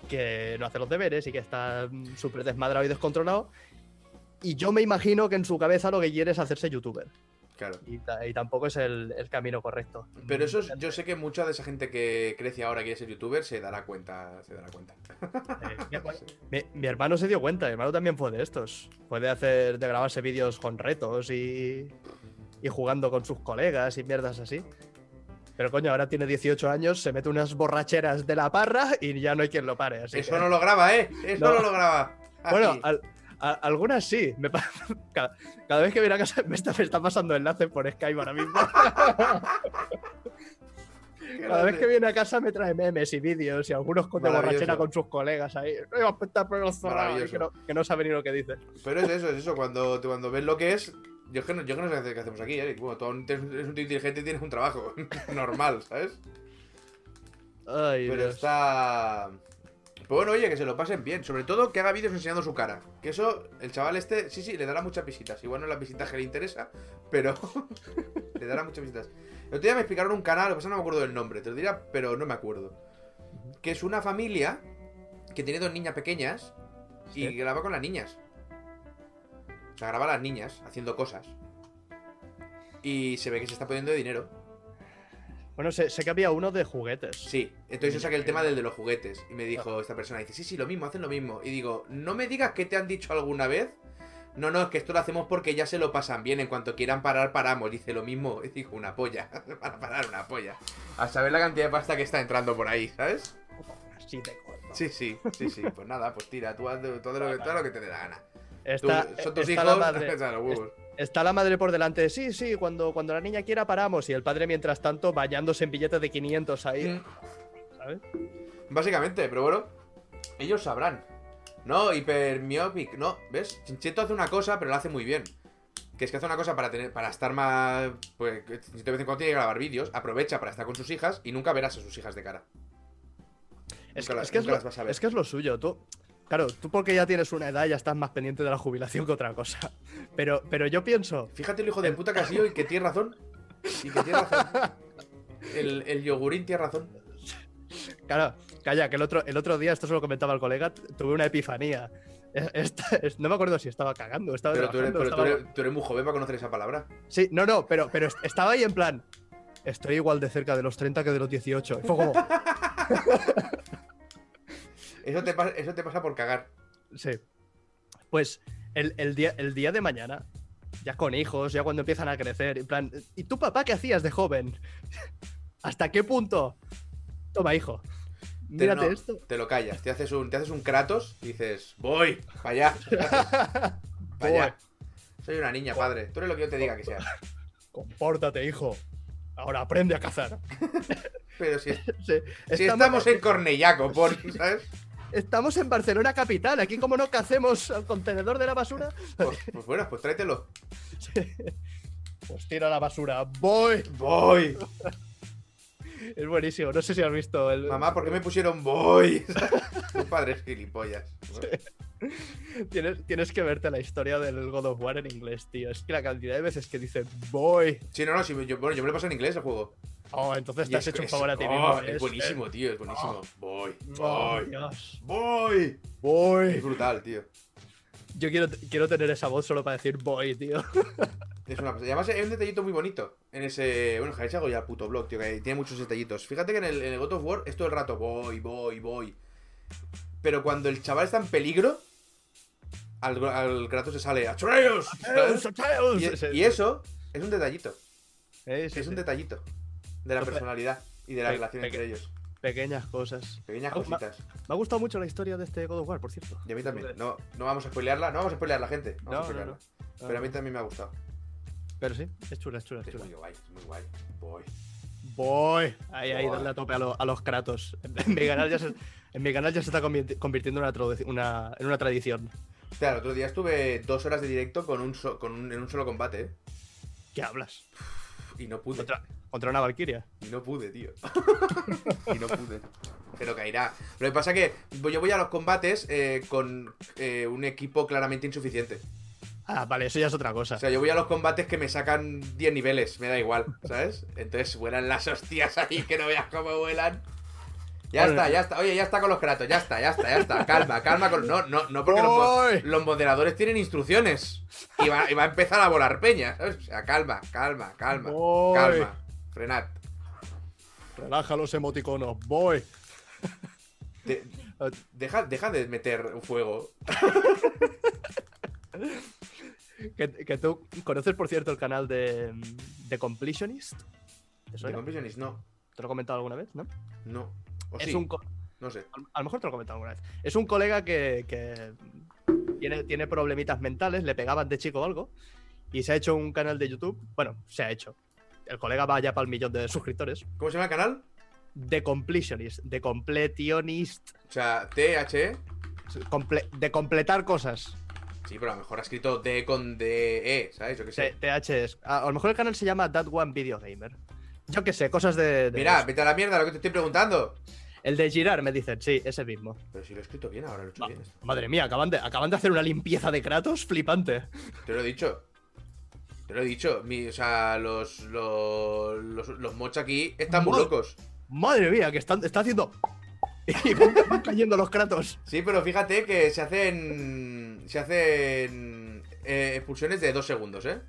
[SPEAKER 2] Que no hace los deberes y que está mm, súper desmadrado y descontrolado. Y yo me imagino que en su cabeza lo que quiere es hacerse youtuber.
[SPEAKER 1] Claro.
[SPEAKER 2] Y, ta- y tampoco es el, el camino correcto.
[SPEAKER 1] Pero eso, es- yo sé que mucha de esa gente que crece ahora y quiere ser youtuber se dará cuenta, se dará cuenta.
[SPEAKER 2] Eh, mi, mi hermano se dio cuenta, mi hermano también fue de estos. Fue de hacer, de grabarse vídeos con retos y, y jugando con sus colegas y mierdas así. Pero coño, ahora tiene 18 años, se mete unas borracheras de la parra y ya no hay quien lo pare. así
[SPEAKER 1] Eso
[SPEAKER 2] que-
[SPEAKER 1] no lo graba, ¿eh? Eso no,
[SPEAKER 2] No.
[SPEAKER 1] lo graba. Así.
[SPEAKER 2] Bueno, al- a- algunas sí. Me pa- cada, cada vez que viene a casa me está, me está pasando enlaces por Skype ahora mismo. Cada vez que viene a casa me trae memes y vídeos y algunos con de
[SPEAKER 1] Maravilloso.
[SPEAKER 2] borrachera con sus colegas ahí. "Eh, espectáculo zorrado", y
[SPEAKER 1] Maravilloso.
[SPEAKER 2] Que no, que no sabe ni lo que dice.
[SPEAKER 1] Pero es eso, es eso. Cuando, cuando ves lo que es. Yo es que no, yo es que no sé qué hacemos aquí, ¿eh? Bueno, tú aún eres un eres un tío inteligente y tienes un trabajo normal, ¿sabes?
[SPEAKER 2] Ay,
[SPEAKER 1] Pero
[SPEAKER 2] Dios.
[SPEAKER 1] está. Pues bueno, oye, que se lo pasen bien. Sobre todo que haga vídeos enseñando su cara. Que eso, el chaval este, sí, sí, le dará muchas visitas. Igual no las visitas que le interesa, pero le dará muchas visitas. El otro día me explicaron un canal, lo que pasa es que no me acuerdo del nombre, te lo dirá, pero no me acuerdo. Que es una familia que tiene dos niñas pequeñas y
[SPEAKER 2] Sí.
[SPEAKER 1] graba con las niñas. O sea, graba a las niñas haciendo cosas. Y se ve que se está poniendo de dinero.
[SPEAKER 2] Bueno, sé, sé que había uno de juguetes.
[SPEAKER 1] Sí, entonces yo saqué el tema del de los juguetes y me
[SPEAKER 2] Ah.
[SPEAKER 1] dijo esta persona, dice, sí, sí, lo mismo, hacen lo mismo. Y digo, no me digas que te han dicho alguna vez. No, no, es que esto lo hacemos porque ya se lo pasan bien, en cuanto quieran parar, paramos. Dice lo mismo, y digo, una polla, para parar una polla. A saber la cantidad de pasta que está entrando por ahí, ¿sabes?
[SPEAKER 2] Así te corto.
[SPEAKER 1] Sí, sí, sí, sí, pues nada, pues tira, tú haz de- tú haz de lo, que- tú haz lo que te dé la gana. Tú-
[SPEAKER 2] Está, eh,
[SPEAKER 1] son tus
[SPEAKER 2] está
[SPEAKER 1] hijos,
[SPEAKER 2] la madre,
[SPEAKER 1] o sea, los huevos.
[SPEAKER 2] está la madre por delante. de, Sí, sí, cuando, cuando la niña quiera paramos. Y el padre, mientras tanto, bañándose en billetes de 500
[SPEAKER 1] Mm,
[SPEAKER 2] ahí. ¿Sabes?
[SPEAKER 1] Básicamente, pero bueno, ellos sabrán. No, hipermiopic, no, ¿ves? Chincheto hace una cosa, pero lo hace muy bien. Que es que hace una cosa para tener, para estar más. Pues Chincheto de vez en cuando tiene que grabar vídeos, aprovecha para estar con sus hijas y nunca verás a sus hijas de cara.
[SPEAKER 2] Es,
[SPEAKER 1] Nunca la-
[SPEAKER 2] es que es,
[SPEAKER 1] nunca las vas a
[SPEAKER 2] lo,
[SPEAKER 1] ver.
[SPEAKER 2] es que es lo suyo. Tú, claro, tú porque ya tienes una edad ya estás más pendiente de la jubilación que otra cosa. Pero, pero yo pienso,
[SPEAKER 1] Fíjate el hijo de puta que ha sido y que tiene razón. Y que tiene razón. El, el yogurín tiene razón.
[SPEAKER 2] Claro, calla, que el otro, el otro día, esto se lo comentaba el colega, t- tuve una epifanía. Es- esta- es- no me acuerdo si estaba cagando, estaba
[SPEAKER 1] Pero, tú eres,
[SPEAKER 2] trabajando,
[SPEAKER 1] pero tú,
[SPEAKER 2] estaba-
[SPEAKER 1] eres, tú eres muy joven para conocer esa palabra.
[SPEAKER 2] Sí, no, no, pero, pero est- estaba ahí en plan. Estoy igual de cerca de los 30 que de los 18. Y fue como.
[SPEAKER 1] Eso te, pasa- eso te pasa por cagar.
[SPEAKER 2] Sí. Pues el, el día, el día de mañana, ya con hijos, ya cuando empiezan a crecer, en plan. ¿Y tu papá qué hacías de joven? ¿Hasta qué punto? Toma, hijo.
[SPEAKER 1] Te-
[SPEAKER 2] Mírate
[SPEAKER 1] no,
[SPEAKER 2] esto.
[SPEAKER 1] Te lo callas, te haces un, te haces un Kratos y dices, voy, para allá. para allá. Soy una niña, padre. Tú eres lo que yo te diga que sea.
[SPEAKER 2] Compórtate, hijo. Ahora aprende a cazar.
[SPEAKER 1] Pero si,
[SPEAKER 2] Sí,
[SPEAKER 1] si
[SPEAKER 2] estamos-
[SPEAKER 1] estamos en Cornellaco, por, ¿sabes?
[SPEAKER 2] Estamos en Barcelona capital, aquí como no cacemos al contenedor de la basura,
[SPEAKER 1] Pues, pues bueno, pues tráetelo.
[SPEAKER 2] pues tira la basura, voy.
[SPEAKER 1] Voy.
[SPEAKER 2] Es buenísimo, no sé si has visto el...
[SPEAKER 1] Mamá, ¿por qué me pusieron voy? Tu padre es gilipollas.
[SPEAKER 2] Tienes, tienes que verte la historia del God of War en inglés, tío. Es que la cantidad de veces que dice voy...
[SPEAKER 1] Sí, no, no, si yo, bueno, yo me lo paso en inglés el juego.
[SPEAKER 2] Oh, entonces
[SPEAKER 1] Y
[SPEAKER 2] te
[SPEAKER 1] es-
[SPEAKER 2] has hecho un
[SPEAKER 1] es-
[SPEAKER 2] favor a ti
[SPEAKER 1] oh,
[SPEAKER 2] mismo.
[SPEAKER 1] Es buenísimo, tío, es buenísimo. Voy,
[SPEAKER 2] Oh,
[SPEAKER 1] voy,
[SPEAKER 2] Dios.
[SPEAKER 1] voy. Es
[SPEAKER 2] Voy.
[SPEAKER 1] brutal, tío.
[SPEAKER 2] Yo quiero, quiero tener esa voz solo para decir voy, tío.
[SPEAKER 1] Es una pasada. Y además es un detallito muy bonito. En ese. Bueno, Javier, hago ya el puto blog, tío, que tiene muchos detallitos. Fíjate que en el, en el God of War es todo el rato voy, voy, voy. Pero cuando el chaval está en peligro, al, al Kratos se sale ¡Atreus! ¿sabes? Y, y eso es un detallito.
[SPEAKER 2] Sí, sí,
[SPEAKER 1] Es un
[SPEAKER 2] sí.
[SPEAKER 1] detallito de la
[SPEAKER 2] Pe-
[SPEAKER 1] personalidad y de la
[SPEAKER 2] pe-
[SPEAKER 1] relación
[SPEAKER 2] pe-
[SPEAKER 1] entre ellos.
[SPEAKER 2] Pequeñas cosas.
[SPEAKER 1] Pequeñas
[SPEAKER 2] Oh, ma-
[SPEAKER 1] cositas.
[SPEAKER 2] Me ha gustado mucho la historia de este God of War, por cierto.
[SPEAKER 1] Y a mí también. No, no vamos a spoilearla, no vamos a spoilearla, gente. No, vamos a
[SPEAKER 2] No, no,
[SPEAKER 1] spoilearla.
[SPEAKER 2] no. Ah,
[SPEAKER 1] Pero a mí también me ha gustado.
[SPEAKER 2] pero sí, es chula, es chula, es
[SPEAKER 1] Es
[SPEAKER 2] chula.
[SPEAKER 1] muy guay, es muy guay. Voy.
[SPEAKER 2] Voy. Ahí, ahí,
[SPEAKER 1] Voy.
[SPEAKER 2] dale a tope a, lo- a los Kratos. En mi canal ya se, en mi canal ya se está convirti- convirtiendo en una, tradu- una- en una tradición.
[SPEAKER 1] Claro, el otro día estuve dos horas de directo con un so- con un- en un solo combate, ¿eh?
[SPEAKER 2] ¿Qué hablas?
[SPEAKER 1] Y no pude.
[SPEAKER 2] Contra, contra una Valkyria.
[SPEAKER 1] Y no pude, tío. y no pude. Pero caerá. Lo que pasa es que yo voy a los combates eh, con eh, un equipo claramente insuficiente.
[SPEAKER 2] Ah, vale, eso ya es otra cosa.
[SPEAKER 1] O sea, yo voy a los combates que me sacan 10 niveles, me da igual, ¿sabes? Entonces vuelan las hostias ahí, que no veas cómo vuelan. Ya
[SPEAKER 2] Bueno.
[SPEAKER 1] está, ya está. Oye, ya está con los kratos, ya está, ya está, ya está. Calma, calma con. No, no, no, porque los, mo-
[SPEAKER 2] Voy.
[SPEAKER 1] los moderadores tienen instrucciones. Y va, y va a empezar a volar peña, ¿sabes? O sea, calma, calma, calma.
[SPEAKER 2] Voy.
[SPEAKER 1] Calma. Frenad.
[SPEAKER 2] Relaja los emoticonos. Voy.
[SPEAKER 1] De-
[SPEAKER 2] Ah.
[SPEAKER 1] deja, deja de meter fuego.
[SPEAKER 2] Que, que tú conoces, por cierto, el canal de, de Completionist. ¿Te
[SPEAKER 1] The
[SPEAKER 2] suena?
[SPEAKER 1] Completionist, no.
[SPEAKER 2] ¿Te lo he comentado alguna vez? ¿no?
[SPEAKER 1] No. O
[SPEAKER 2] Es
[SPEAKER 1] sí,
[SPEAKER 2] un, co-
[SPEAKER 1] no sé.
[SPEAKER 2] a lo mejor te lo he comentado alguna vez. Es un colega que, que tiene, tiene problemitas mentales, le pegaban de chico o algo, y se ha hecho un canal de YouTube. Bueno, se ha hecho. El colega va ya para el millón de suscriptores.
[SPEAKER 1] ¿Cómo se llama el canal?
[SPEAKER 2] The Completionist. The Completionist.
[SPEAKER 1] O sea, E. THE.
[SPEAKER 2] comple- de completar cosas.
[SPEAKER 1] Sí, pero a lo mejor ha escrito D con DE, ¿sabes? Yo qué sé.
[SPEAKER 2] T- TH es. A, a lo mejor el canal se llama That One Video Gamer. Yo qué sé, cosas de. de-
[SPEAKER 1] Mira, vete a la mierda lo que te estoy preguntando.
[SPEAKER 2] El de girar, me dicen, sí, ese mismo.
[SPEAKER 1] Pero si lo he escrito bien, ahora lo he hecho
[SPEAKER 2] Va.
[SPEAKER 1] bien.
[SPEAKER 2] Madre mía, acaban de, acaban de hacer una limpieza de Kratos flipante.
[SPEAKER 1] Te lo he dicho. Te lo he dicho. Mi- o sea, los, los, los, los mods aquí están muy
[SPEAKER 2] Mod.
[SPEAKER 1] locos.
[SPEAKER 2] Madre mía, que están, está haciendo. Y van van cayendo los Kratos.
[SPEAKER 1] Sí, pero fíjate que se hacen. Se hacen. eh, expulsiones de dos segundos, ¿eh?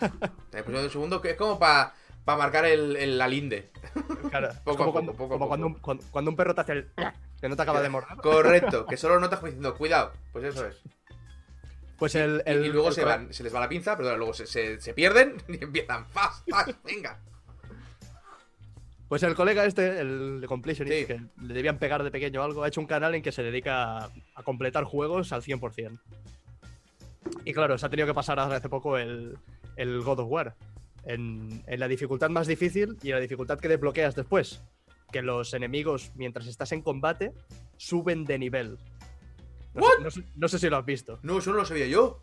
[SPEAKER 1] La expulsión de dos segundos que es como para marcar el, el alinde.
[SPEAKER 2] Claro, es
[SPEAKER 1] Poco a poco,
[SPEAKER 2] como cuando,
[SPEAKER 1] poco a
[SPEAKER 2] como
[SPEAKER 1] poco.
[SPEAKER 2] Cuando, un, cuando- cuando un perro te hace el. que no te acaba de morder.
[SPEAKER 1] Correcto, que solo notas como diciendo, cuidado. Pues eso es.
[SPEAKER 2] Pues el.
[SPEAKER 1] Y-
[SPEAKER 2] el-
[SPEAKER 1] y luego
[SPEAKER 2] el
[SPEAKER 1] se
[SPEAKER 2] co-
[SPEAKER 1] van, se les va la pinza, pero luego se, se- se pierden y empiezan. ¡Fast, fast! ¡Venga!
[SPEAKER 2] Pues el colega este, el completionist,
[SPEAKER 1] Sí.
[SPEAKER 2] que le debían pegar de pequeño o algo, ha hecho un canal en que se dedica a, a completar juegos al 100%. Y claro, se ha tenido que pasar hace poco el, el God of War. En, en la dificultad más difícil y en la dificultad que desbloqueas después. Que los enemigos, mientras estás en combate, suben de nivel. No, sé- no sé, no sé si lo has visto.
[SPEAKER 1] No, eso no lo sabía yo.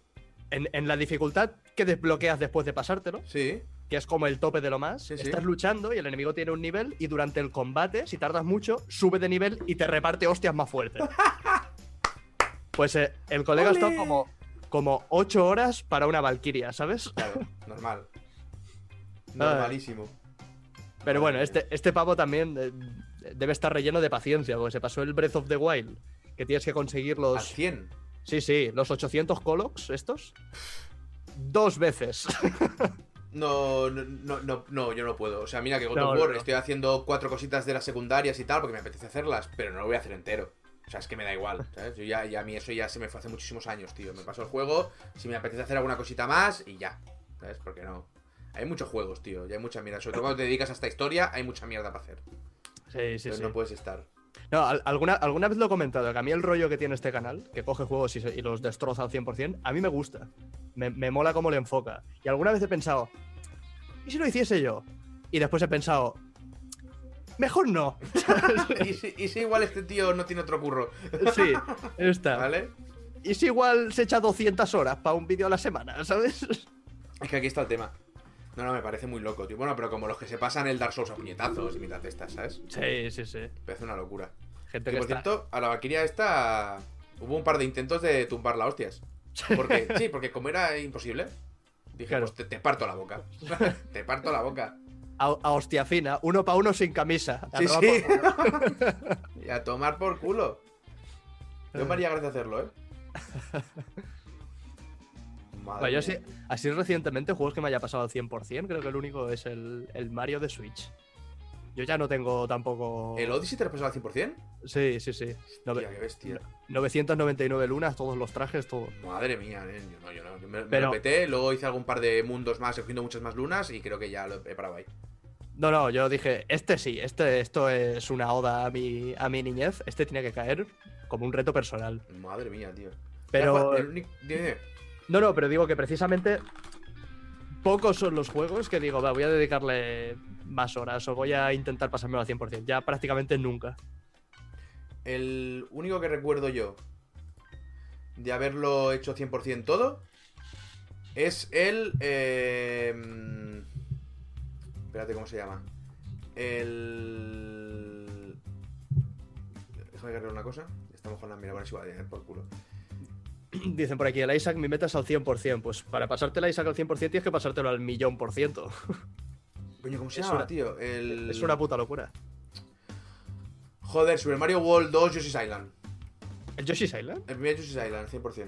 [SPEAKER 2] En, en la dificultad que desbloqueas después de pasártelo,
[SPEAKER 1] Sí.
[SPEAKER 2] que es como el tope de lo más.
[SPEAKER 1] Sí, sí.
[SPEAKER 2] Estás luchando y el enemigo tiene un nivel y durante el combate, si tardas mucho, sube de nivel y te reparte hostias más fuerte. pues eh, el colega ha estado
[SPEAKER 1] ¡Ole!
[SPEAKER 2] como, como 8 horas para una valquiria, ¿sabes?
[SPEAKER 1] Claro, normal. Normalísimo.
[SPEAKER 2] Pero bueno, este, este pavo también eh, debe estar relleno de paciencia, porque se pasó el Breath of the Wild, que tienes que conseguir
[SPEAKER 1] A
[SPEAKER 2] los...
[SPEAKER 1] 100.
[SPEAKER 2] Sí, sí, los 800 colocs estos. Dos veces.
[SPEAKER 1] No, no, no, no, no, yo no puedo. O sea, mira que God
[SPEAKER 2] No,
[SPEAKER 1] of
[SPEAKER 2] no,
[SPEAKER 1] War
[SPEAKER 2] no.
[SPEAKER 1] estoy haciendo cuatro cositas de las secundarias y tal, porque me apetece hacerlas, pero no lo voy a hacer entero. O sea, es que me da igual, ¿sabes? Yo ya, ya a mí eso ya se me fue hace muchísimos años, tío. Me pasó el juego, si me apetece hacer alguna cosita más y ya. ¿Sabes? Porque no. Hay muchos juegos, tío. Ya hay mucha mierda. Sobre todo cuando te dedicas a esta historia, hay mucha mierda para hacer.
[SPEAKER 2] Sí, sí,
[SPEAKER 1] Entonces
[SPEAKER 2] sí.
[SPEAKER 1] no puedes estar.
[SPEAKER 2] No, al- alguna, alguna vez lo he comentado, que a mí el rollo que tiene este canal, que coge juegos y, se- y los destroza al 100%, a mí me gusta. Me, me mola cómo le enfoca. Y alguna vez he pensado, ¿y si lo hiciese yo? Y después he pensado, mejor no.
[SPEAKER 1] ¿Y si, y si igual este tío no tiene otro curro,
[SPEAKER 2] Sí, está.
[SPEAKER 1] ¿vale?
[SPEAKER 2] Y si igual se echa 200 horas para un vídeo a la semana, ¿sabes?
[SPEAKER 1] Es que aquí está el tema. No, no, me parece muy loco, tío. Bueno, pero como los que se pasan el Dark Souls a puñetazos y mitad de estas, ¿sabes?
[SPEAKER 2] Sí, sí, sí.
[SPEAKER 1] Me parece una locura.
[SPEAKER 2] Gente
[SPEAKER 1] Que
[SPEAKER 2] que
[SPEAKER 1] por
[SPEAKER 2] está...
[SPEAKER 1] cierto, a la vaquería esta hubo un par de intentos de tumbarla a hostias. Porque, sí, porque como era imposible, dije,
[SPEAKER 2] Claro.
[SPEAKER 1] pues te, te parto la boca. te parto la boca.
[SPEAKER 2] A, a hostia fina, uno para uno sin camisa. A
[SPEAKER 1] Sí,
[SPEAKER 2] tomar
[SPEAKER 1] sí.
[SPEAKER 2] por-
[SPEAKER 1] y a tomar por culo. Yo me haría gracia hacerlo, ¿eh? Madre
[SPEAKER 2] Bueno,
[SPEAKER 1] mía.
[SPEAKER 2] yo así, así recientemente, juegos que me haya pasado al 100%, creo que el único es el, el Mario de Switch. Yo ya no tengo tampoco...
[SPEAKER 1] ¿El Odyssey te lo has pasado al 100%?
[SPEAKER 2] Sí, sí, sí. Nove-
[SPEAKER 1] Tía, qué bestia.
[SPEAKER 2] 999 lunas, todos los trajes, todo.
[SPEAKER 1] Madre mía, eh. Yo no, yo no. Yo me, me
[SPEAKER 2] Pero-
[SPEAKER 1] lo peté, luego hice algún par de mundos más, cogiendo muchas más lunas y creo que ya lo he parado ahí.
[SPEAKER 2] No, no, yo dije, este sí, este, esto es una oda a mi, a mi niñez, este tiene que caer como un reto personal.
[SPEAKER 1] Madre mía, tío. Ya,
[SPEAKER 2] Pero...
[SPEAKER 1] Juan, el único- dime, dime.
[SPEAKER 2] No, no, pero digo que precisamente pocos son los juegos que digo, va, voy a dedicarle más horas o voy a intentar pasármelo al 100%. Ya prácticamente nunca.
[SPEAKER 1] El único que recuerdo yo de haberlo hecho 100% todo es el. eh, mm, espérate, ¿cómo se llama? El. Déjame cargar una cosa. Estamos con la mira, bueno, es igual, eh, por culo.
[SPEAKER 2] Dicen por aquí, el Isaac mi meta es al 100%. Pues para pasarte el Isaac al 100% tienes que pasártelo al millón por ciento.
[SPEAKER 1] Coño, ¿cómo se
[SPEAKER 2] Es
[SPEAKER 1] llama,
[SPEAKER 2] una-
[SPEAKER 1] tío? El...
[SPEAKER 2] Es una puta locura.
[SPEAKER 1] Joder, Super Mario World 2 Yoshi's Island.
[SPEAKER 2] ¿El Yoshi's Island?
[SPEAKER 1] El primer Yoshi's Island, 100%.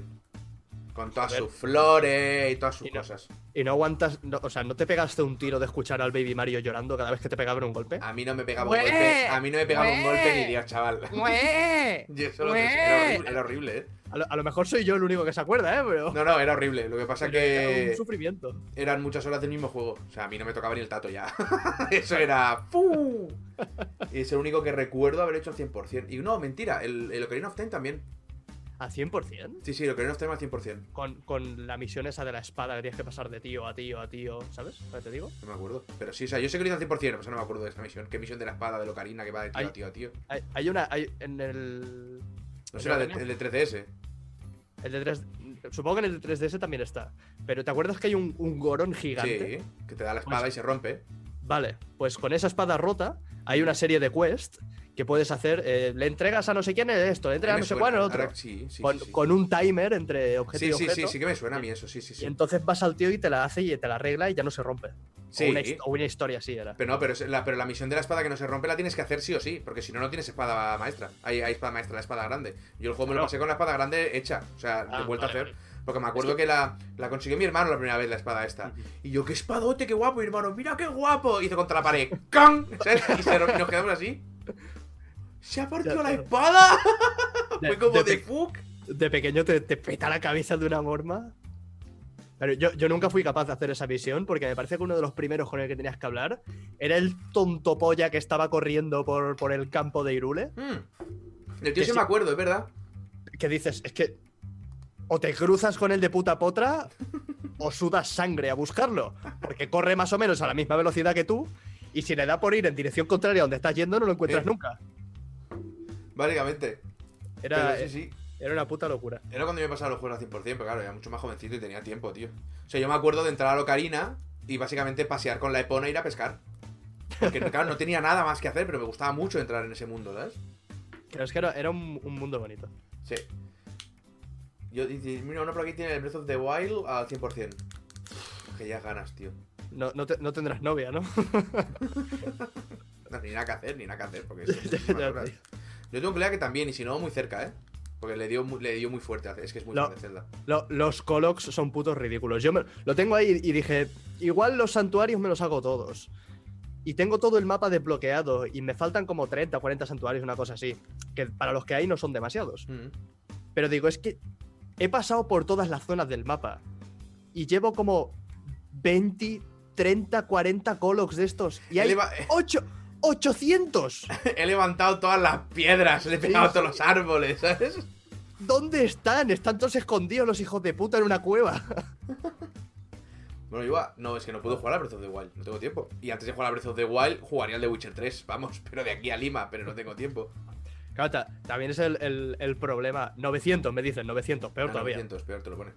[SPEAKER 1] Con todas
[SPEAKER 2] Joder.
[SPEAKER 1] sus flores y todas sus
[SPEAKER 2] Y no-
[SPEAKER 1] cosas.
[SPEAKER 2] Y no aguantas, no- o sea, no te pegaste un tiro de escuchar al Baby Mario llorando cada vez que te pegaban un golpe.
[SPEAKER 1] A mí no me pegaba
[SPEAKER 3] ¡Bué!
[SPEAKER 1] un golpe. A mí no me pegaba un
[SPEAKER 3] ¡Bué!
[SPEAKER 1] golpe ni Dios, chaval.
[SPEAKER 3] ¡Mueh!
[SPEAKER 1] Yo eso lo
[SPEAKER 3] ¡Bué!
[SPEAKER 1] pensé, era horrible, era horrible, eh.
[SPEAKER 2] A lo, a lo mejor soy yo el único que se acuerda, ¿eh? Pero...
[SPEAKER 1] No, no, era horrible. Lo que pasa
[SPEAKER 2] pero era
[SPEAKER 1] que
[SPEAKER 2] un sufrimiento.
[SPEAKER 1] eran muchas horas del mismo juego. O sea, a mí no me tocaba ni el tato ya. Eso era. ¡fu! Y es el único que recuerdo haber hecho al 100%. Y no, mentira, el, el Ocarina of Time también.
[SPEAKER 2] ¿A 100%?
[SPEAKER 1] Sí, sí, el Ocarina of Time al 100%.
[SPEAKER 2] con, con la misión esa de la espada que tienes que pasar de tío a tío a tío, ¿sabes? ¿Qué te digo?
[SPEAKER 1] No me acuerdo. Pero sí, o sea, yo sé que lo hice al 100%, pero eso no me acuerdo de esa misión. ¿Qué misión de la espada de Ocarina que va de tío a
[SPEAKER 2] Ay.
[SPEAKER 1] tío a tío?
[SPEAKER 2] Hay, hay una. Hay, en el.
[SPEAKER 1] No sé, la de- el de 3DS.
[SPEAKER 2] El de 3. Supongo que en el de 3DS también está. Pero ¿te acuerdas que hay un, un gorón gigante? Pues
[SPEAKER 1] Sí, que te da la espada y se rompe.
[SPEAKER 2] Vale, pues con esa espada rota hay una serie de quests que puedes hacer. eh, le entregas a no sé quién esto, le entregas a
[SPEAKER 1] Me
[SPEAKER 2] no sé
[SPEAKER 1] suena.
[SPEAKER 2] cuál el otro.
[SPEAKER 1] Ahora sí, sí,
[SPEAKER 2] con,
[SPEAKER 1] sí, sí.
[SPEAKER 2] con un timer entre objeto y
[SPEAKER 1] Sí, sí,
[SPEAKER 2] objeto.
[SPEAKER 1] sí, sí que me suena a mí eso, sí, sí,
[SPEAKER 2] Y
[SPEAKER 1] sí.
[SPEAKER 2] entonces vas al tío y te la hace y te la arregla y ya no se rompe. O
[SPEAKER 1] Sí.
[SPEAKER 2] una his- O, una, historia así era.
[SPEAKER 1] Pero no, pero, es la, pero la misión de la espada que no se rompe la tienes que hacer sí o sí, porque si no, no tienes espada maestra. Hay, hay espada maestra, la espada grande. Yo el juego me lo
[SPEAKER 2] Claro.
[SPEAKER 1] pasé con la espada grande hecha, o sea,
[SPEAKER 2] Ah,
[SPEAKER 1] de vuelta
[SPEAKER 2] vale,
[SPEAKER 1] a hacer. Porque me acuerdo que, la, la consiguió mi hermano la primera vez, la espada esta. Y yo, qué espadote, qué guapo, mi hermano, mira qué guapo. Hizo contra la pared, ¡can! ¿Sabes? Y se- nos quedamos así. ¡Se ha partido
[SPEAKER 2] Ya,
[SPEAKER 1] la
[SPEAKER 2] claro.
[SPEAKER 1] espada!
[SPEAKER 2] De-
[SPEAKER 1] Fue como
[SPEAKER 2] de-
[SPEAKER 1] de fuck.
[SPEAKER 2] de pequeño te, te peta la cabeza de una forma. Pero yo, yo nunca fui capaz de hacer esa visión porque me parece que uno de los primeros con el que tenías que hablar era el tonto polla que estaba corriendo por, por el campo de Irule.
[SPEAKER 1] Mm. El
[SPEAKER 2] Que
[SPEAKER 1] tío se
[SPEAKER 2] sí.
[SPEAKER 1] me acuerdo, es verdad.
[SPEAKER 2] Que dices, es que o te cruzas con el de puta potra o sudas sangre a buscarlo. Porque corre más o menos a la misma velocidad que tú y si le da por ir en dirección contraria a donde estás yendo no lo encuentras
[SPEAKER 1] Eh.
[SPEAKER 2] nunca.
[SPEAKER 1] Básicamente.
[SPEAKER 2] Era, eh,
[SPEAKER 1] Pero sí, sí.
[SPEAKER 2] era una puta locura.
[SPEAKER 1] Era cuando me pasaba los juegos al 100%, pero claro, era mucho más jovencito y tenía tiempo, tío. O sea, yo me acuerdo de entrar a la Ocarina y básicamente pasear con la Epona e ir a pescar. Porque, claro, no tenía nada más que hacer, pero me gustaba mucho entrar en ese mundo, ¿sabes?
[SPEAKER 2] Pero es que era, era un, un mundo bonito.
[SPEAKER 1] Sí. Yo dice, mira, uno por aquí tiene el Breath of the Wild al 100%. Que ya ganas, tío.
[SPEAKER 2] No, no te- no tendrás novia, ¿no?
[SPEAKER 1] No, ni nada que hacer, ni nada que hacer, porque son
[SPEAKER 2] Ya,
[SPEAKER 1] muchísimas
[SPEAKER 2] ya,
[SPEAKER 1] horas.
[SPEAKER 2] tío.
[SPEAKER 1] Yo tengo un colega que también, y si no, muy cerca, ¿eh? Porque le dio, mu- le dio muy fuerte, es que es muy
[SPEAKER 2] No.
[SPEAKER 1] fuerte Zelda.
[SPEAKER 2] Lo- los Colox son putos ridículos. Yo me- lo tengo ahí y dije, igual los santuarios me los hago todos. Y tengo todo el mapa desbloqueado y me faltan como 30 o 40 santuarios, una cosa así. Que para los que hay no son demasiados.
[SPEAKER 1] Mm.
[SPEAKER 2] Pero digo, es que he pasado por todas las zonas del mapa. Y llevo como 20, 30, 40 Colox de estos. Y
[SPEAKER 1] Él
[SPEAKER 2] hay
[SPEAKER 1] iba-
[SPEAKER 2] 8, 800.
[SPEAKER 1] He levantado todas las piedras, le he pegado
[SPEAKER 2] sí.
[SPEAKER 1] todos los árboles, ¿sabes?
[SPEAKER 2] ¿Dónde están? Están todos escondidos los hijos de puta en una cueva.
[SPEAKER 1] Bueno, yo a- no, es que no puedo jugar a Breath of the Wild, no tengo tiempo. Y antes de jugar a Breath of the Wild, jugaría al The Witcher 3, vamos, pero de aquí a Lima, pero no tengo tiempo.
[SPEAKER 2] Claro, ta- también es el, el- el problema. 900, me dicen, 900, peor
[SPEAKER 1] Ah,
[SPEAKER 2] todavía.
[SPEAKER 1] 900, peor te lo pone.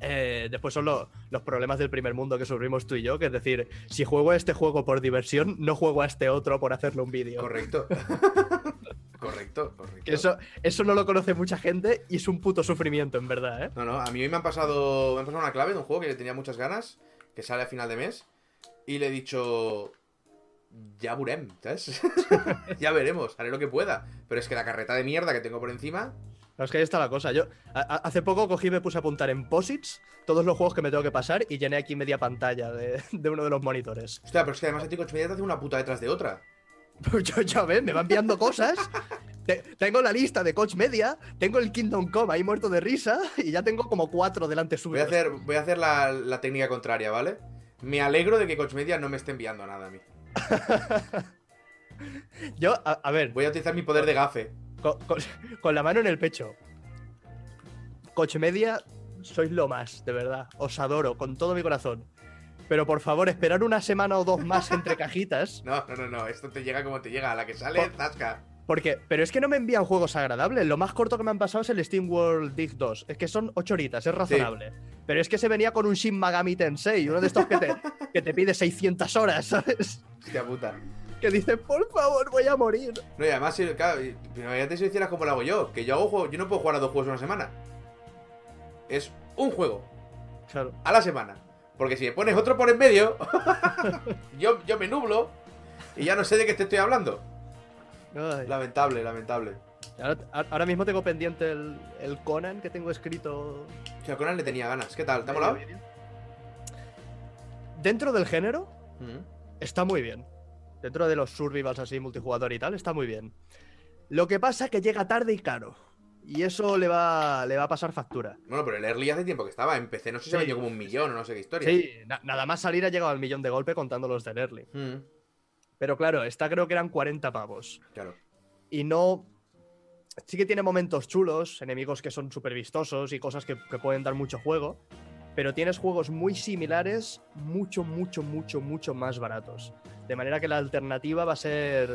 [SPEAKER 2] Eh, después son lo- los problemas del primer mundo que sufrimos tú y yo, que es decir, si juego a este juego por diversión, no juego a este otro por hacerle un vídeo.
[SPEAKER 1] Correcto. correcto, correcto.
[SPEAKER 2] Que eso, eso no lo conoce mucha gente y es un puto sufrimiento, en verdad, ¿eh?
[SPEAKER 1] No, no, a mí hoy me han pasado, me han pasado una clave de un juego que le tenía muchas ganas, que sale a final de mes, y le he dicho... Ya burem, ¿sabes? ya veremos, haré lo que pueda. Pero es que la carreta de mierda que tengo por encima
[SPEAKER 2] No, es que ahí está la cosa. Yo a- a- hace poco cogí y me puse a apuntar en posits todos los juegos que me tengo que pasar y llené aquí media pantalla de, de uno de los monitores.
[SPEAKER 1] Hostia, pero es que además el tío te hace una puta detrás de otra.
[SPEAKER 2] Pues yo ya ves, me van enviando cosas. Te- tengo la lista de Coach Media, tengo el Kingdom Come ahí muerto de risa y ya tengo como cuatro delante
[SPEAKER 1] Voy a
[SPEAKER 2] suyos.
[SPEAKER 1] hacer, voy a hacer la, la técnica contraria, ¿vale? Me alegro de que Coach Media no me esté enviando nada a mí.
[SPEAKER 2] Yo, a, a ver,
[SPEAKER 1] Voy a utilizar mi poder de gafe.
[SPEAKER 2] co- co- con, la mano en el pecho. Coach Media, sois lo más, de verdad. Os adoro con todo mi corazón. Pero por favor, esperar una semana o dos más entre cajitas.
[SPEAKER 1] No, no, no, no. Esto te llega como te llega. A la que sale, zasca.
[SPEAKER 2] Porque, pero es que no me envían juegos agradables. Lo más corto que me han pasado es el Steam World Dig 2. Es que son 8 horitas, es razonable. Pero es que se venía con un Shin Megami Tensei, uno de estos que te, que te pide 600 horas, ¿sabes?
[SPEAKER 1] Hostia puta.
[SPEAKER 2] Que dice, por favor, voy a morir.
[SPEAKER 1] No, y además, si- claro, y- pero imagínate si lo hicieras como lo hago yo. Que yo hago juego, yo no puedo jugar a dos juegos en una semana. Es un juego
[SPEAKER 2] Claro.
[SPEAKER 1] a la semana. Porque si me pones otro por en medio, yo, yo me nublo y ya no sé de qué te estoy hablando.
[SPEAKER 2] Ay.
[SPEAKER 1] Lamentable, lamentable.
[SPEAKER 2] Ahora, ahora mismo tengo pendiente el, el Conan que tengo escrito.
[SPEAKER 1] O sea, Conan le tenía ganas. ¿Qué tal? ¿Te ha
[SPEAKER 2] medio
[SPEAKER 1] molado?
[SPEAKER 2] vídeo. Dentro del género,
[SPEAKER 1] Mm.
[SPEAKER 2] está muy bien. Dentro de los survivals así, multijugador y tal, está muy bien. Lo que pasa es que llega tarde y caro. Y eso le va, le va a pasar factura.
[SPEAKER 1] Bueno, pero el early hace tiempo que estaba. Empecé, no sé si se
[SPEAKER 2] Sí.
[SPEAKER 1] vendió como un millón o no sé qué historia.
[SPEAKER 2] Sí, na- nada más salir ha llegado al millón de golpe contando los del early.
[SPEAKER 1] Mm,
[SPEAKER 2] Pero claro, esta creo que eran 40 pavos.
[SPEAKER 1] claro.
[SPEAKER 2] Y no... Sí que tiene momentos chulos, enemigos que son súper vistosos y cosas que, que pueden dar mucho juego. Pero tienes juegos muy similares, mucho, mucho, mucho, mucho más baratos. De manera que la alternativa va a ser...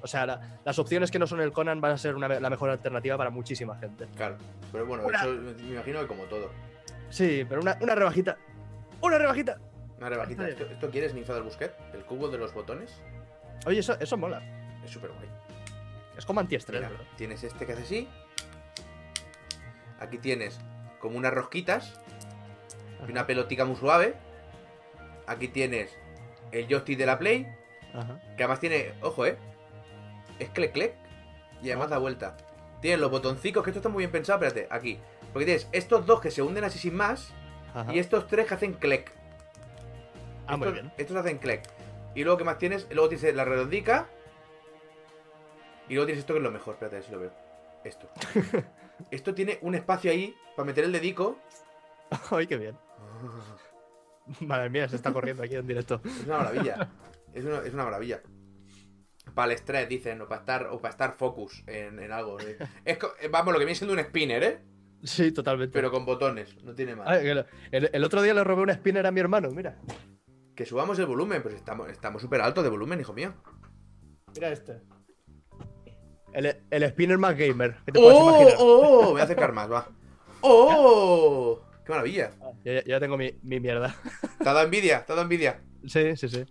[SPEAKER 2] O sea, la- las opciones que no son el Conan van a ser una me- la mejor alternativa para muchísima gente.
[SPEAKER 1] Claro. Pero bueno,
[SPEAKER 2] Una-
[SPEAKER 1] eso me me imagino que como todo.
[SPEAKER 2] Sí, pero una, una rebajita. ¡Una rebajita!
[SPEAKER 1] Una rebajita.
[SPEAKER 2] Vale.
[SPEAKER 1] ¿Esto, esto quieres, Ninfa del Busquet? ¿El cubo de los botones?
[SPEAKER 2] Oye, eso, eso mola.
[SPEAKER 1] Es súper guay.
[SPEAKER 2] Es como antiestrés,
[SPEAKER 1] Mira,
[SPEAKER 2] bro.
[SPEAKER 1] tienes este que hace así. Aquí tienes como unas rosquitas y una pelotica muy suave. Aquí tienes el joystick de la Play,
[SPEAKER 2] Ajá.
[SPEAKER 1] que además tiene, ojo, eh, es clec clec y además da vuelta. Tienes los botoncicos, que esto está muy bien pensado, espérate, aquí. Porque tienes estos dos que se hunden así sin más
[SPEAKER 2] Ajá.
[SPEAKER 1] y estos tres que hacen clec.
[SPEAKER 2] Ah, muy
[SPEAKER 1] estos,
[SPEAKER 2] bien.
[SPEAKER 1] estos hacen clec. Y luego, ¿qué más tienes? Luego tienes la redondica. Y luego tienes esto que es lo mejor. Espérate, a ver si lo veo. Esto. esto tiene un espacio ahí para meter el dedico.
[SPEAKER 2] Ay, qué bien. Madre mía, se está corriendo aquí en directo.
[SPEAKER 1] Es una maravilla. Es una, es una maravilla. Para el estrés, dicen, o para estar, o para estar focus en, en algo. ¿eh? Es, co- vamos, lo que viene siendo un spinner, ¿eh?
[SPEAKER 2] Sí, totalmente.
[SPEAKER 1] Pero con botones, no tiene más.
[SPEAKER 2] Ah, que lo- el, el otro día le robé una spinner a mi hermano, mira.
[SPEAKER 1] Que subamos el volumen, pues estamos estamos súper altos de volumen, hijo mío.
[SPEAKER 2] Mira este. El, el spinner más gamer. ¿Qué te puedes
[SPEAKER 1] ¡Oh!
[SPEAKER 2] imaginar?
[SPEAKER 1] ¡Oh! Me voy a acercar más, va. ¡Oh! ¡Qué maravilla!
[SPEAKER 2] Yo, ya- yo ya tengo mi, mi mierda.
[SPEAKER 1] Te ha dado envidia, te ha dado envidia.
[SPEAKER 2] Sí, sí, sí.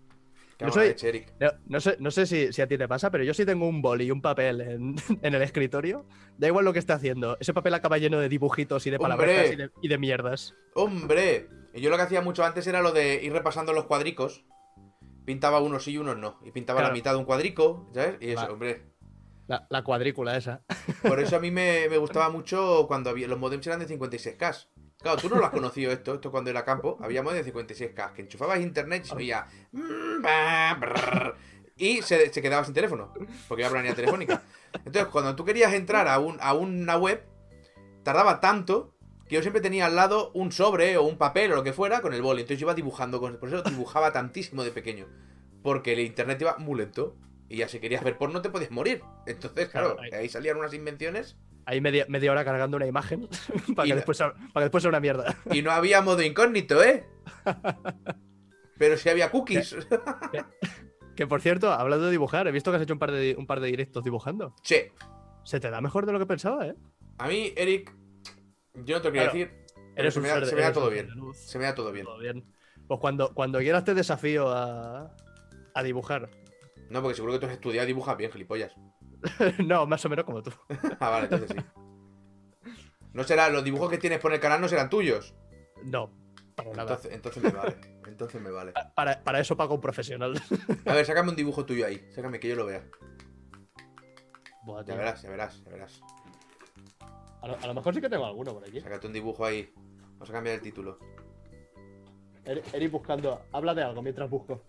[SPEAKER 1] Qué
[SPEAKER 2] Yo
[SPEAKER 1] mala
[SPEAKER 2] soy-
[SPEAKER 1] leche, Eric.
[SPEAKER 2] No, no sé, no sé si, si a ti te pasa, pero yo sí tengo un boli y un papel en, en el escritorio. Da igual lo que esté haciendo. Ese papel acaba lleno de dibujitos y de
[SPEAKER 1] ¡Hombre!
[SPEAKER 2] palabras y de, y de mierdas.
[SPEAKER 1] ¡Hombre! Y yo lo que hacía mucho antes era lo de ir repasando los cuadricos. Pintaba unos sí y unos no. Y pintaba la
[SPEAKER 2] Claro.
[SPEAKER 1] mitad de un cuadrico, ¿sabes? Y eso,
[SPEAKER 2] Va.
[SPEAKER 1] hombre.
[SPEAKER 2] La, la cuadrícula esa.
[SPEAKER 1] Por eso a mí me, me gustaba mucho cuando había, los modems eran de 56K. Claro, tú no lo has conocido esto, esto cuando era campo. Había modems de 56K, que enchufabas internet y se oía... mm, bah, brrr, Y se, se quedaba sin teléfono, porque iba por la línea telefónica. Entonces, cuando tú querías entrar a, un, a una web, tardaba tanto que yo siempre tenía al lado un sobre o un papel o lo que fuera con el boli. Entonces yo iba dibujando, con, por eso dibujaba tantísimo de pequeño. Porque el internet iba muy lento. Y ya si querías ver porno te podías morir. Entonces, claro,
[SPEAKER 2] Claro, ahí-
[SPEAKER 1] ahí salían unas invenciones.
[SPEAKER 2] Ahí media, media hora cargando una imagen para,
[SPEAKER 1] Y
[SPEAKER 2] que
[SPEAKER 1] la-
[SPEAKER 2] después, sea- para que después sea una mierda.
[SPEAKER 1] Y no había modo incógnito, ¿eh? Pero sí había cookies.
[SPEAKER 2] Que por cierto, hablando de dibujar, he visto que has hecho un par de, di- un par de directos dibujando.
[SPEAKER 1] Che,
[SPEAKER 2] Se te da mejor de lo que pensaba, ¿eh?
[SPEAKER 1] a mí, Eric, yo no te lo quería
[SPEAKER 2] Claro.
[SPEAKER 1] decir. Pero se me da-
[SPEAKER 2] ser de-
[SPEAKER 1] se me da
[SPEAKER 2] eres un
[SPEAKER 1] todo
[SPEAKER 2] ser
[SPEAKER 1] bien.
[SPEAKER 2] de luz.
[SPEAKER 1] Se me da todo bien.
[SPEAKER 2] Todo bien. Pues cuando, cuando quieras te desafío a, a dibujar.
[SPEAKER 1] No, porque seguro que tú has estudiado y dibujas bien, gilipollas.
[SPEAKER 2] no, más o menos como tú.
[SPEAKER 1] Ah, vale, entonces sí. No será, los dibujos que tienes por el canal no serán tuyos.
[SPEAKER 2] No, para nada.
[SPEAKER 1] Entonces, entonces me vale. Entonces me vale.
[SPEAKER 2] Para, para eso pago un profesional.
[SPEAKER 1] A ver, sácame un dibujo tuyo ahí. Sácame que yo lo vea.
[SPEAKER 2] Buah,
[SPEAKER 1] Ya
[SPEAKER 2] tío.
[SPEAKER 1] verás, ya verás, ya verás.
[SPEAKER 3] A lo, a lo mejor sí que tengo alguno por aquí.
[SPEAKER 1] Sácate un dibujo ahí. Vamos a cambiar el título.
[SPEAKER 3] Eri Eri Er, buscando. Habla de algo mientras busco.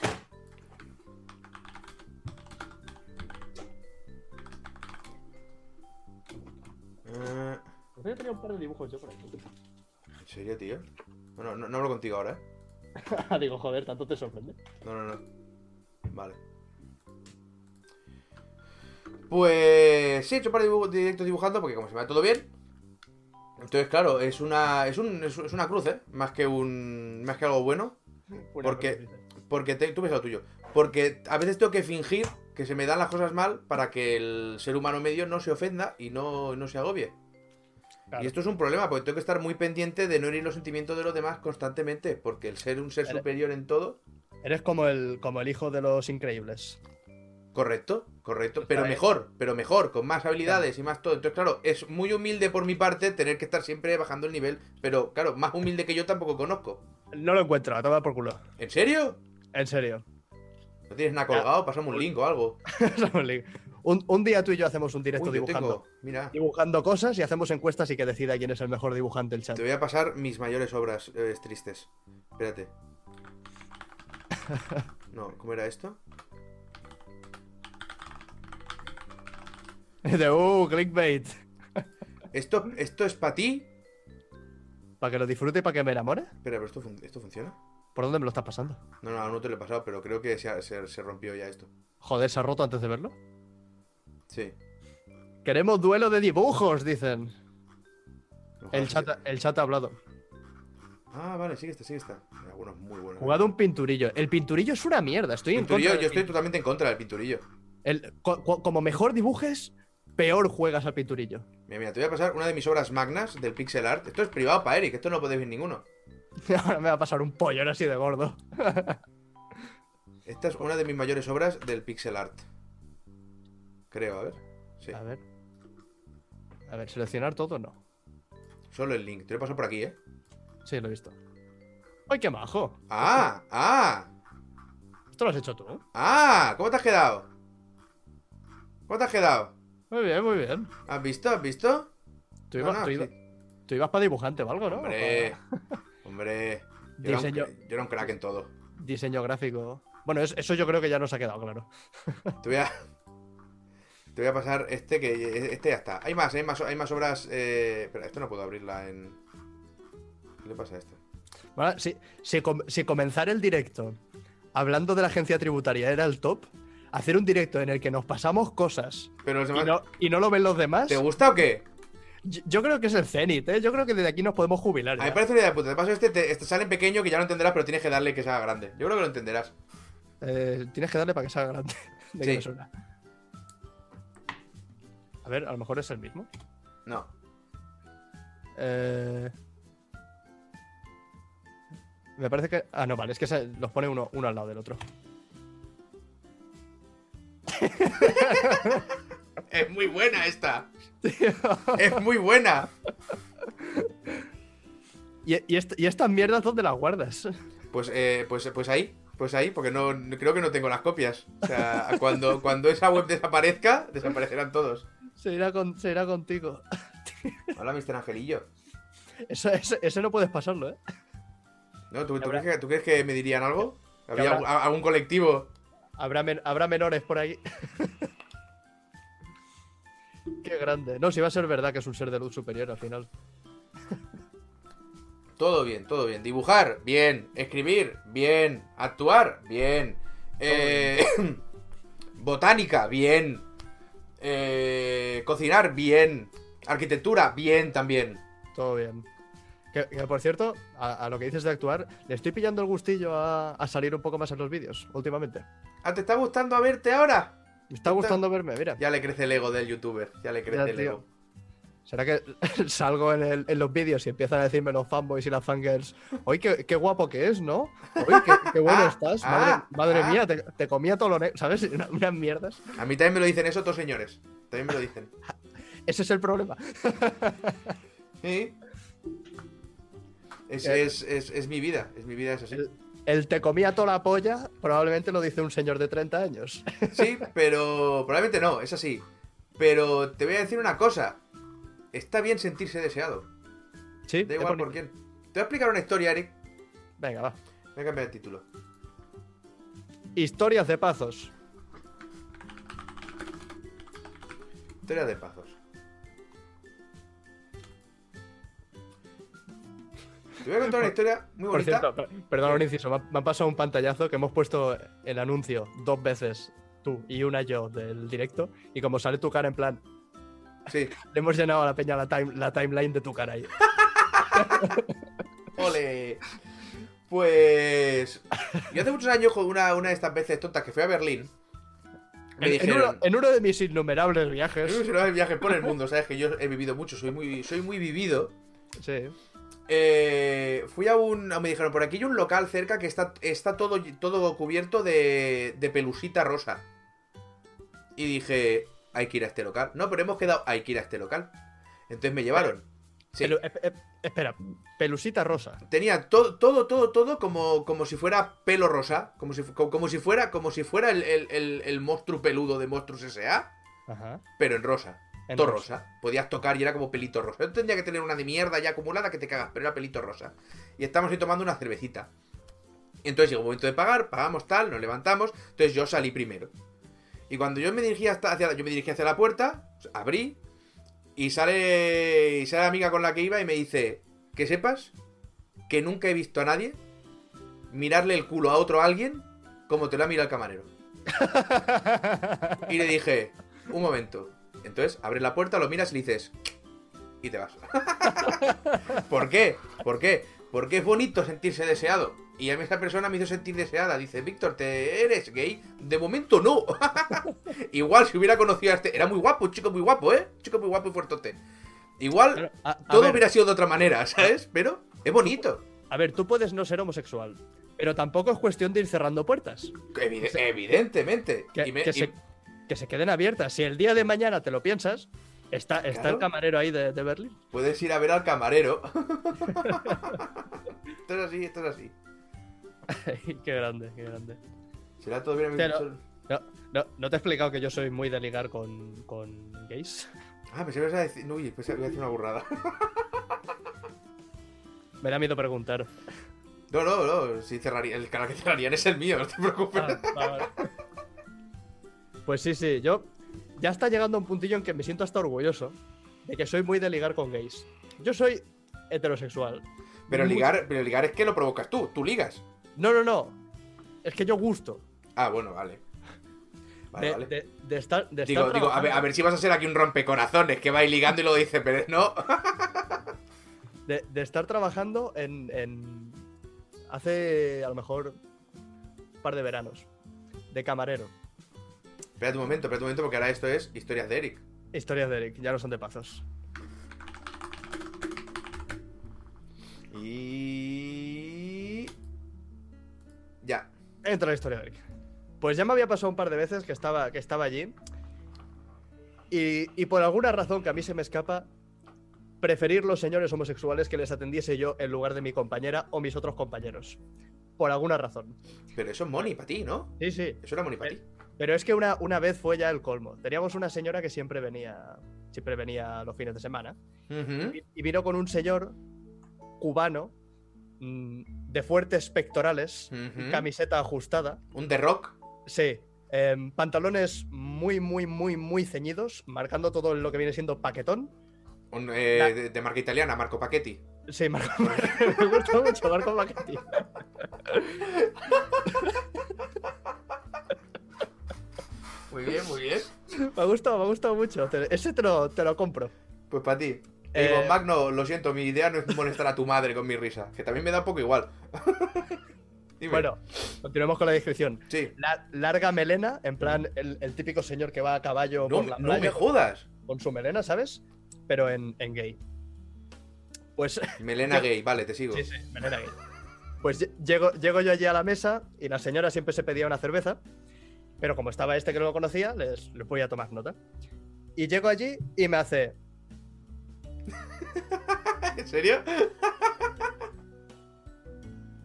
[SPEAKER 1] Eh,
[SPEAKER 3] Creo que tenía un par de dibujos yo por aquí.
[SPEAKER 1] ¿En serio, tío? Bueno, no, no hablo contigo ahora, ¿eh?
[SPEAKER 3] Ah, Digo, joder, tanto te sorprende.
[SPEAKER 1] No, no, no. Vale. Pues sí, he hecho un par de dibu- directos dibujando porque como se me va todo bien. Entonces, claro, es una. Es, un, es una cruz, ¿eh? Más que un. Más que algo bueno.
[SPEAKER 2] Bueno,
[SPEAKER 1] ¿Por qué?
[SPEAKER 3] pues
[SPEAKER 2] pero dice,
[SPEAKER 1] Porque te- tú ves lo tuyo. Porque a veces tengo que fingir que se me dan las cosas mal para que el ser humano medio no se ofenda y no, no se agobie.
[SPEAKER 2] claro,
[SPEAKER 1] Y esto es un problema, porque tengo que estar muy pendiente de no herir los sentimientos de los demás constantemente, porque el ser un ser
[SPEAKER 2] Pero-
[SPEAKER 1] superior en todo,
[SPEAKER 2] Eres como el, como el hijo de los increíbles.
[SPEAKER 1] correcto, correcto, pero
[SPEAKER 2] bien.
[SPEAKER 1] mejor, pero mejor, con más habilidades y más todo. Entonces, claro, es muy humilde por mi parte tener que estar siempre bajando el nivel, pero claro, más humilde que yo tampoco conozco.
[SPEAKER 2] No lo encuentro, a tomar por culo.
[SPEAKER 1] ¿En serio?
[SPEAKER 2] En serio.
[SPEAKER 1] ¿No tienes nada colgado? Pasamos un link o algo.
[SPEAKER 2] un, un día tú y yo hacemos un directo
[SPEAKER 1] Uy, yo
[SPEAKER 2] dibujando.
[SPEAKER 1] tengo, mira.
[SPEAKER 2] Dibujando cosas y hacemos encuestas y que decida quién es el mejor dibujante el chat.
[SPEAKER 1] Te voy a pasar mis mayores obras eh, tristes. Espérate. No, ¿cómo era esto?
[SPEAKER 2] De uh, clickbait.
[SPEAKER 1] Esto, esto es para ti.
[SPEAKER 2] Para que lo disfrute y para que me enamore.
[SPEAKER 1] Espera, pero esto, fun- esto funciona.
[SPEAKER 2] ¿Por dónde me lo estás pasando?
[SPEAKER 1] No, no, no te lo he pasado, pero creo que se, ha- se- se rompió ya esto.
[SPEAKER 2] Joder, se ha roto antes de verlo.
[SPEAKER 1] Sí.
[SPEAKER 2] Queremos duelo de dibujos, dicen.
[SPEAKER 1] Ojalá
[SPEAKER 2] El
[SPEAKER 1] sí
[SPEAKER 2] chat, el chat ha hablado.
[SPEAKER 1] que- Ah, vale, sigue esta, sigue esta. Hay Algunos muy buenos.
[SPEAKER 2] Jugado un pinturillo. El pinturillo es una mierda. Estoy en
[SPEAKER 1] Pinturillo,
[SPEAKER 2] contra. del
[SPEAKER 1] yo estoy
[SPEAKER 2] pin-
[SPEAKER 1] totalmente en contra del pinturillo.
[SPEAKER 2] el- co- co- como mejor dibujes, peor juegas al pinturillo.
[SPEAKER 1] Mira, mira, te voy a pasar una de mis obras magnas del pixel art. Esto es privado para Eric, esto no podéis ver ninguno.
[SPEAKER 2] Ahora me va a pasar un pollón así de gordo.
[SPEAKER 1] Esta es una de mis mayores obras del pixel art. Creo, a ver. Sí.
[SPEAKER 2] A ver. A ver, seleccionar todo no.
[SPEAKER 1] Solo el link. Te lo paso por aquí, ¿eh?
[SPEAKER 2] Sí, lo he visto. ¡Ay, qué majo!
[SPEAKER 1] ¡Ah! ¡Ah!
[SPEAKER 2] Esto lo has hecho tú.
[SPEAKER 1] ¡Ah! ¿Cómo te has quedado? ¿Cómo te has quedado?
[SPEAKER 2] Muy bien, muy bien.
[SPEAKER 1] ¿Has visto? ¿Has visto?
[SPEAKER 2] Tú
[SPEAKER 1] No,
[SPEAKER 2] ibas,
[SPEAKER 1] no,
[SPEAKER 2] tú ibas-
[SPEAKER 1] sí.
[SPEAKER 2] tú ibas para dibujante o algo, ¿no?
[SPEAKER 1] Hombre, hombre. Yo era, un,
[SPEAKER 2] Diseño.
[SPEAKER 1] cra- yo era un crack en todo.
[SPEAKER 2] Para Diseño gráfico. Bueno, es- eso yo creo que ya nos ha quedado claro.
[SPEAKER 1] Te voy a. Te voy a pasar este que. Este ya está. Hay más, hay más, hay más obras. Eh... Espera, esto no puedo abrirla en. ¿Qué le pasa a este? esto?
[SPEAKER 2] Ahora, Si, si com- si comenzar el directo hablando de la agencia tributaria era el top, hacer un directo en el que nos pasamos cosas
[SPEAKER 1] Pero los
[SPEAKER 2] y
[SPEAKER 1] demás.
[SPEAKER 2] no, y no lo ven los demás,
[SPEAKER 1] ¿Te gusta o qué?
[SPEAKER 2] yo, yo creo que es el cenit, ¿eh? Yo creo que desde aquí nos podemos jubilar.
[SPEAKER 1] A mí me
[SPEAKER 2] ya.
[SPEAKER 1] parece una idea de puta. Te paso este, te, este sale en pequeño que ya lo entenderás, pero tienes que darle que sea grande. Yo creo que lo entenderás.
[SPEAKER 2] Eh, tienes que darle para que salga grande. ¿De qué
[SPEAKER 1] Sí.
[SPEAKER 2] me suena? A ver, a lo mejor es el mismo.
[SPEAKER 1] No.
[SPEAKER 2] Eh, Me parece que. Ah, no, vale, es que se- los pone uno, uno al lado del otro.
[SPEAKER 1] Es muy buena esta. Es muy buena.
[SPEAKER 2] Y, y, est- y estas mierdas, ¿dónde las guardas?
[SPEAKER 1] Pues, eh, pues, pues ahí, pues ahí, porque no, no- creo que no tengo las copias. O sea, cuando, cuando esa web desaparezca, desaparecerán todos.
[SPEAKER 2] Se irá, con, se irá contigo.
[SPEAKER 1] Hola, Mr. Angelillo.
[SPEAKER 2] Eso, ese, ese no puedes pasarlo, ¿eh?
[SPEAKER 1] ¿No? ¿Tú, tú
[SPEAKER 2] Habrá-
[SPEAKER 1] crees que, tú crees que me dirían algo? ¿Había
[SPEAKER 2] habrá-
[SPEAKER 1] algún, a- algún colectivo?
[SPEAKER 2] Habrá, men- habrá menores por ahí. Qué grande. No, si va a ser verdad que es un ser de luz superior al final.
[SPEAKER 1] Todo bien, todo bien. Dibujar, bien. Escribir, bien. Actuar, bien. Eh, botánica, bien. Eh, cocinar, bien. Arquitectura, bien también.
[SPEAKER 2] Todo bien. Que, que, por cierto, a, a lo que dices de actuar, le estoy pillando el gustillo a, a salir un poco más en los vídeos últimamente.
[SPEAKER 1] ¿Ah, ¿Te está gustando a verte ahora?
[SPEAKER 2] Me está gustando verme, mira.
[SPEAKER 1] Ya le crece el ego del youtuber. Ya le crece
[SPEAKER 2] Ya,
[SPEAKER 1] el
[SPEAKER 2] tío.
[SPEAKER 1] ego.
[SPEAKER 2] ¿Será que salgo en, el- en los vídeos y empiezan a decirme los fanboys y las fangirls, ¡Oye, qué, qué guapo que es, ¿no? ¡Oye, qué, qué bueno
[SPEAKER 1] Ah,
[SPEAKER 2] estás!
[SPEAKER 1] ah,
[SPEAKER 2] ¡Madre, madre
[SPEAKER 1] ah.
[SPEAKER 2] mía, te, te comía todo lo negro! ¿Sabes? Una- unas mierdas.
[SPEAKER 1] A mí también me lo dicen eso dos señores. También me lo dicen.
[SPEAKER 2] Ese es el problema.
[SPEAKER 1] Sí. Es,
[SPEAKER 2] Eh.
[SPEAKER 1] es- es- es mi vida. Es mi vida, es así.
[SPEAKER 2] El te comía toda la polla probablemente lo dice un señor de 30 años.
[SPEAKER 1] Sí, pero probablemente no, es así. Pero te voy a decir una cosa. está bien sentirse deseado.
[SPEAKER 2] Sí,
[SPEAKER 1] Da
[SPEAKER 2] es
[SPEAKER 1] igual
[SPEAKER 2] bonito.
[SPEAKER 1] por quién. Te voy a explicar una historia, Eric.
[SPEAKER 2] Venga, va.
[SPEAKER 1] Voy a cambiar el título.
[SPEAKER 2] Historias de pazos.
[SPEAKER 1] Historia de pazos. Te voy a contar una historia muy
[SPEAKER 2] Por
[SPEAKER 1] bonita.
[SPEAKER 2] cierto, per- perdón, un inciso, me ha, me ha pasado un pantallazo que hemos puesto el anuncio dos veces, tú y una yo del directo, y como sale tu cara en plan,
[SPEAKER 1] Sí.
[SPEAKER 2] le hemos llenado a la peña la, time- la timeline de tu cara ahí.
[SPEAKER 1] Ole. Pues. Yo hace muchos años, con una, una de estas veces tontas que fui a Berlín, me
[SPEAKER 2] En, en
[SPEAKER 1] dijeron.
[SPEAKER 2] uno, en uno de mis innumerables viajes.
[SPEAKER 1] "Uy, no hay viaje por el mundo, sabes que yo he vivido mucho, soy muy, soy muy vivido.
[SPEAKER 2] Sí.
[SPEAKER 1] Eh, fui a un. Me dijeron, por aquí hay un local cerca que está, está todo, todo cubierto de, de pelusita rosa. Y dije, hay que ir a este local. No, pero hemos quedado, hay que ir a este local. Entonces me llevaron. Sí.
[SPEAKER 2] Pelu- esp- esp- espera, pelusita rosa.
[SPEAKER 1] Tenía todo, todo, todo, todo como, como si fuera pelo rosa. Como si, fu- como, si fuera, como si fuera el, el- el- el monstruo peludo de Monstruos S.A.,
[SPEAKER 2] Ajá.
[SPEAKER 1] pero en rosa.
[SPEAKER 2] en
[SPEAKER 1] todo rosa. Podías tocar y era como pelito rosa. Yo tendría que tener una de mierda ya acumulada que te cagas, pero era pelito rosa. Y estábamos ahí tomando una cervecita. Y entonces llegó el momento de pagar, pagamos tal, nos levantamos. Entonces yo salí primero. Y cuando yo me dirigí hasta- hacia, la- yo me dirigí hacia la puerta, abrí. Y sale, y sale la amiga con la que iba y me dice: Que sepas que nunca he visto a nadie mirarle el culo a otro alguien como te lo ha mirado el camarero. Y le dije, un momento. Entonces, abres la puerta, lo miras y le dices, y te vas. ¿Por qué? ¿Por qué? Porque es bonito sentirse deseado. Y a mí esa persona me hizo sentir deseada. Dice, Víctor, ¿te eres gay? De momento no. Igual si hubiera conocido a este... Era muy guapo, un chico muy guapo, ¿eh? Un chico muy guapo y fuertote. Igual
[SPEAKER 2] Claro, A, a
[SPEAKER 1] todo
[SPEAKER 2] ver,
[SPEAKER 1] hubiera sido de otra manera, ¿sabes? Pero es bonito.
[SPEAKER 2] a ver, tú puedes no ser homosexual, pero tampoco es cuestión de ir cerrando puertas.
[SPEAKER 1] Evide-
[SPEAKER 2] O sea,
[SPEAKER 1] evidentemente.
[SPEAKER 2] Que,
[SPEAKER 1] Y me-
[SPEAKER 2] que
[SPEAKER 1] y-
[SPEAKER 2] se, que se queden abiertas. Si el día de mañana te lo piensas, está, está
[SPEAKER 1] Claro.
[SPEAKER 2] el camarero ahí de, de Berlín.
[SPEAKER 1] Puedes ir a ver al camarero. esto es así, esto es así.
[SPEAKER 2] qué grande, qué grande.
[SPEAKER 1] ¿Será todo bien?
[SPEAKER 2] Pero-
[SPEAKER 1] amigo?
[SPEAKER 2] No, no, no te he explicado que yo soy muy de ligar con, con gays.
[SPEAKER 1] Ah, pensé que ibas a decir... Uy, pensé que iba a decir una burrada.
[SPEAKER 2] Me da miedo preguntar.
[SPEAKER 1] No, no, no. Si cerraría... El canal que cerrarían es el mío, no te preocupes.
[SPEAKER 2] Ah, va, vale. Pues sí, sí, yo ya está llegando a un puntillo en que me siento hasta orgulloso de que soy muy de ligar con gays. Yo soy heterosexual.
[SPEAKER 1] pero,
[SPEAKER 2] Muy-
[SPEAKER 1] ligar, pero ligar es que lo provocas tú. Tú ligas.
[SPEAKER 2] No, no, no. Es que yo gusto
[SPEAKER 1] Ah, bueno, vale. Vale,
[SPEAKER 2] de,
[SPEAKER 1] vale.
[SPEAKER 2] de- de estar. de
[SPEAKER 1] digo,
[SPEAKER 2] estar
[SPEAKER 1] digo a, ver,
[SPEAKER 2] trabajando.
[SPEAKER 1] a ver si vas a ser aquí un rompecorazones que vais ligando y lo dices, pero no.
[SPEAKER 2] de, de estar trabajando en, en- Hace a lo mejor un par de veranos. De camarero.
[SPEAKER 1] espérate un momento, espérate un momento, porque ahora esto es historias de Eric.
[SPEAKER 2] Historias de Eric, ya no son de pazos.
[SPEAKER 1] Y... Ya.
[SPEAKER 2] Entra la historia de Eric. Pues ya me había pasado un par de veces que estaba, que estaba allí. Y, y por alguna razón que a mí se me escapa, preferir los señores homosexuales que les atendiese yo en lugar de mi compañera o mis otros compañeros. Por alguna razón.
[SPEAKER 1] Pero eso es money para ti, ¿no?
[SPEAKER 2] Sí, sí.
[SPEAKER 1] Eso era money para ti.
[SPEAKER 2] Pero es que una, una vez fue ya el colmo. Teníamos una señora que siempre venía, siempre venía los fines de semana.
[SPEAKER 1] Ujú.
[SPEAKER 2] y vino con un señor cubano mm, de fuertes pectorales,
[SPEAKER 1] Ujú.
[SPEAKER 2] camiseta ajustada,
[SPEAKER 1] Un The Rock.
[SPEAKER 2] sí, em, pantalones muy, muy, muy, muy ceñidos, marcando todo lo que viene siendo paquetón.
[SPEAKER 1] Un, eh,
[SPEAKER 2] La-
[SPEAKER 1] de, de marca italiana, Marco Paquetti.
[SPEAKER 2] Sí, Marco, me gusta mucho Marco Paquetti.
[SPEAKER 1] Muy bien, muy bien.
[SPEAKER 2] Me ha gustado, me ha gustado mucho. Te- Ese te lo, te lo compro.
[SPEAKER 1] Pues para ti.
[SPEAKER 2] Eh,
[SPEAKER 1] Digo, Magno, lo siento, mi idea no es molestar a tu madre con mi risa, que también me da un poco igual. Dime.
[SPEAKER 2] Bueno, continuemos con la descripción.
[SPEAKER 1] sí.
[SPEAKER 2] La- larga melena, en plan el, el típico señor que va a caballo
[SPEAKER 1] No,
[SPEAKER 2] por la
[SPEAKER 1] no
[SPEAKER 2] playa
[SPEAKER 1] me jodas.
[SPEAKER 2] con su melena, ¿sabes? Pero en, en gay. Pues
[SPEAKER 1] Melena gay, vale, te sigo.
[SPEAKER 2] Sí, sí, melena gay. Pues lle- llego, llego yo allí a la mesa y la señora siempre se pedía una cerveza, pero como estaba este que no lo conocía, les, les voy a tomar nota. Y llego allí y me hace,
[SPEAKER 1] ¿En serio?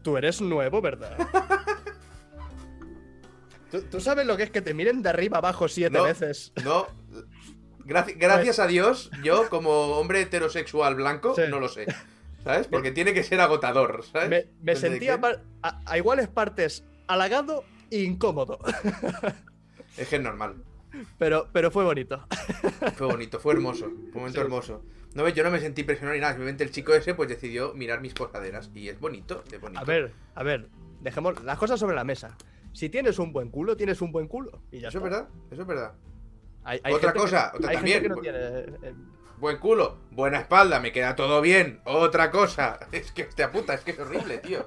[SPEAKER 2] tú eres nuevo, ¿verdad? ¿Tú, tú sabes lo que es que te miren de arriba abajo siete
[SPEAKER 1] No.
[SPEAKER 2] veces?
[SPEAKER 1] No. Graci-
[SPEAKER 2] Pues
[SPEAKER 1] gracias a Dios, yo como hombre heterosexual blanco,
[SPEAKER 2] Sí.
[SPEAKER 1] no lo sé. ¿Sabes? Porque tiene que ser agotador, ¿sabes?
[SPEAKER 2] Me, me
[SPEAKER 1] Desde
[SPEAKER 2] sentía
[SPEAKER 1] que-
[SPEAKER 2] par- a, a iguales partes halagado e incómodo.
[SPEAKER 1] Es que es normal.
[SPEAKER 2] Pero, pero fue bonito.
[SPEAKER 1] Fue bonito, fue hermoso. Fue un momento hermoso. No ves, yo no me sentí presionado ni nada. Simplemente el chico ese pues decidió mirar mis posaderas. Y es bonito, es bonito.
[SPEAKER 2] A ver, a ver, dejemos las cosas sobre la mesa. Si tienes un buen culo, tienes un buen culo. Y ya
[SPEAKER 1] Eso es
[SPEAKER 2] está.
[SPEAKER 1] verdad, eso es verdad.
[SPEAKER 2] Hay- hay
[SPEAKER 1] Otra
[SPEAKER 2] gente
[SPEAKER 1] cosa,
[SPEAKER 2] que-
[SPEAKER 1] otra
[SPEAKER 2] hay
[SPEAKER 1] también.
[SPEAKER 2] gente que no tiene, eh,
[SPEAKER 1] Buen culo, buena espalda, me queda todo bien. Otra cosa. Es que te puta, es que es horrible, tío.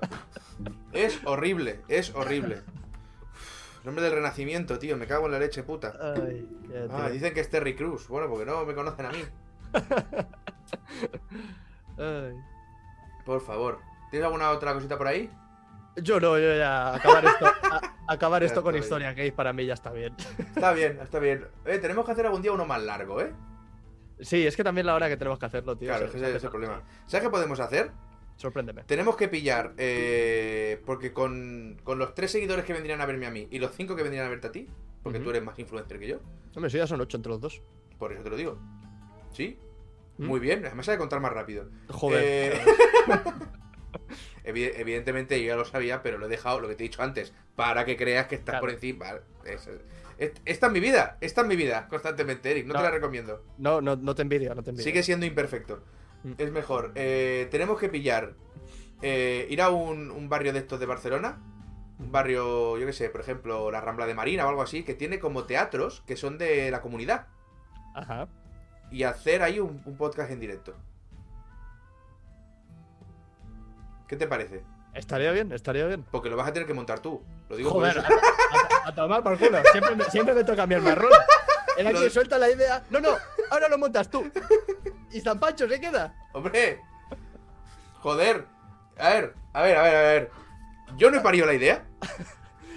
[SPEAKER 1] Es horrible, es horrible. Nombre del renacimiento, tío, me cago en la leche puta.
[SPEAKER 2] eh, Ay, ya,
[SPEAKER 1] Ah,
[SPEAKER 2] tío.
[SPEAKER 1] dicen que es Terry Cruz. Bueno, porque no me conocen a mí.
[SPEAKER 2] Ay.
[SPEAKER 1] Por favor. ¿Tienes alguna otra cosita por ahí?
[SPEAKER 2] Yo no, yo ya acabar esto, a- acabar
[SPEAKER 1] Ya
[SPEAKER 2] esto con
[SPEAKER 1] estoy.
[SPEAKER 2] historia gays para mí ya está bien.
[SPEAKER 1] Está bien, está bien. Eh, tenemos que hacer algún día uno más largo, ¿eh?
[SPEAKER 2] Sí, es que también la hora que tenemos que hacerlo, tío.
[SPEAKER 1] Claro,
[SPEAKER 2] se-
[SPEAKER 1] es que
[SPEAKER 2] se
[SPEAKER 1] ese es
[SPEAKER 2] hace
[SPEAKER 1] el
[SPEAKER 2] tarde.
[SPEAKER 1] problema. ¿Sabes qué podemos hacer?
[SPEAKER 2] Sorpréndeme.
[SPEAKER 1] Tenemos que pillar, eh, porque con, con los tres seguidores que vendrían a verme a mí y los cinco que vendrían a verte a ti, porque
[SPEAKER 2] Ujú.
[SPEAKER 1] tú eres más influencer que yo,
[SPEAKER 2] Hombre, si ya son ocho entre los dos.
[SPEAKER 1] por eso te lo digo. ¿Sí?
[SPEAKER 2] ¿Mm?
[SPEAKER 1] Muy bien, además sabe contar más rápido.
[SPEAKER 2] Joder.
[SPEAKER 1] Eh, evi- Evidentemente yo ya lo sabía, pero lo he dejado, lo que te he dicho antes, para que creas que estás
[SPEAKER 2] Claro.
[SPEAKER 1] por encima. Es- es- esta es mi vida, esta es mi vida, constantemente, Eric, no,
[SPEAKER 2] No.
[SPEAKER 1] te la recomiendo.
[SPEAKER 2] No, no, no te envidio, no te envidio.
[SPEAKER 1] Sigue siendo imperfecto.
[SPEAKER 2] Mm.
[SPEAKER 1] Es mejor. eh, tenemos que pillar, eh, ir a un, un barrio de estos de Barcelona, un barrio, yo qué sé, por ejemplo, la Rambla de Marina o algo así, que tiene como teatros que son de la comunidad,
[SPEAKER 2] Ajá.
[SPEAKER 1] y hacer ahí un- un podcast en directo. ¿Qué te parece?
[SPEAKER 2] Estaría bien, estaría bien.
[SPEAKER 1] Porque lo vas a tener que montar tú. Lo digo
[SPEAKER 2] Joder,
[SPEAKER 1] por
[SPEAKER 2] a,
[SPEAKER 1] eso.
[SPEAKER 2] a- a tomar por culo. Siempre me, siempre me toca a mí el marrón. Era
[SPEAKER 1] Lo-
[SPEAKER 2] quien suelta la idea. No, no, ahora lo montas tú. Y Zampacho se queda.
[SPEAKER 1] ¡Hombre! ¡Joder! A ver, a ver, a ver, a ver. Yo no he parido la idea.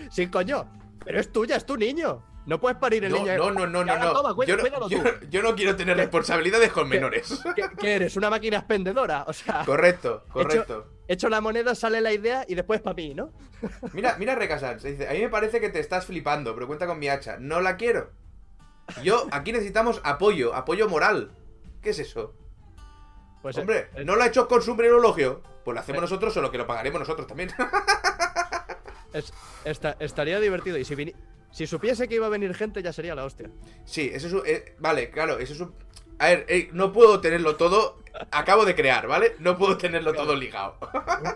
[SPEAKER 2] Sí, coño. Pero es tuya, es tu niño. No puedes parir el
[SPEAKER 1] No,
[SPEAKER 2] niño.
[SPEAKER 1] no, no, no,
[SPEAKER 2] Y
[SPEAKER 1] no.
[SPEAKER 2] ahora
[SPEAKER 1] no.
[SPEAKER 2] toma, cuida-
[SPEAKER 1] yo, no
[SPEAKER 2] cuídalo
[SPEAKER 1] yo,
[SPEAKER 2] tú.
[SPEAKER 1] no- yo no quiero tener responsabilidades con menores.
[SPEAKER 2] ¿Qué, qué eres? ¿Una máquina expendedora? O sea,
[SPEAKER 1] Correcto, correcto.
[SPEAKER 2] echo la moneda, sale la idea y después para mí, ¿no?
[SPEAKER 1] Mira, mira Recasans. Dice, a mí me parece que te estás flipando, pero cuenta con mi hacha. No la quiero. Yo, aquí necesitamos apoyo, apoyo moral. ¿Qué es eso?
[SPEAKER 2] Pues eh,
[SPEAKER 1] Hombre,
[SPEAKER 2] eh,
[SPEAKER 1] ¿no lo ha hecho con sombrerologio? Pues lo hacemos
[SPEAKER 2] Eh.
[SPEAKER 1] nosotros, solo que lo pagaremos nosotros también.
[SPEAKER 2] es- esta- estaría divertido. Y si, vini- si supiese que iba a venir gente, ya sería la hostia.
[SPEAKER 1] Sí, eso es un- eh, vale, claro, eso es un... A ver, eh, no puedo tenerlo todo... Acabo de crear, ¿vale? No puedo tenerlo todo ligado.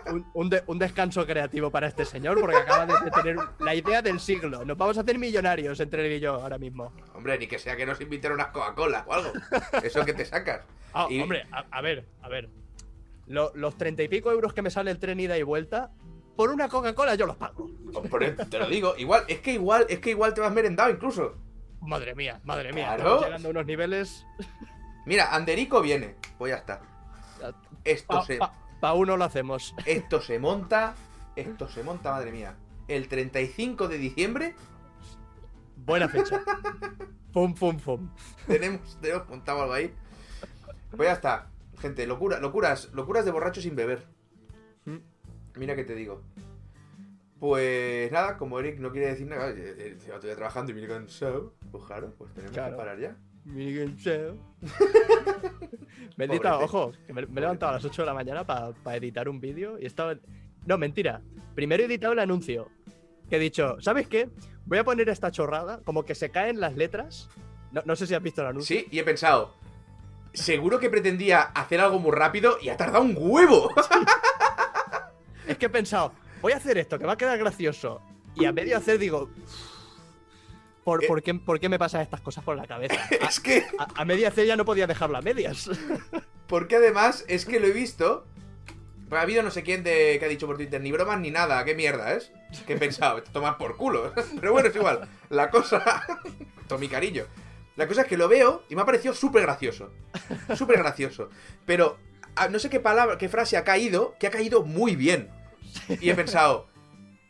[SPEAKER 2] Un- un, un de- un descanso creativo para este señor porque acaba de, de tener la idea del siglo. Nos vamos a hacer millonarios entre él y yo ahora mismo.
[SPEAKER 1] Hombre, ni que sea que nos inviten a unas Coca-Cola o algo. Eso que te sacas.
[SPEAKER 2] Ah,
[SPEAKER 1] Y-
[SPEAKER 2] Hombre, a, a ver, a ver. Lo- los treinta y pico euros que me sale el tren ida y vuelta, por una Coca-Cola yo los pago.
[SPEAKER 1] Hombre, te lo digo. Igual, es que igual, es que igual te vas merendado incluso.
[SPEAKER 2] Madre mía, madre mía.
[SPEAKER 1] Claro.
[SPEAKER 2] estamos llegando a unos niveles.
[SPEAKER 1] Mira, Anderico viene. Pues ya está. Esto
[SPEAKER 2] Pa,
[SPEAKER 1] se...
[SPEAKER 2] pa- pa uno lo hacemos.
[SPEAKER 1] Esto se monta. Esto se monta, madre mía. El 35 de diciembre
[SPEAKER 2] Buena fecha. Pum, pum, pum.
[SPEAKER 1] tenemos, tenemos montado algo ahí. Pues ya está. Gente, locura, locuras, locuras de borracho sin beber.
[SPEAKER 2] Mm.
[SPEAKER 1] Mira que te digo. Pues nada, como Eric no quiere decir nada, eh, eh, encima estoy trabajando y viene cansado, pues claro, pues tenemos
[SPEAKER 2] Claro.
[SPEAKER 1] que parar ya.
[SPEAKER 2] Miguel Cheo. Bendita,
[SPEAKER 1] Pobre
[SPEAKER 2] ojo, que me, me he levantado a las 8 de la mañana para editar un vídeo y estaba. No, mentira. Primero he editado el anuncio. Que he dicho, ¿sabes qué? Voy a poner esta chorrada, como que se caen las letras. No, no sé si has visto el anuncio.
[SPEAKER 1] Sí, y he pensado, seguro que pretendía hacer algo muy rápido y ha tardado un huevo.
[SPEAKER 2] Es que he pensado, voy a hacer esto, que va a quedar gracioso. Y a medio hacer digo. ¿Por,
[SPEAKER 1] Eh.
[SPEAKER 2] por qué, por qué me pasan estas cosas por la cabeza?
[SPEAKER 1] es que,
[SPEAKER 2] A, a media hacer ya no podía dejarlo a medias.
[SPEAKER 1] porque además es que lo he visto. pues Ha habido no sé quién de, que ha dicho por Twitter, ni bromas ni nada, qué mierda es. Que he pensado, tomar por culo. Pero bueno, es igual. La cosa. Tommy Carillo. La cosa es que lo veo y me ha parecido súper gracioso. Súper gracioso. Pero ah, no sé qué palabra, qué frase ha caído, que ha caído muy bien. Y he pensado,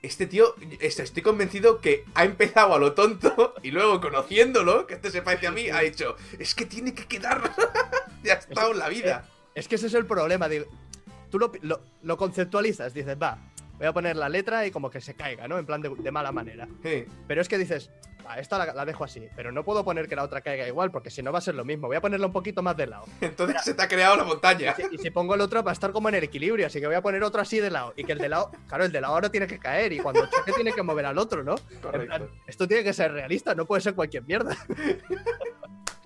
[SPEAKER 1] este tío, es- estoy convencido que ha empezado a lo tonto y luego conociéndolo, que este se parece a mí, ha dicho, es que tiene que quedar. Ya ha estado en la vida.
[SPEAKER 2] Es que ese es el problema. digo, tú lo, pi- lo- lo conceptualizas, dices, va, voy a poner la letra y como que se caiga, ¿no? En plan de, de mala manera.
[SPEAKER 1] Sí.
[SPEAKER 2] Pero es que dices, va, ah, esta la, la dejo así, pero no puedo poner que la otra caiga igual, porque si no va a ser lo mismo. Voy a ponerla un poquito más de lado.
[SPEAKER 1] Entonces se te ha creado la montaña.
[SPEAKER 2] Y si- Y si pongo el otro va a estar como en el equilibrio, así que voy a poner otro así de lado. Y que el de lado, claro, el de lado ahora tiene que caer y cuando choque tiene que mover al otro, ¿no? En plan,
[SPEAKER 1] Correcto.
[SPEAKER 2] esto tiene que ser realista, no puede ser cualquier mierda.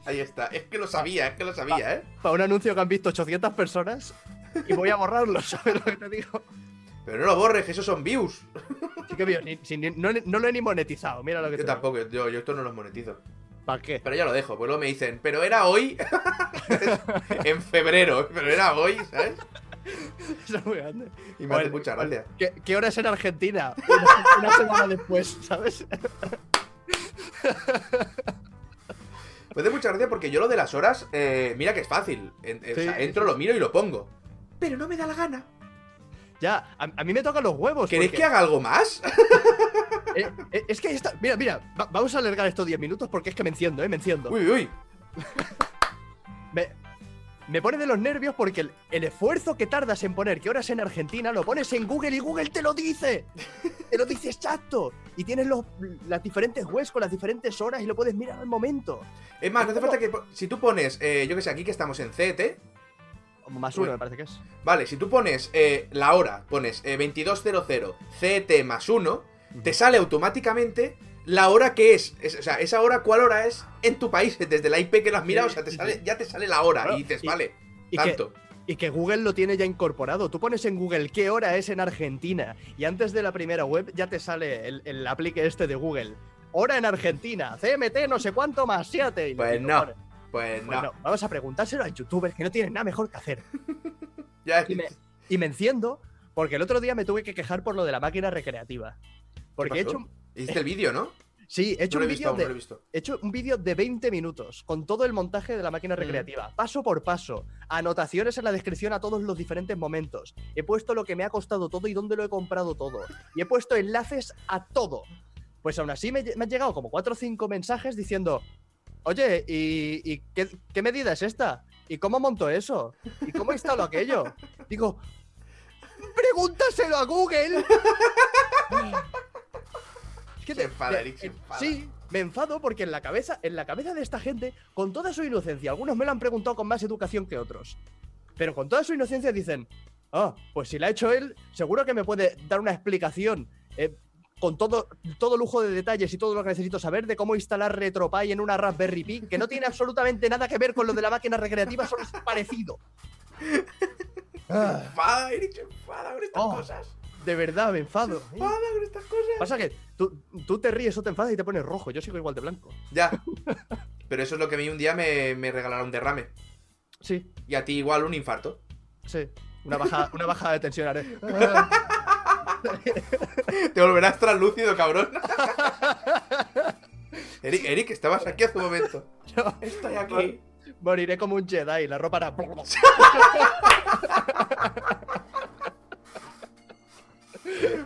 [SPEAKER 1] Ahí está. Es
[SPEAKER 2] Ah.
[SPEAKER 1] que lo sabía, es que lo sabía, ¿eh?
[SPEAKER 2] Para un anuncio que han visto 800 personas y voy a borrarlo, ¿sabes lo que te digo?
[SPEAKER 1] Pero no lo borres, que esos son views.
[SPEAKER 2] Así que, mío, ni- si ni- no, no lo he ni monetizado, mira lo que
[SPEAKER 1] Yo
[SPEAKER 2] te
[SPEAKER 1] tampoco, yo, yo esto no los monetizo.
[SPEAKER 2] ¿Para qué?
[SPEAKER 1] Pero ya lo dejo, pues luego me dicen, pero era hoy. en febrero, pero era hoy, ¿sabes?
[SPEAKER 2] Eso es muy grande.
[SPEAKER 1] Y me hace
[SPEAKER 2] Joder,
[SPEAKER 1] mucha gracia.
[SPEAKER 2] ¿Qué, qué hora es en Argentina? Una, una semana después, ¿sabes?
[SPEAKER 1] Me hace mucha gracia porque yo lo de las horas, eh, mira que es fácil. En- eh, o
[SPEAKER 2] Sí,
[SPEAKER 1] sea,
[SPEAKER 2] sí, Pues,
[SPEAKER 1] entro, lo miro y lo pongo. Pero no me da la gana.
[SPEAKER 2] Ya, a, a mí me tocan los huevos.
[SPEAKER 1] ¿Queréis
[SPEAKER 2] porque-
[SPEAKER 1] que haga algo más?
[SPEAKER 2] Eh, eh, es que ahí está. Mira, mira, va- vamos a alargar estos 10 minutos porque es que me enciendo, eh, me enciendo.
[SPEAKER 1] Uy, uy, uy.
[SPEAKER 2] Me, me pone de los nervios porque el, el esfuerzo que tardas en poner qué horas en Argentina lo pones en Google y Google te lo dice. te lo dice exacto. Y tienes los, las diferentes webs con las diferentes horas y lo puedes mirar al momento.
[SPEAKER 1] Es más, no hace falta que. po- Si tú pones, eh, yo que sé, aquí que estamos en CET,
[SPEAKER 2] Más
[SPEAKER 1] Uy.
[SPEAKER 2] uno, me parece que es.
[SPEAKER 1] vale, si tú pones eh, la hora, pones eh, 2200 CET E más 1, te sale automáticamente la hora que es, es- O sea, esa hora, ¿cuál hora es en tu país? Desde la IP que lo has mirado, o sea, te
[SPEAKER 2] sí,
[SPEAKER 1] sale,
[SPEAKER 2] sí.
[SPEAKER 1] ya te sale la hora
[SPEAKER 2] Claro,
[SPEAKER 1] y dices,
[SPEAKER 2] y-
[SPEAKER 1] vale,
[SPEAKER 2] Y que,
[SPEAKER 1] tanto.
[SPEAKER 2] y que Google lo tiene ya incorporado. Tú pones en Google qué hora es en Argentina y antes de la primera web ya te sale el, el aplique este de Google. Hora en Argentina, CMT no sé cuánto más 7. Y
[SPEAKER 1] Pues
[SPEAKER 2] digo,
[SPEAKER 1] no,
[SPEAKER 2] "Vale,
[SPEAKER 1] Pues
[SPEAKER 2] pues
[SPEAKER 1] no,
[SPEAKER 2] no, vamos a preguntárselo a youtubers que no tienen nada mejor que hacer.
[SPEAKER 1] ya es.
[SPEAKER 2] Y me, y me enciendo porque el otro día me tuve que quejar por lo de la máquina recreativa. Porque he
[SPEAKER 1] pasó?
[SPEAKER 2] hecho, un-
[SPEAKER 1] Hiciste el vídeo, ¿no?
[SPEAKER 2] sí, he hecho
[SPEAKER 1] No lo he
[SPEAKER 2] un
[SPEAKER 1] visto,
[SPEAKER 2] vídeo
[SPEAKER 1] aún, no lo he
[SPEAKER 2] de,
[SPEAKER 1] visto.
[SPEAKER 2] he hecho un vídeo de 20 minutos con todo el montaje de la máquina recreativa, paso por paso, anotaciones en la descripción a todos los diferentes momentos. He puesto lo que me ha costado todo y dónde lo he comprado todo. Y he puesto enlaces a todo. Pues aún así me, lle- me han llegado como 4 o 5 mensajes diciendo, oye, ¿y, y qué, qué medida es esta? ¿Y cómo monto eso? ¿Y cómo instalo aquello? Digo, pregúntaselo a Google. Es que
[SPEAKER 1] Se enfada, Eric, se
[SPEAKER 2] eh,
[SPEAKER 1] enfada.
[SPEAKER 2] Sí, me enfado porque en la cabeza, en la cabeza de esta gente, con toda su inocencia, algunos me lo han preguntado con más educación que otros, pero con toda su inocencia dicen, ah, pues si la ha hecho él, seguro que me puede dar una explicación eh, con todo, todo lujo de detalles y todo lo que necesito saber de cómo instalar RetroPie en una Raspberry Pi, que no tiene absolutamente nada que ver con lo de la máquina recreativa, solo es parecido. Ah,
[SPEAKER 1] Enfada, Erich, enfada con estas
[SPEAKER 2] Oh.
[SPEAKER 1] cosas.
[SPEAKER 2] de verdad, me enfado.
[SPEAKER 1] Enfada con estas cosas.
[SPEAKER 2] Pasa que tú, tú te ríes o te enfadas y te pones rojo, yo sigo igual de blanco.
[SPEAKER 1] Ya. Pero eso es lo que a mí un día me, me regalaron derrame.
[SPEAKER 2] Sí,
[SPEAKER 1] Y a ti igual un infarto.
[SPEAKER 2] Sí. Una bajada, una bajada de tensión haré.
[SPEAKER 1] Te volverás translúcido, cabrón. Eric, Eric, estabas aquí hace un momento.
[SPEAKER 2] Yo
[SPEAKER 1] Estoy aquí.
[SPEAKER 2] moriré como un Jedi, la ropa hará.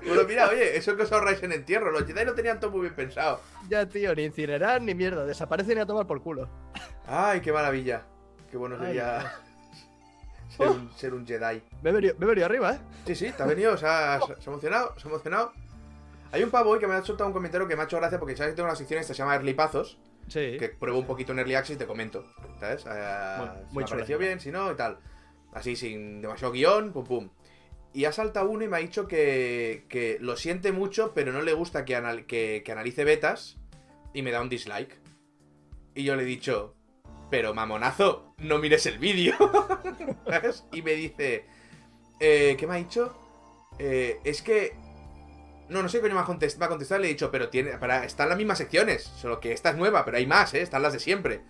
[SPEAKER 1] Bueno, mira, oye, eso que os ahorráis en entierro. Los Jedi lo tenían todo muy bien pensado.
[SPEAKER 2] Ya, tío, ni incinerar ni mierda. Desaparecen y a tomar por culo.
[SPEAKER 1] Ay, qué maravilla. Qué bueno
[SPEAKER 2] Ay,
[SPEAKER 1] sería ser un, ser un Jedi.
[SPEAKER 2] Me he venido, me he venido arriba, ¿eh?
[SPEAKER 1] Sí, sí, te ha venido, o sea, se se ha emocionado, se ha emocionado. Hay un pavo hoy que me ha soltado un comentario que me ha hecho gracia porque sabes que tengo una sección esta que se llama Early Pazos.
[SPEAKER 2] Sí.
[SPEAKER 1] que pruebo un poquito en Early Access y te comento. ¿Sabes? Eh,
[SPEAKER 2] Muy-
[SPEAKER 1] si
[SPEAKER 2] muy
[SPEAKER 1] me
[SPEAKER 2] chula.
[SPEAKER 1] pareció bien, si no, y tal. Así, sin demasiado guión, pum pum. Y ha saltado uno y me ha dicho que, que lo siente mucho, pero no le gusta que, anal- que, que analice betas y me da un dislike. Y yo le he dicho, pero mamonazo, no mires el vídeo. ¿Sabes? y me dice, eh, ¿qué me ha dicho? Eh, es que... No, no sé qué coño me ha contest- me ha contestado. Le he dicho, pero tiene, para, están las mismas secciones. Solo que esta es nueva, pero hay más, ¿eh? Están las de siempre.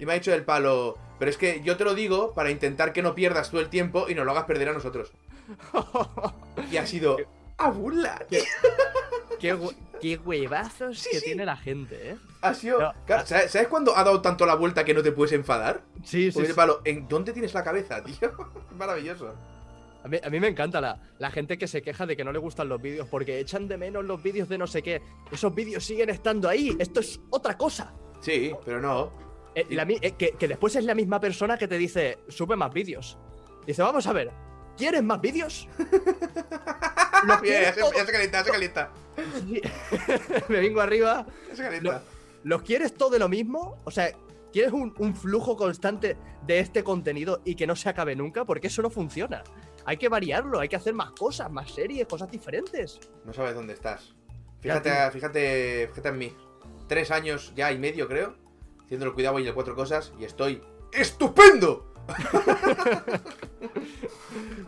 [SPEAKER 1] Y me ha dicho el palo, pero es que yo te lo digo para intentar que no pierdas tú el tiempo y no lo hagas perder a nosotros. Y ha sido... ¡A burla! tío!
[SPEAKER 2] qué, hue- qué huevazos
[SPEAKER 1] Sí,
[SPEAKER 2] que
[SPEAKER 1] sí.
[SPEAKER 2] tiene la gente, ¿eh?
[SPEAKER 1] Ha sido...
[SPEAKER 2] No,
[SPEAKER 1] Claro, ¿Sabes sabes cuándo ha dado tanto la vuelta que no te puedes enfadar?
[SPEAKER 2] Sí, sí.
[SPEAKER 1] Porque
[SPEAKER 2] sí.
[SPEAKER 1] el palo, ¿en dónde tienes la cabeza, tío? Maravilloso.
[SPEAKER 2] A mí, a mí me encanta la, la gente que se queja de que no le gustan los vídeos porque echan de menos los vídeos de no sé qué. Esos vídeos siguen estando ahí. Esto es otra cosa.
[SPEAKER 1] Sí, pero no.
[SPEAKER 2] Eh, la mi- eh, que, que después es la misma persona que te dice, sube más vídeos. Dice, vamos a ver, ¿quieres más vídeos? ¿Lo
[SPEAKER 1] Bien, ya
[SPEAKER 2] quieres
[SPEAKER 1] se,
[SPEAKER 2] Ah, todo?".
[SPEAKER 1] ya se calienta, ya se calienta.
[SPEAKER 2] Sí. Me vengo arriba.
[SPEAKER 1] Ya se calienta.
[SPEAKER 2] ¿Los quieres todo de lo mismo? O sea, ¿quieres un, un flujo constante de este contenido y que no se acabe nunca? Porque eso no funciona. Hay que variarlo, hay que hacer más cosas, más series, cosas diferentes.
[SPEAKER 1] No sabes dónde estás.
[SPEAKER 2] Ya,
[SPEAKER 1] Fíjate, fíjate, fíjate en mí. Tres años ya y medio, creo, haciendo el cuidado y el cuatro cosas, y estoy ¡estupendo!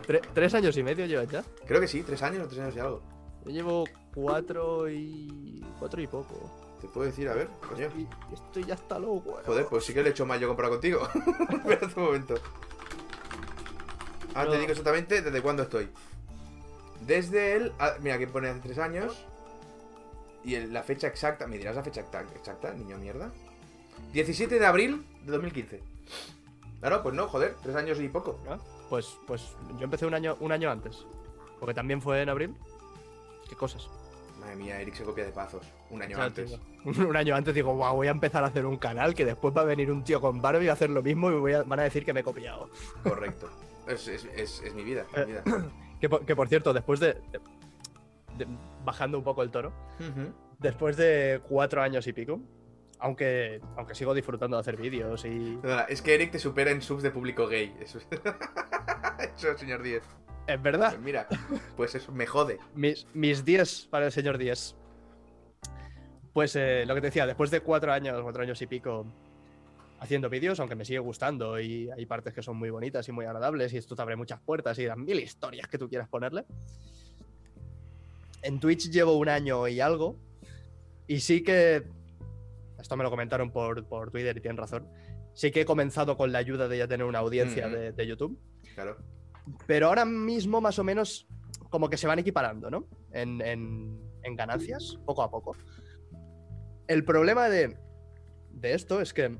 [SPEAKER 2] Tre- tres años y medio llevas ya.
[SPEAKER 1] Creo que sí, tres años o tres años y algo.
[SPEAKER 2] Yo llevo cuatro y. cuatro y poco.
[SPEAKER 1] Te puedo decir, a ver, coño.
[SPEAKER 2] Y estoy ya hasta loco. eh.
[SPEAKER 1] Joder, pues sí que le he hecho mal yo comparado contigo. Espera un momento. Ahora te
[SPEAKER 2] No.
[SPEAKER 1] digo exactamente desde cuándo estoy. Desde el. ah, Mira, que pone hace tres años. Y el- la fecha exacta. ¿Me dirás la fecha exacta, exacta, niño mierda? 17 de abril de 2015. Claro, pues no, joder, tres años y poco.
[SPEAKER 2] Ah, Pues, pues yo empecé un año, un año antes. Porque también fue en abril. Qué cosas.
[SPEAKER 1] Madre mía, Eric se copia de pazos. Un año
[SPEAKER 2] O sea,
[SPEAKER 1] antes.
[SPEAKER 2] tío, un año antes digo, wow, voy a empezar a hacer un canal que después va a venir un tío con Barbie y va a hacer lo mismo y voy a- van a decir que me he copiado.
[SPEAKER 1] Correcto. Es, es- es- es mi vida. es mi vida.
[SPEAKER 2] Que por, que por cierto, después de, de- de- Bajando un poco el toro.
[SPEAKER 1] Ujú.
[SPEAKER 2] Después de cuatro años y pico. Aunque, aunque sigo disfrutando de hacer vídeos y.
[SPEAKER 1] Perdona, es que Eric te supera en subs de público gay. Eso, Eso, señor 10.
[SPEAKER 2] Es verdad.
[SPEAKER 1] Pues mira, pues eso me jode.
[SPEAKER 2] Mis, mis 10 para el señor 10. Pues eh, lo que te decía, después de cuatro años, cuatro años y pico haciendo vídeos, aunque me sigue gustando y hay partes que son muy bonitas y muy agradables y esto te abre muchas puertas y dan mil historias que tú quieras ponerle. En Twitch llevo un año y algo y sí que, esto me lo comentaron por, por Twitter y tienen razón, sí que he comenzado con la ayuda de ya tener una audiencia
[SPEAKER 1] Ujú.
[SPEAKER 2] de- de YouTube
[SPEAKER 1] Claro.
[SPEAKER 2] pero ahora mismo más o menos como que se van equiparando, ¿no? En, en- en ganancias, poco a poco. El problema de, de esto es que a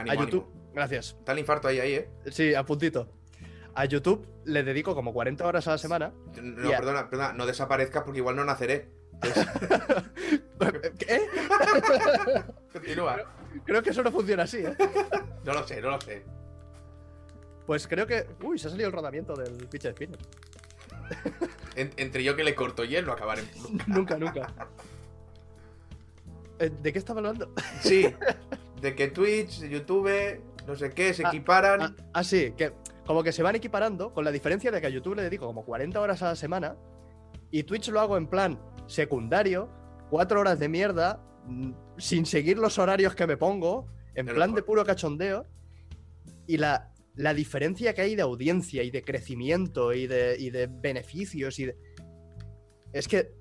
[SPEAKER 1] Ánimo,
[SPEAKER 2] YouTube...
[SPEAKER 1] ánimo.
[SPEAKER 2] Gracias.
[SPEAKER 1] Está el infarto ahí, ahí, eh.
[SPEAKER 2] Sí, a puntito. A YouTube le dedico como 40 horas a la semana.
[SPEAKER 1] No,
[SPEAKER 2] Ya.
[SPEAKER 1] perdona, perdona, no desaparezcas porque igual no naceré.
[SPEAKER 2] ¿Eh?
[SPEAKER 1] Continúa.
[SPEAKER 2] Creo que eso no funciona así, ¿eh?
[SPEAKER 1] No lo sé, no lo sé.
[SPEAKER 2] Pues creo que... Uy, se ha salido el rodamiento del pitch de spinner.
[SPEAKER 1] En- entre yo que le corto y él no acabaré.
[SPEAKER 2] nunca, nunca. Eh, ¿De qué estaba hablando?
[SPEAKER 1] Sí, de que Twitch, YouTube, no sé qué, se
[SPEAKER 2] Ah,
[SPEAKER 1] equiparan.
[SPEAKER 2] Ah, ah, sí, que como que se van equiparando, con la diferencia de que a YouTube le dedico como 40 horas a la semana y Twitch lo hago en plan secundario, 4 horas de mierda, mm, sin seguir los horarios que me pongo, en
[SPEAKER 1] Pero
[SPEAKER 2] plan
[SPEAKER 1] por-
[SPEAKER 2] de puro cachondeo. Y la, la diferencia que hay de audiencia y de crecimiento y de, y de beneficios y de- Es que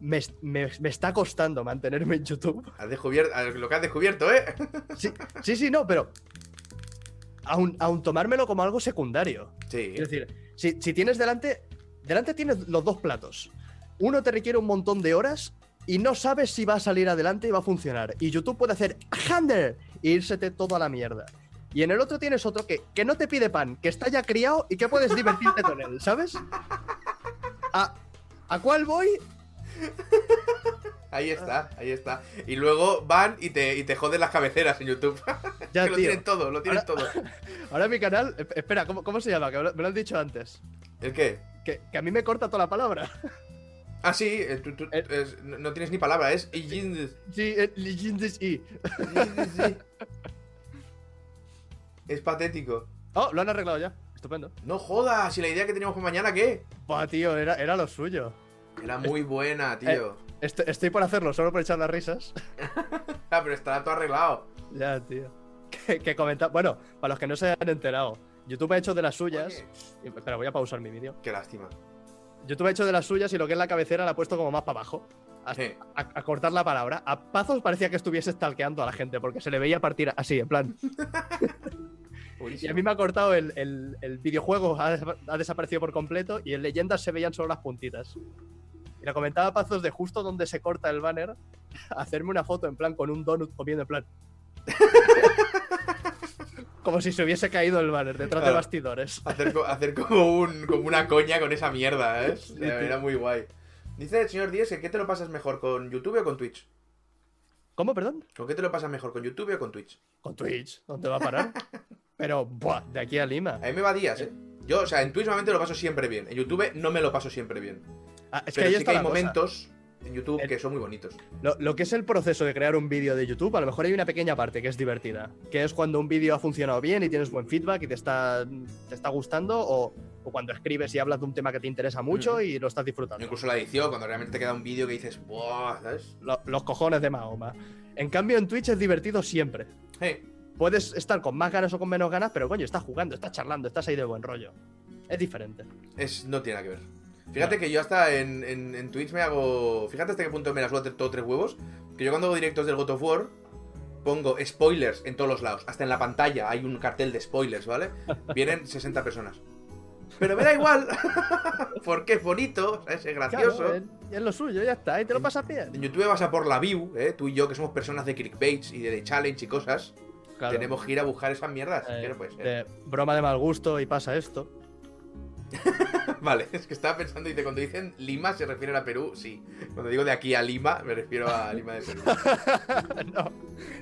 [SPEAKER 2] me, es- me- me está costando mantenerme en YouTube.
[SPEAKER 1] Has descubierto, ah, lo que has descubierto, eh.
[SPEAKER 2] Sí, sí, sí, no, pero... Aun, aun tomármelo como algo secundario.
[SPEAKER 1] Sí.
[SPEAKER 2] Es decir, si, si tienes delante, delante tienes los dos platos. Uno te requiere un montón de horas y no sabes si va a salir adelante y va a funcionar. Y YouTube puede hacer Hander e írsete toda la mierda. Y en el otro tienes otro que, que no te pide pan, que está ya criado y que puedes divertirte con él, ¿sabes? ¿A, a cuál voy?
[SPEAKER 1] Ahí
[SPEAKER 2] ah.
[SPEAKER 1] está, ahí está. Y luego van y te, y te joden las cabeceras en YouTube.
[SPEAKER 2] Ya,
[SPEAKER 1] que lo
[SPEAKER 2] tío.
[SPEAKER 1] tienen todo, lo tienen todo.
[SPEAKER 2] Ahora mi canal. e- Espera, ¿cómo, cómo se llama? Que me lo, me lo han dicho antes.
[SPEAKER 1] ¿El qué?
[SPEAKER 2] Que, que a mí me corta toda la palabra.
[SPEAKER 1] Ah, sí, eh, tú- tú-
[SPEAKER 2] El-
[SPEAKER 1] es- no no tienes ni palabra, es.
[SPEAKER 2] Sí, eh, Leyendas y.
[SPEAKER 1] Es patético.
[SPEAKER 2] Oh, lo han arreglado ya. Estupendo.
[SPEAKER 1] No jodas, y la idea que teníamos para mañana, ¿qué?
[SPEAKER 2] Buah, tío, era, era lo suyo.
[SPEAKER 1] Era muy
[SPEAKER 2] Eh.
[SPEAKER 1] buena, tío.
[SPEAKER 2] Est- estoy por hacerlo, solo por echar las risas.
[SPEAKER 1] Ah, pero estará todo arreglado.
[SPEAKER 2] ya, tío. Que, que comenta- Bueno, para los que no se han enterado, YouTube ha hecho de las suyas.
[SPEAKER 1] Oye,
[SPEAKER 2] y- Espera, voy a pausar mi vídeo.
[SPEAKER 1] Qué lástima.
[SPEAKER 2] YouTube ha hecho de las suyas y lo que es la cabecera la ha puesto como más para abajo. A,
[SPEAKER 1] Eh,
[SPEAKER 2] a- a cortar la palabra. A Pazos parecía que estuviese stalkeando a la gente porque se le veía partir así, en plan. Y a mí me ha cortado el, el- el videojuego, ha, des- ha desaparecido por completo y en leyendas se veían solo las puntitas. Y le comentaba a Pazos de justo donde se corta el banner, hacerme una foto en plan con un donut comiendo en plan. Como si se hubiese caído el banner detrás
[SPEAKER 1] Claro.
[SPEAKER 2] de bastidores.
[SPEAKER 1] Hacer, co- hacer como, un, como una coña con esa mierda, ¿eh?
[SPEAKER 2] Sí,
[SPEAKER 1] O sea,
[SPEAKER 2] tío.
[SPEAKER 1] Era muy guay. Dice el señor Díez que ¿qué te lo pasas mejor, con YouTube o con Twitch?
[SPEAKER 2] ¿Cómo, perdón?
[SPEAKER 1] ¿Con qué te lo pasas mejor, con YouTube o con Twitch?
[SPEAKER 2] Con Twitch, ¿dónde va a parar? Pero, buah, de aquí a Lima.
[SPEAKER 1] A mí me va días, ¿eh? Yo, o sea, en Twitch normalmente lo paso siempre bien. En YouTube no me lo paso siempre bien.
[SPEAKER 2] Ah, es que
[SPEAKER 1] pero
[SPEAKER 2] ahí
[SPEAKER 1] sí que
[SPEAKER 2] está
[SPEAKER 1] hay
[SPEAKER 2] la cosa.
[SPEAKER 1] momentos en YouTube
[SPEAKER 2] El-
[SPEAKER 1] que son muy bonitos.
[SPEAKER 2] Lo, lo que es el proceso de crear un vídeo de YouTube, a lo mejor hay una pequeña parte que es divertida, que es cuando un vídeo ha funcionado bien y tienes buen feedback y te está, te está gustando, o, o cuando escribes y hablas de un tema que te interesa mucho y lo estás disfrutando.
[SPEAKER 1] Incluso la edición, cuando realmente te queda un vídeo que dices, ¡buah! ¿Sabes?
[SPEAKER 2] Lo- los cojones de Mahoma. En cambio, en Twitch es divertido siempre.
[SPEAKER 1] Eh,
[SPEAKER 2] Puedes estar con más ganas o con menos ganas, pero coño, estás jugando, estás charlando, estás ahí de buen rollo. Es diferente.
[SPEAKER 1] es, no tiene nada que ver. Fíjate que yo hasta en, en, en Twitch me hago. Fíjate hasta qué punto me la suelo hacer todo tres huevos. Que yo cuando hago directos del God of War, pongo spoilers en todos los lados. Hasta en la pantalla hay un cartel de spoilers, ¿vale? Vienen 60 personas. Pero me da igual. porque es bonito, ¿sabes? es gracioso.
[SPEAKER 2] Claro, eh. es, es lo suyo, ya está, y te lo pasas bien.
[SPEAKER 1] En YouTube vas a por la view, ¿eh? tú y yo, que somos personas de clickbaits y de, de challenge y cosas,
[SPEAKER 2] Claro.
[SPEAKER 1] tenemos que ir a buscar esas mierdas.
[SPEAKER 2] Eh,
[SPEAKER 1] que no puede ser.
[SPEAKER 2] de broma de mal gusto y pasa esto.
[SPEAKER 1] Vale, es que estaba pensando, dice, cuando dicen Lima se refieren a Perú, sí. Cuando digo de aquí a Lima, me refiero a Lima de Perú.
[SPEAKER 2] No,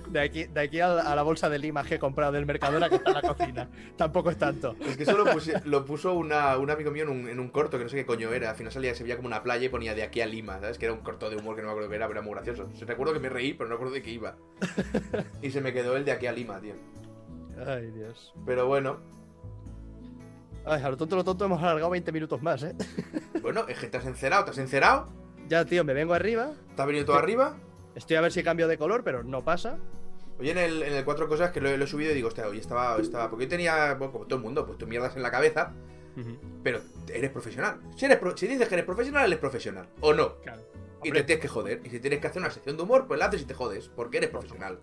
[SPEAKER 2] de aquí, de aquí a, la, a la bolsa de Lima que he comprado del Mercadona que está en la cocina. Tampoco es tanto.
[SPEAKER 1] Es que eso lo, puse- lo puso una- un amigo mío en un, en un corto que no sé qué coño era. Al final salía, se veía como una playa y ponía de aquí a Lima, ¿sabes? Que era un corto de humor que no me acuerdo que era, pero era muy gracioso. Se- Recuerdo que me reí, pero no recuerdo de qué iba. Y se me quedó el de aquí a Lima, tío.
[SPEAKER 2] Ay, Dios.
[SPEAKER 1] Pero bueno,
[SPEAKER 2] Ay, a lo tonto, lo tonto hemos alargado 20 minutos más, ¿eh?
[SPEAKER 1] bueno, es que te has encerado, te has encerado,
[SPEAKER 2] Ya, tío, me vengo arriba.
[SPEAKER 1] te has venido todo arriba.
[SPEAKER 2] Estoy a ver si cambio de color, pero no pasa.
[SPEAKER 1] Oye, en el, en el cuatro cosas que lo, he- lo he subido y digo, hostia, hoy estaba, estaba. Porque yo tenía, bueno, como todo el mundo, pues tus mierdas en la cabeza, pero eres profesional. Si, eres pro- si dices que eres profesional, eres profesional. O no.
[SPEAKER 2] Claro.
[SPEAKER 1] Y
[SPEAKER 2] Hombre.
[SPEAKER 1] te tienes que joder. Y si tienes que hacer una sección de humor, pues la haces y te jodes, porque eres profesional.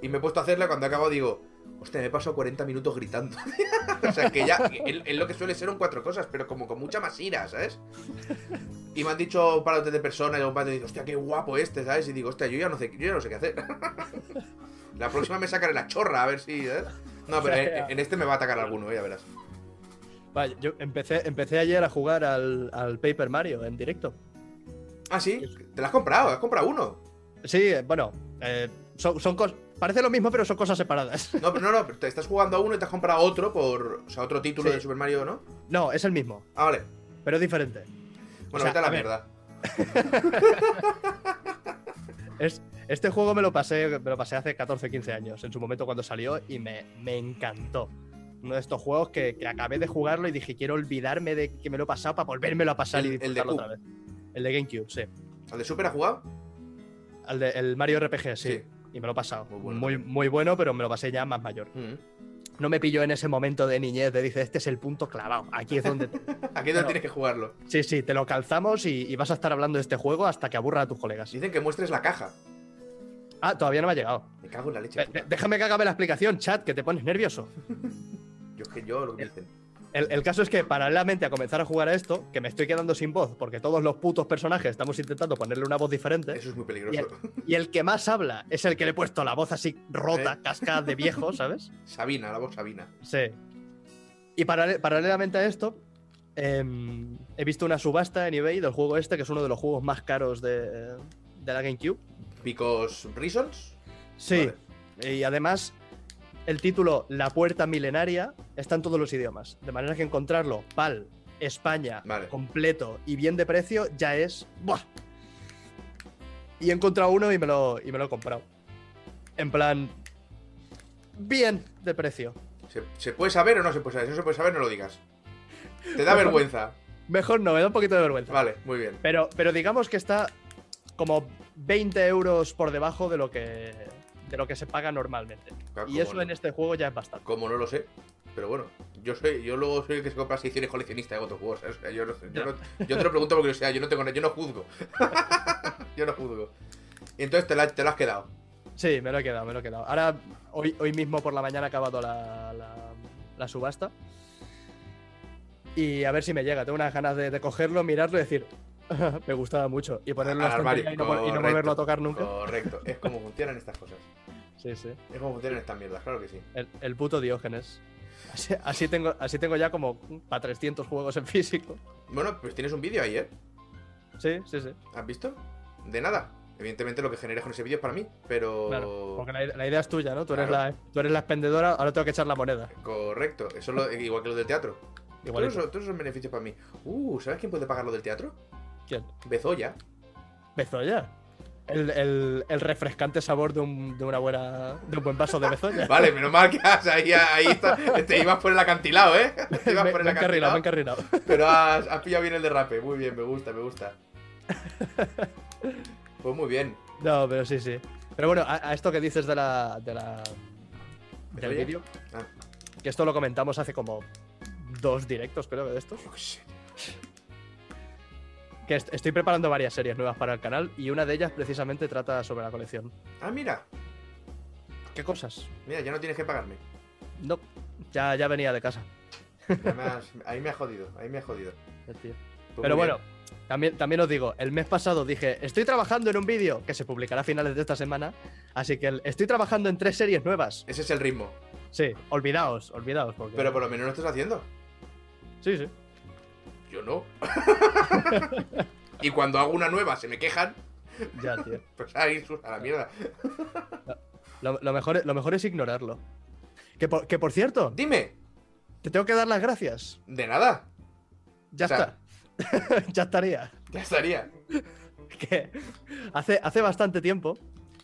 [SPEAKER 1] Y me he puesto a hacerla cuando he acabado, digo, hostia, me he pasado 40 minutos gritando. o sea, que ya es es lo que suele ser un cuatro cosas, pero como con mucha más ira, ¿sabes? Y me han dicho un par de personas y un par de digo, hostia, qué guapo este, ¿sabes? Y digo, hostia, yo ya no sé, yo ya no sé qué hacer. la próxima me sacaré la chorra, a ver si, ¿sabes? No, pero en, en este me va a atacar alguno, eh, ya verás.
[SPEAKER 2] Vaya, yo empecé, empecé ayer a jugar al, al Paper Mario en directo.
[SPEAKER 1] Ah, sí, te la has comprado, has comprado uno.
[SPEAKER 2] Sí, eh, bueno, eh, son, son cosas. Parece lo mismo, pero son cosas separadas.
[SPEAKER 1] No, pero no, no, pero te estás jugando a uno y te has comprado otro por. O sea, otro título
[SPEAKER 2] Sí.
[SPEAKER 1] de Super Mario, ¿no?
[SPEAKER 2] No, es el mismo,
[SPEAKER 1] Ah, vale.
[SPEAKER 2] pero es diferente.
[SPEAKER 1] Bueno,
[SPEAKER 2] O sea,
[SPEAKER 1] vete a la
[SPEAKER 2] a ver.
[SPEAKER 1] mierda.
[SPEAKER 2] Es, este juego me lo pasé, me lo pasé hace 14, 15 años, en su momento cuando salió, y me, me encantó. Uno de estos juegos que, que acabé de jugarlo y dije, quiero olvidarme de que me lo he pasado para volvérmelo a pasar y
[SPEAKER 1] El- el de
[SPEAKER 2] disfrutarlo otra vez. El de GameCube, sí.
[SPEAKER 1] ¿Al de Super ha jugado?
[SPEAKER 2] El, de- el Mario RPG, sí.
[SPEAKER 1] Sí.
[SPEAKER 2] Y me lo he pasado.
[SPEAKER 1] Muy
[SPEAKER 2] Muy
[SPEAKER 1] bueno
[SPEAKER 2] bueno, muy, bueno, pero me lo pasé ya más mayor.
[SPEAKER 1] Mm.
[SPEAKER 2] No me pilló en ese momento de niñez de dice, este es el punto clavado, aquí es donde... te-".
[SPEAKER 1] Aquí es donde
[SPEAKER 2] No.
[SPEAKER 1] tienes que jugarlo.
[SPEAKER 2] sí, sí, te lo calzamos y, y vas a estar hablando de este juego hasta que aburra a tus colegas.
[SPEAKER 1] Dicen que muestres la caja.
[SPEAKER 2] Ah, todavía no me ha llegado.
[SPEAKER 1] Me cago en la leche.
[SPEAKER 2] Eh,
[SPEAKER 1] puta.
[SPEAKER 2] eh, Déjame que acabe la explicación, chat, que te pones nervioso.
[SPEAKER 1] Yo es que yo lo que me dicen.
[SPEAKER 2] El, el caso es que paralelamente a comenzar a jugar a esto, que me estoy quedando sin voz, porque todos los putos personajes estamos intentando ponerle una voz diferente,
[SPEAKER 1] Eso es muy peligroso.
[SPEAKER 2] y el que más habla es el que le he puesto la voz así rota, cascada de viejo, ¿sabes?
[SPEAKER 1] Sabina, la voz Sabina.
[SPEAKER 2] Sí. Y paralel- paralelamente a esto, em, he visto una subasta en eBay del juego este, que es uno de los juegos más caros de, de la GameCube.
[SPEAKER 1] Picos Reasons.
[SPEAKER 2] Sí, y además el título La Puerta Milenaria está en todos los idiomas, de manera que encontrarlo, PAL, España,
[SPEAKER 1] Vale.
[SPEAKER 2] completo y bien de precio, ya es... ¡buah! Y he encontrado uno y me lo, y me lo he comprado. En plan... Bien de precio.
[SPEAKER 1] ¿Se, se puede saber o no se puede saber? Si no se puede saber, no lo digas. Te da vergüenza.
[SPEAKER 2] Mejor no, me da un poquito de vergüenza.
[SPEAKER 1] Vale, muy bien.
[SPEAKER 2] Pero, pero digamos que está como 20 euros por debajo de lo que, de lo que se paga normalmente.
[SPEAKER 1] Ah,
[SPEAKER 2] Y
[SPEAKER 1] cómo
[SPEAKER 2] eso
[SPEAKER 1] no.
[SPEAKER 2] en este juego ya es bastante.
[SPEAKER 1] Como no lo sé. Pero bueno, yo soy, yo luego soy el que se compra las ediciones coleccionista de God of War, ¿sabes? O sea, yo, no, sé, yo, no- yo te lo pregunto porque o sea, yo no tengo, yo no juzgo. yo no juzgo. Y entonces te, la, te lo has quedado.
[SPEAKER 2] Sí, me lo he quedado, me lo he quedado. Ahora, hoy, hoy mismo por la mañana ha acabado la, la- la subasta. Y a ver si me llega. Tengo unas ganas de, de cogerlo, mirarlo y decir, me gustaba mucho. Y ponerlo en la
[SPEAKER 1] Al armario,
[SPEAKER 2] estantería y no, vol- y no
[SPEAKER 1] correcto.
[SPEAKER 2] volverlo a tocar nunca.
[SPEAKER 1] Correcto, es como funcionan estas cosas.
[SPEAKER 2] Sí, sí.
[SPEAKER 1] Es como funcionan estas mierdas, claro que sí.
[SPEAKER 2] El, el puto Diógenes. Así, así tengo, así tengo ya como para 300 juegos en físico.
[SPEAKER 1] Bueno, pues tienes un vídeo ahí, ¿eh?
[SPEAKER 2] Sí, sí, sí.
[SPEAKER 1] ¿Has visto? De nada. Evidentemente lo que generes con ese vídeo es para mí, pero...
[SPEAKER 2] Claro, porque la, la idea es tuya, ¿no? Tú eres,
[SPEAKER 1] Claro.
[SPEAKER 2] la, tú eres la expendedora, ahora tengo que echar la moneda.
[SPEAKER 1] Correcto, eso es lo- igual que lo del teatro.
[SPEAKER 2] Igualito.
[SPEAKER 1] Todos esos, todos esos beneficios para mí. Uh, ¿sabes quién puede pagar lo del teatro?
[SPEAKER 2] ¿Quién?
[SPEAKER 1] Bezoya.
[SPEAKER 2] Bezoya. El, el- el refrescante sabor de, un, de una buena. de un buen vaso de bezoya.
[SPEAKER 1] Vale, menos mal que has- ahí, ahí está. Te ibas por el acantilado, ¿eh? Te ibas
[SPEAKER 2] me,
[SPEAKER 1] por el
[SPEAKER 2] me he encarrilado, me he
[SPEAKER 1] acantilado.
[SPEAKER 2] encarrilado.
[SPEAKER 1] Pero has, has pillado bien el derrape. Muy bien, me gusta, me gusta. Pues muy bien.
[SPEAKER 2] No, pero sí, sí. Pero bueno, a, a esto que dices de la. de la. del
[SPEAKER 1] ¿Bezoya?
[SPEAKER 2] vídeo.
[SPEAKER 1] Ah.
[SPEAKER 2] Que esto lo comentamos hace como dos directos, creo, de estos.
[SPEAKER 1] Yo qué sé.
[SPEAKER 2] Que est- estoy preparando varias series nuevas para el canal y una de ellas precisamente trata sobre la colección.
[SPEAKER 1] Ah, mira.
[SPEAKER 2] ¿Qué cosas?
[SPEAKER 1] Mira, ya no tienes que pagarme.
[SPEAKER 2] No, ya, ya venía de casa.
[SPEAKER 1] Ya me has- ahí me ha jodido, ahí me ha jodido.
[SPEAKER 2] el tío.
[SPEAKER 1] Pues
[SPEAKER 2] Pero
[SPEAKER 1] muy
[SPEAKER 2] bueno, también, también os digo, el mes pasado dije, estoy trabajando en un vídeo que se publicará a finales de esta semana, así que el- estoy trabajando en tres series nuevas.
[SPEAKER 1] bien. Ese es el ritmo.
[SPEAKER 2] Sí, olvidaos, olvidaos. Porque...
[SPEAKER 1] Pero por lo menos lo estás haciendo.
[SPEAKER 2] Sí, sí.
[SPEAKER 1] Yo no. y cuando hago una nueva se me quejan,
[SPEAKER 2] Ya, tío.
[SPEAKER 1] pues ahí sus- a la mierda.
[SPEAKER 2] Lo, lo mejor, es- lo mejor es ignorarlo. Que por, que por cierto,
[SPEAKER 1] Dime,
[SPEAKER 2] te tengo que dar las gracias.
[SPEAKER 1] de nada.
[SPEAKER 2] Ya
[SPEAKER 1] O sea-
[SPEAKER 2] está. ya estaría.
[SPEAKER 1] Ya estaría.
[SPEAKER 2] que hace, hace bastante tiempo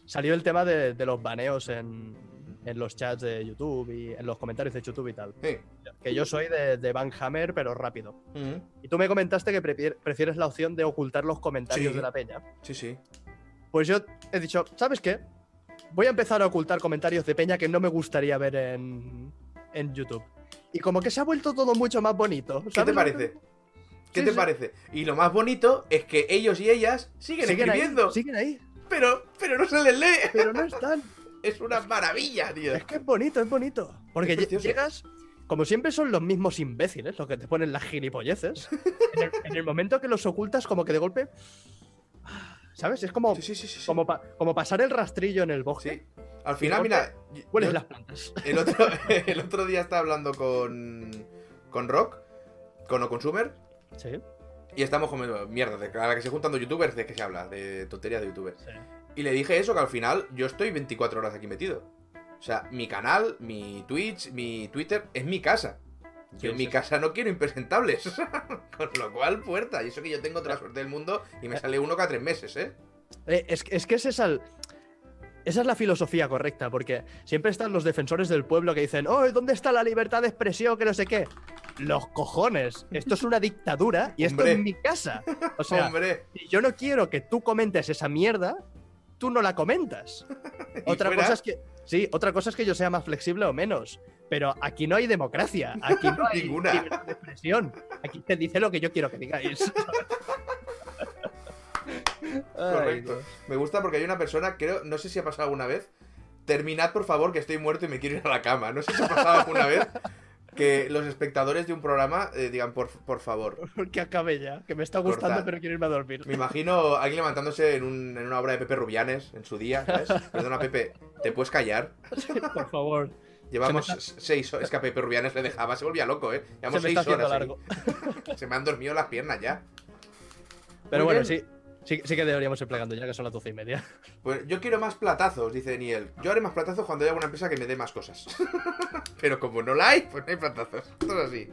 [SPEAKER 2] salió el tema de, de los baneos en, en los chats de YouTube y en los comentarios de YouTube y tal.
[SPEAKER 1] Sí.
[SPEAKER 2] Que yo soy de, de Banhammer, pero rápido.
[SPEAKER 1] Mm,
[SPEAKER 2] Y tú me comentaste que prefier- prefieres la opción de ocultar los comentarios
[SPEAKER 1] Sí.
[SPEAKER 2] de la peña.
[SPEAKER 1] Sí, sí.
[SPEAKER 2] Pues yo he dicho, ¿sabes qué? Voy a empezar a ocultar comentarios de peña que no me gustaría ver en, en YouTube. Y como que se ha vuelto todo mucho más bonito.
[SPEAKER 1] ¿Qué te
[SPEAKER 2] ¿sabes?
[SPEAKER 1] parece? ¿Qué
[SPEAKER 2] Sí,
[SPEAKER 1] te
[SPEAKER 2] sí.
[SPEAKER 1] parece? Y lo más bonito es que ellos y ellas siguen,
[SPEAKER 2] Siguen ahí,
[SPEAKER 1] escribiendo.
[SPEAKER 2] siguen ahí,
[SPEAKER 1] Pero, pero no se les lee.
[SPEAKER 2] pero no están.
[SPEAKER 1] Es una maravilla, tío.
[SPEAKER 2] Es que es bonito, es bonito. Porque
[SPEAKER 1] Es
[SPEAKER 2] lle-
[SPEAKER 1] precioso.
[SPEAKER 2] llegas, como siempre son los mismos imbéciles los que te ponen las gilipolleces. en, el, en el momento que los ocultas, como que de golpe. ¿Sabes? Es como,
[SPEAKER 1] Sí, sí, sí, sí, sí.
[SPEAKER 2] como, pa- como pasar el rastrillo en el bosque.
[SPEAKER 1] Sí. Al final, mira. yo-
[SPEAKER 2] Hueles
[SPEAKER 1] yo-
[SPEAKER 2] las plantas.
[SPEAKER 1] El otro, el otro día estaba hablando con. con Rock, con O Consumer,
[SPEAKER 2] Sí,
[SPEAKER 1] y estamos comiendo mierda, de cada que se juntan dos youtubers, ¿de qué se habla? De tonterías de youtubers.
[SPEAKER 2] sí.
[SPEAKER 1] Y le dije eso, que al final yo estoy 24 horas aquí metido. O sea, mi canal, mi Twitch, mi Twitter, es mi casa. Yo
[SPEAKER 2] Sí,
[SPEAKER 1] en mi
[SPEAKER 2] sí.
[SPEAKER 1] casa no quiero impresentables. Con lo cual, puerta. Y eso que yo tengo toda la suerte del mundo y me sale uno cada tres meses, ¿eh?
[SPEAKER 2] Eh, es, es que ese es el- Esa es la filosofía correcta, porque siempre están los defensores del pueblo que dicen, oh, ¿dónde está la libertad de expresión? Que no sé qué. Los cojones. Esto es una dictadura y esto
[SPEAKER 1] Hombre.
[SPEAKER 2] es mi casa. O sea,
[SPEAKER 1] Hombre.
[SPEAKER 2] si yo no quiero que tú comentes esa mierda, tú no la comentas.
[SPEAKER 1] ¿Y
[SPEAKER 2] otra
[SPEAKER 1] fuera?
[SPEAKER 2] cosa es que. Sí, otra cosa es que yo sea más flexible o menos. Pero aquí no hay democracia. Aquí no hay
[SPEAKER 1] Ninguna.
[SPEAKER 2] libertad de expresión. Aquí te dice lo que yo quiero que digáis. Ay,
[SPEAKER 1] Correcto.
[SPEAKER 2] Dios.
[SPEAKER 1] Me gusta porque hay una persona, creo, no sé si ha pasado alguna vez. Terminad, por favor, que estoy muerto y me quiero ir a la cama. No sé si ha pasado alguna vez que los espectadores de un programa eh, digan, por, por favor.
[SPEAKER 2] Que acabe ya. Que me está gustando,
[SPEAKER 1] Cortad.
[SPEAKER 2] pero quiero irme a dormir.
[SPEAKER 1] Me imagino alguien levantándose en, un- en una obra de Pepe Rubianes en su día, ¿sabes? Perdona, Pepe, ¿te puedes callar?
[SPEAKER 2] Por favor.
[SPEAKER 1] Llevamos
[SPEAKER 2] Se me
[SPEAKER 1] seis horas. Es que a Pepe Rubianes le dejaba, se volvía loco, ¿eh? Llevamos
[SPEAKER 2] Se me
[SPEAKER 1] seis
[SPEAKER 2] está haciendo
[SPEAKER 1] horas.
[SPEAKER 2] largo.
[SPEAKER 1] ahí. Se me han dormido las piernas ya.
[SPEAKER 2] Pero
[SPEAKER 1] Muy
[SPEAKER 2] bueno,
[SPEAKER 1] bien.
[SPEAKER 2] sí, sí. Sí que deberíamos ir plegando ya que son las doce y media.
[SPEAKER 1] Pues yo quiero más platazos, dice Daniel. Yo haré más platazos cuando haya alguna empresa que me dé más cosas. Pero como no la hay, pues no hay platazos. Todo así.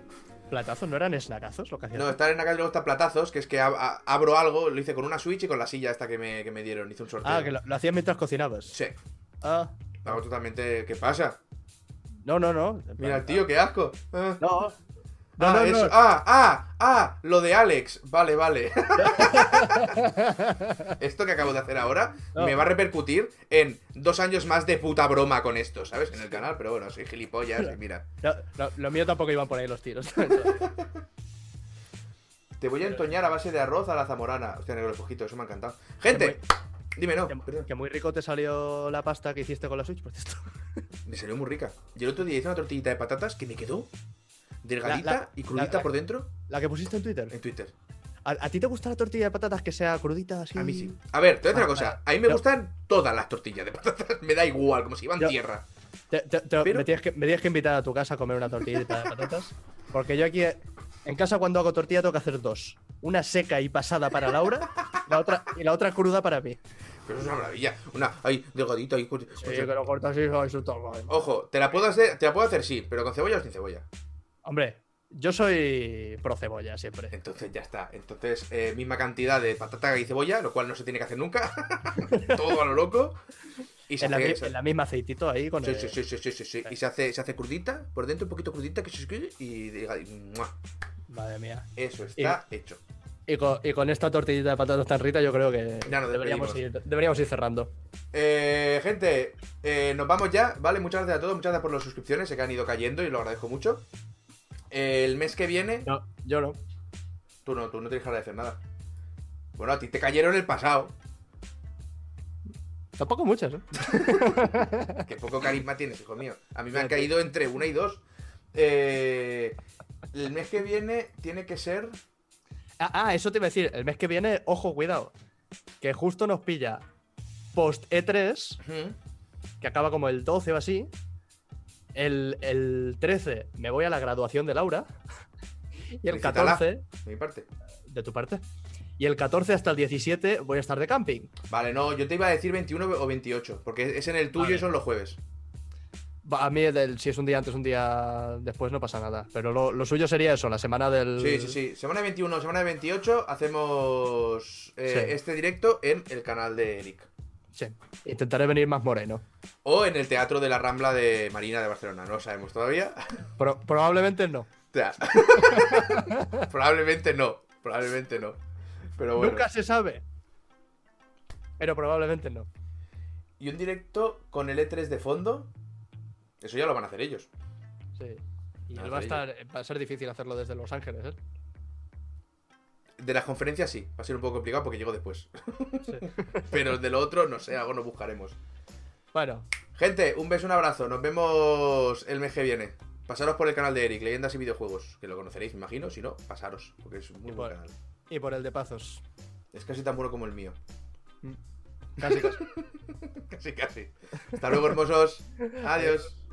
[SPEAKER 2] ¿Platazos no eran snackazos lo que hacían?
[SPEAKER 1] No, estar en la calle luego está platazos, que es que ab- a- abro algo, lo hice con una Switch y con la silla esta que me, que me dieron. Hice un sorteo.
[SPEAKER 2] ah, que lo, lo hacías mientras cocinabas.
[SPEAKER 1] Sí,
[SPEAKER 2] Ah,
[SPEAKER 1] hago totalmente. ¿Qué pasa?
[SPEAKER 2] no, no, no.
[SPEAKER 1] Mira, tío, qué asco. Ah,
[SPEAKER 2] No. No,
[SPEAKER 1] ah,
[SPEAKER 2] no,
[SPEAKER 1] eso-
[SPEAKER 2] no.
[SPEAKER 1] ah, ah, ah, lo de Alex. Vale, vale. esto que acabo de hacer ahora
[SPEAKER 2] No.
[SPEAKER 1] me va a repercutir en dos años más de puta broma con esto, ¿sabes? En el canal, pero bueno, soy gilipollas y mira.
[SPEAKER 2] No, no, lo mío tampoco iban por ahí los tiros.
[SPEAKER 1] Te voy a entoñar a base de arroz a la zamorana. Hostia, negro el fojito, eso me ha encantado. ¡Gente! Dime no.
[SPEAKER 2] que, mu-
[SPEAKER 1] perdón.
[SPEAKER 2] que muy rico te salió la pasta que hiciste con la Switch, por cierto.
[SPEAKER 1] Me salió muy rica. Y el otro día hice una tortillita de patatas que me quedó delgadita
[SPEAKER 2] La- la-
[SPEAKER 1] y crudita
[SPEAKER 2] la- la-
[SPEAKER 1] por dentro
[SPEAKER 2] La que pusiste en
[SPEAKER 1] en
[SPEAKER 2] Twitter.
[SPEAKER 1] Twitter.
[SPEAKER 2] ¿A, a ti te gusta la tortilla de patatas que sea crudita así?
[SPEAKER 1] A mí sí. A ver, te voy a decir una
[SPEAKER 2] Vale,
[SPEAKER 1] cosa.
[SPEAKER 2] Ah, vale.
[SPEAKER 1] A mí me
[SPEAKER 2] Yo-
[SPEAKER 1] gustan todas las tortillas de patatas. Me da igual, como si iban
[SPEAKER 2] Yo-
[SPEAKER 1] tierra.
[SPEAKER 2] Te- te- te-
[SPEAKER 1] Pero-
[SPEAKER 2] me, tienes que, me tienes que invitar a tu casa a comer una tortillita de patatas. Porque yo aquí, eh, en casa, cuando hago tortilla, tengo que hacer dos: una seca y pasada para Laura, la otra, y la otra cruda para mí.
[SPEAKER 1] Pero eso es una maravilla. Una, ay, delgadita. ay, pues-
[SPEAKER 2] Sí, que lo cortas y eso es todo.
[SPEAKER 1] Ojo, te la puedo hacer, te la puedo hacer sí, pero con cebolla o sin cebolla.
[SPEAKER 2] Hombre, Yo soy pro cebolla siempre.
[SPEAKER 1] Entonces ya está. Entonces, eh, misma cantidad de patata y cebolla, lo cual no se tiene que hacer nunca. Todo a lo loco. Y se
[SPEAKER 2] En la,
[SPEAKER 1] hace.
[SPEAKER 2] mi-
[SPEAKER 1] se-
[SPEAKER 2] en la misma aceitito ahí con
[SPEAKER 1] Sí,
[SPEAKER 2] el-
[SPEAKER 1] sí, sí, sí, sí, sí, sí. Y se hace, se hace crudita, por dentro un poquito crudita, que se que- y diga, y ¡mua!
[SPEAKER 2] Madre mía.
[SPEAKER 1] eso está hecho.
[SPEAKER 2] Y con, y con esta tortillita de patatas tan rita yo creo que
[SPEAKER 1] Ya nos
[SPEAKER 2] deberíamos, ir,
[SPEAKER 1] despedimos.
[SPEAKER 2] deberíamos ir cerrando.
[SPEAKER 1] Eh, gente, eh, nos vamos ya, ¿vale? Muchas gracias a todos, muchas gracias por las suscripciones, sé que han ido cayendo y lo agradezco mucho. El mes que viene,
[SPEAKER 2] No, yo no.
[SPEAKER 1] tú no, tú no tienes que agradecer nada. Bueno, a ti te cayeron el pasado.
[SPEAKER 2] Tampoco muchas, ¿eh?
[SPEAKER 1] Qué poco carisma tienes, hijo mío. A mí me han caído entre una y dos. Eh, el mes que viene tiene que ser.
[SPEAKER 2] Ah, ah, eso te iba a decir. El mes que viene, ojo, cuidado. Que justo nos pilla post E3,
[SPEAKER 1] Ujú.
[SPEAKER 2] que acaba como el 12 o así. El, el 13 me voy a la graduación de Laura. Y el
[SPEAKER 1] Felicítala.
[SPEAKER 2] 14,
[SPEAKER 1] De mi parte.
[SPEAKER 2] de tu parte. Y el 14 hasta el 17 voy a estar de camping.
[SPEAKER 1] Vale, no, yo te iba a decir 21 o 28, porque es en el tuyo
[SPEAKER 2] Vale.
[SPEAKER 1] y son los jueves.
[SPEAKER 2] Va, A mí, del- si es un día antes, un día después, no pasa nada. Pero lo, lo suyo sería eso, la semana del.
[SPEAKER 1] Sí, sí, sí. Semana de 21, semana de 28, hacemos eh,
[SPEAKER 2] Sí.
[SPEAKER 1] este directo en el canal de Eric.
[SPEAKER 2] Sí. Intentaré venir más moreno.
[SPEAKER 1] O en el Teatro de la Rambla de Marina de Barcelona, no lo sabemos todavía.
[SPEAKER 2] Pro- probablemente no.
[SPEAKER 1] O sea, probablemente no, probablemente no. Pero bueno.
[SPEAKER 2] Nunca se sabe. Pero probablemente no.
[SPEAKER 1] Y un directo con el E3 de fondo, eso ya lo van a hacer ellos.
[SPEAKER 2] Sí. Y
[SPEAKER 1] Ah,
[SPEAKER 2] él va a
[SPEAKER 1] maravilla.
[SPEAKER 2] estar. Va a ser difícil hacerlo desde Los Ángeles, ¿eh?
[SPEAKER 1] De las conferencias sí, va a ser un poco complicado porque llego después.
[SPEAKER 2] Sí.
[SPEAKER 1] Pero de lo otro, no sé, algo nos buscaremos.
[SPEAKER 2] Bueno,
[SPEAKER 1] Gente, un beso, un abrazo. Nos vemos el mes que viene. Pasaros por el canal de Eric, Leyendas y Videojuegos, que lo conoceréis, me imagino. Si no, pasaros, porque es un muy
[SPEAKER 2] Y
[SPEAKER 1] buen
[SPEAKER 2] por-
[SPEAKER 1] canal.
[SPEAKER 2] y por el de Pazos.
[SPEAKER 1] Es casi tan bueno como el mío.
[SPEAKER 2] Mm. Casi, casi.
[SPEAKER 1] Casi, casi. Hasta luego, hermosos. Adiós.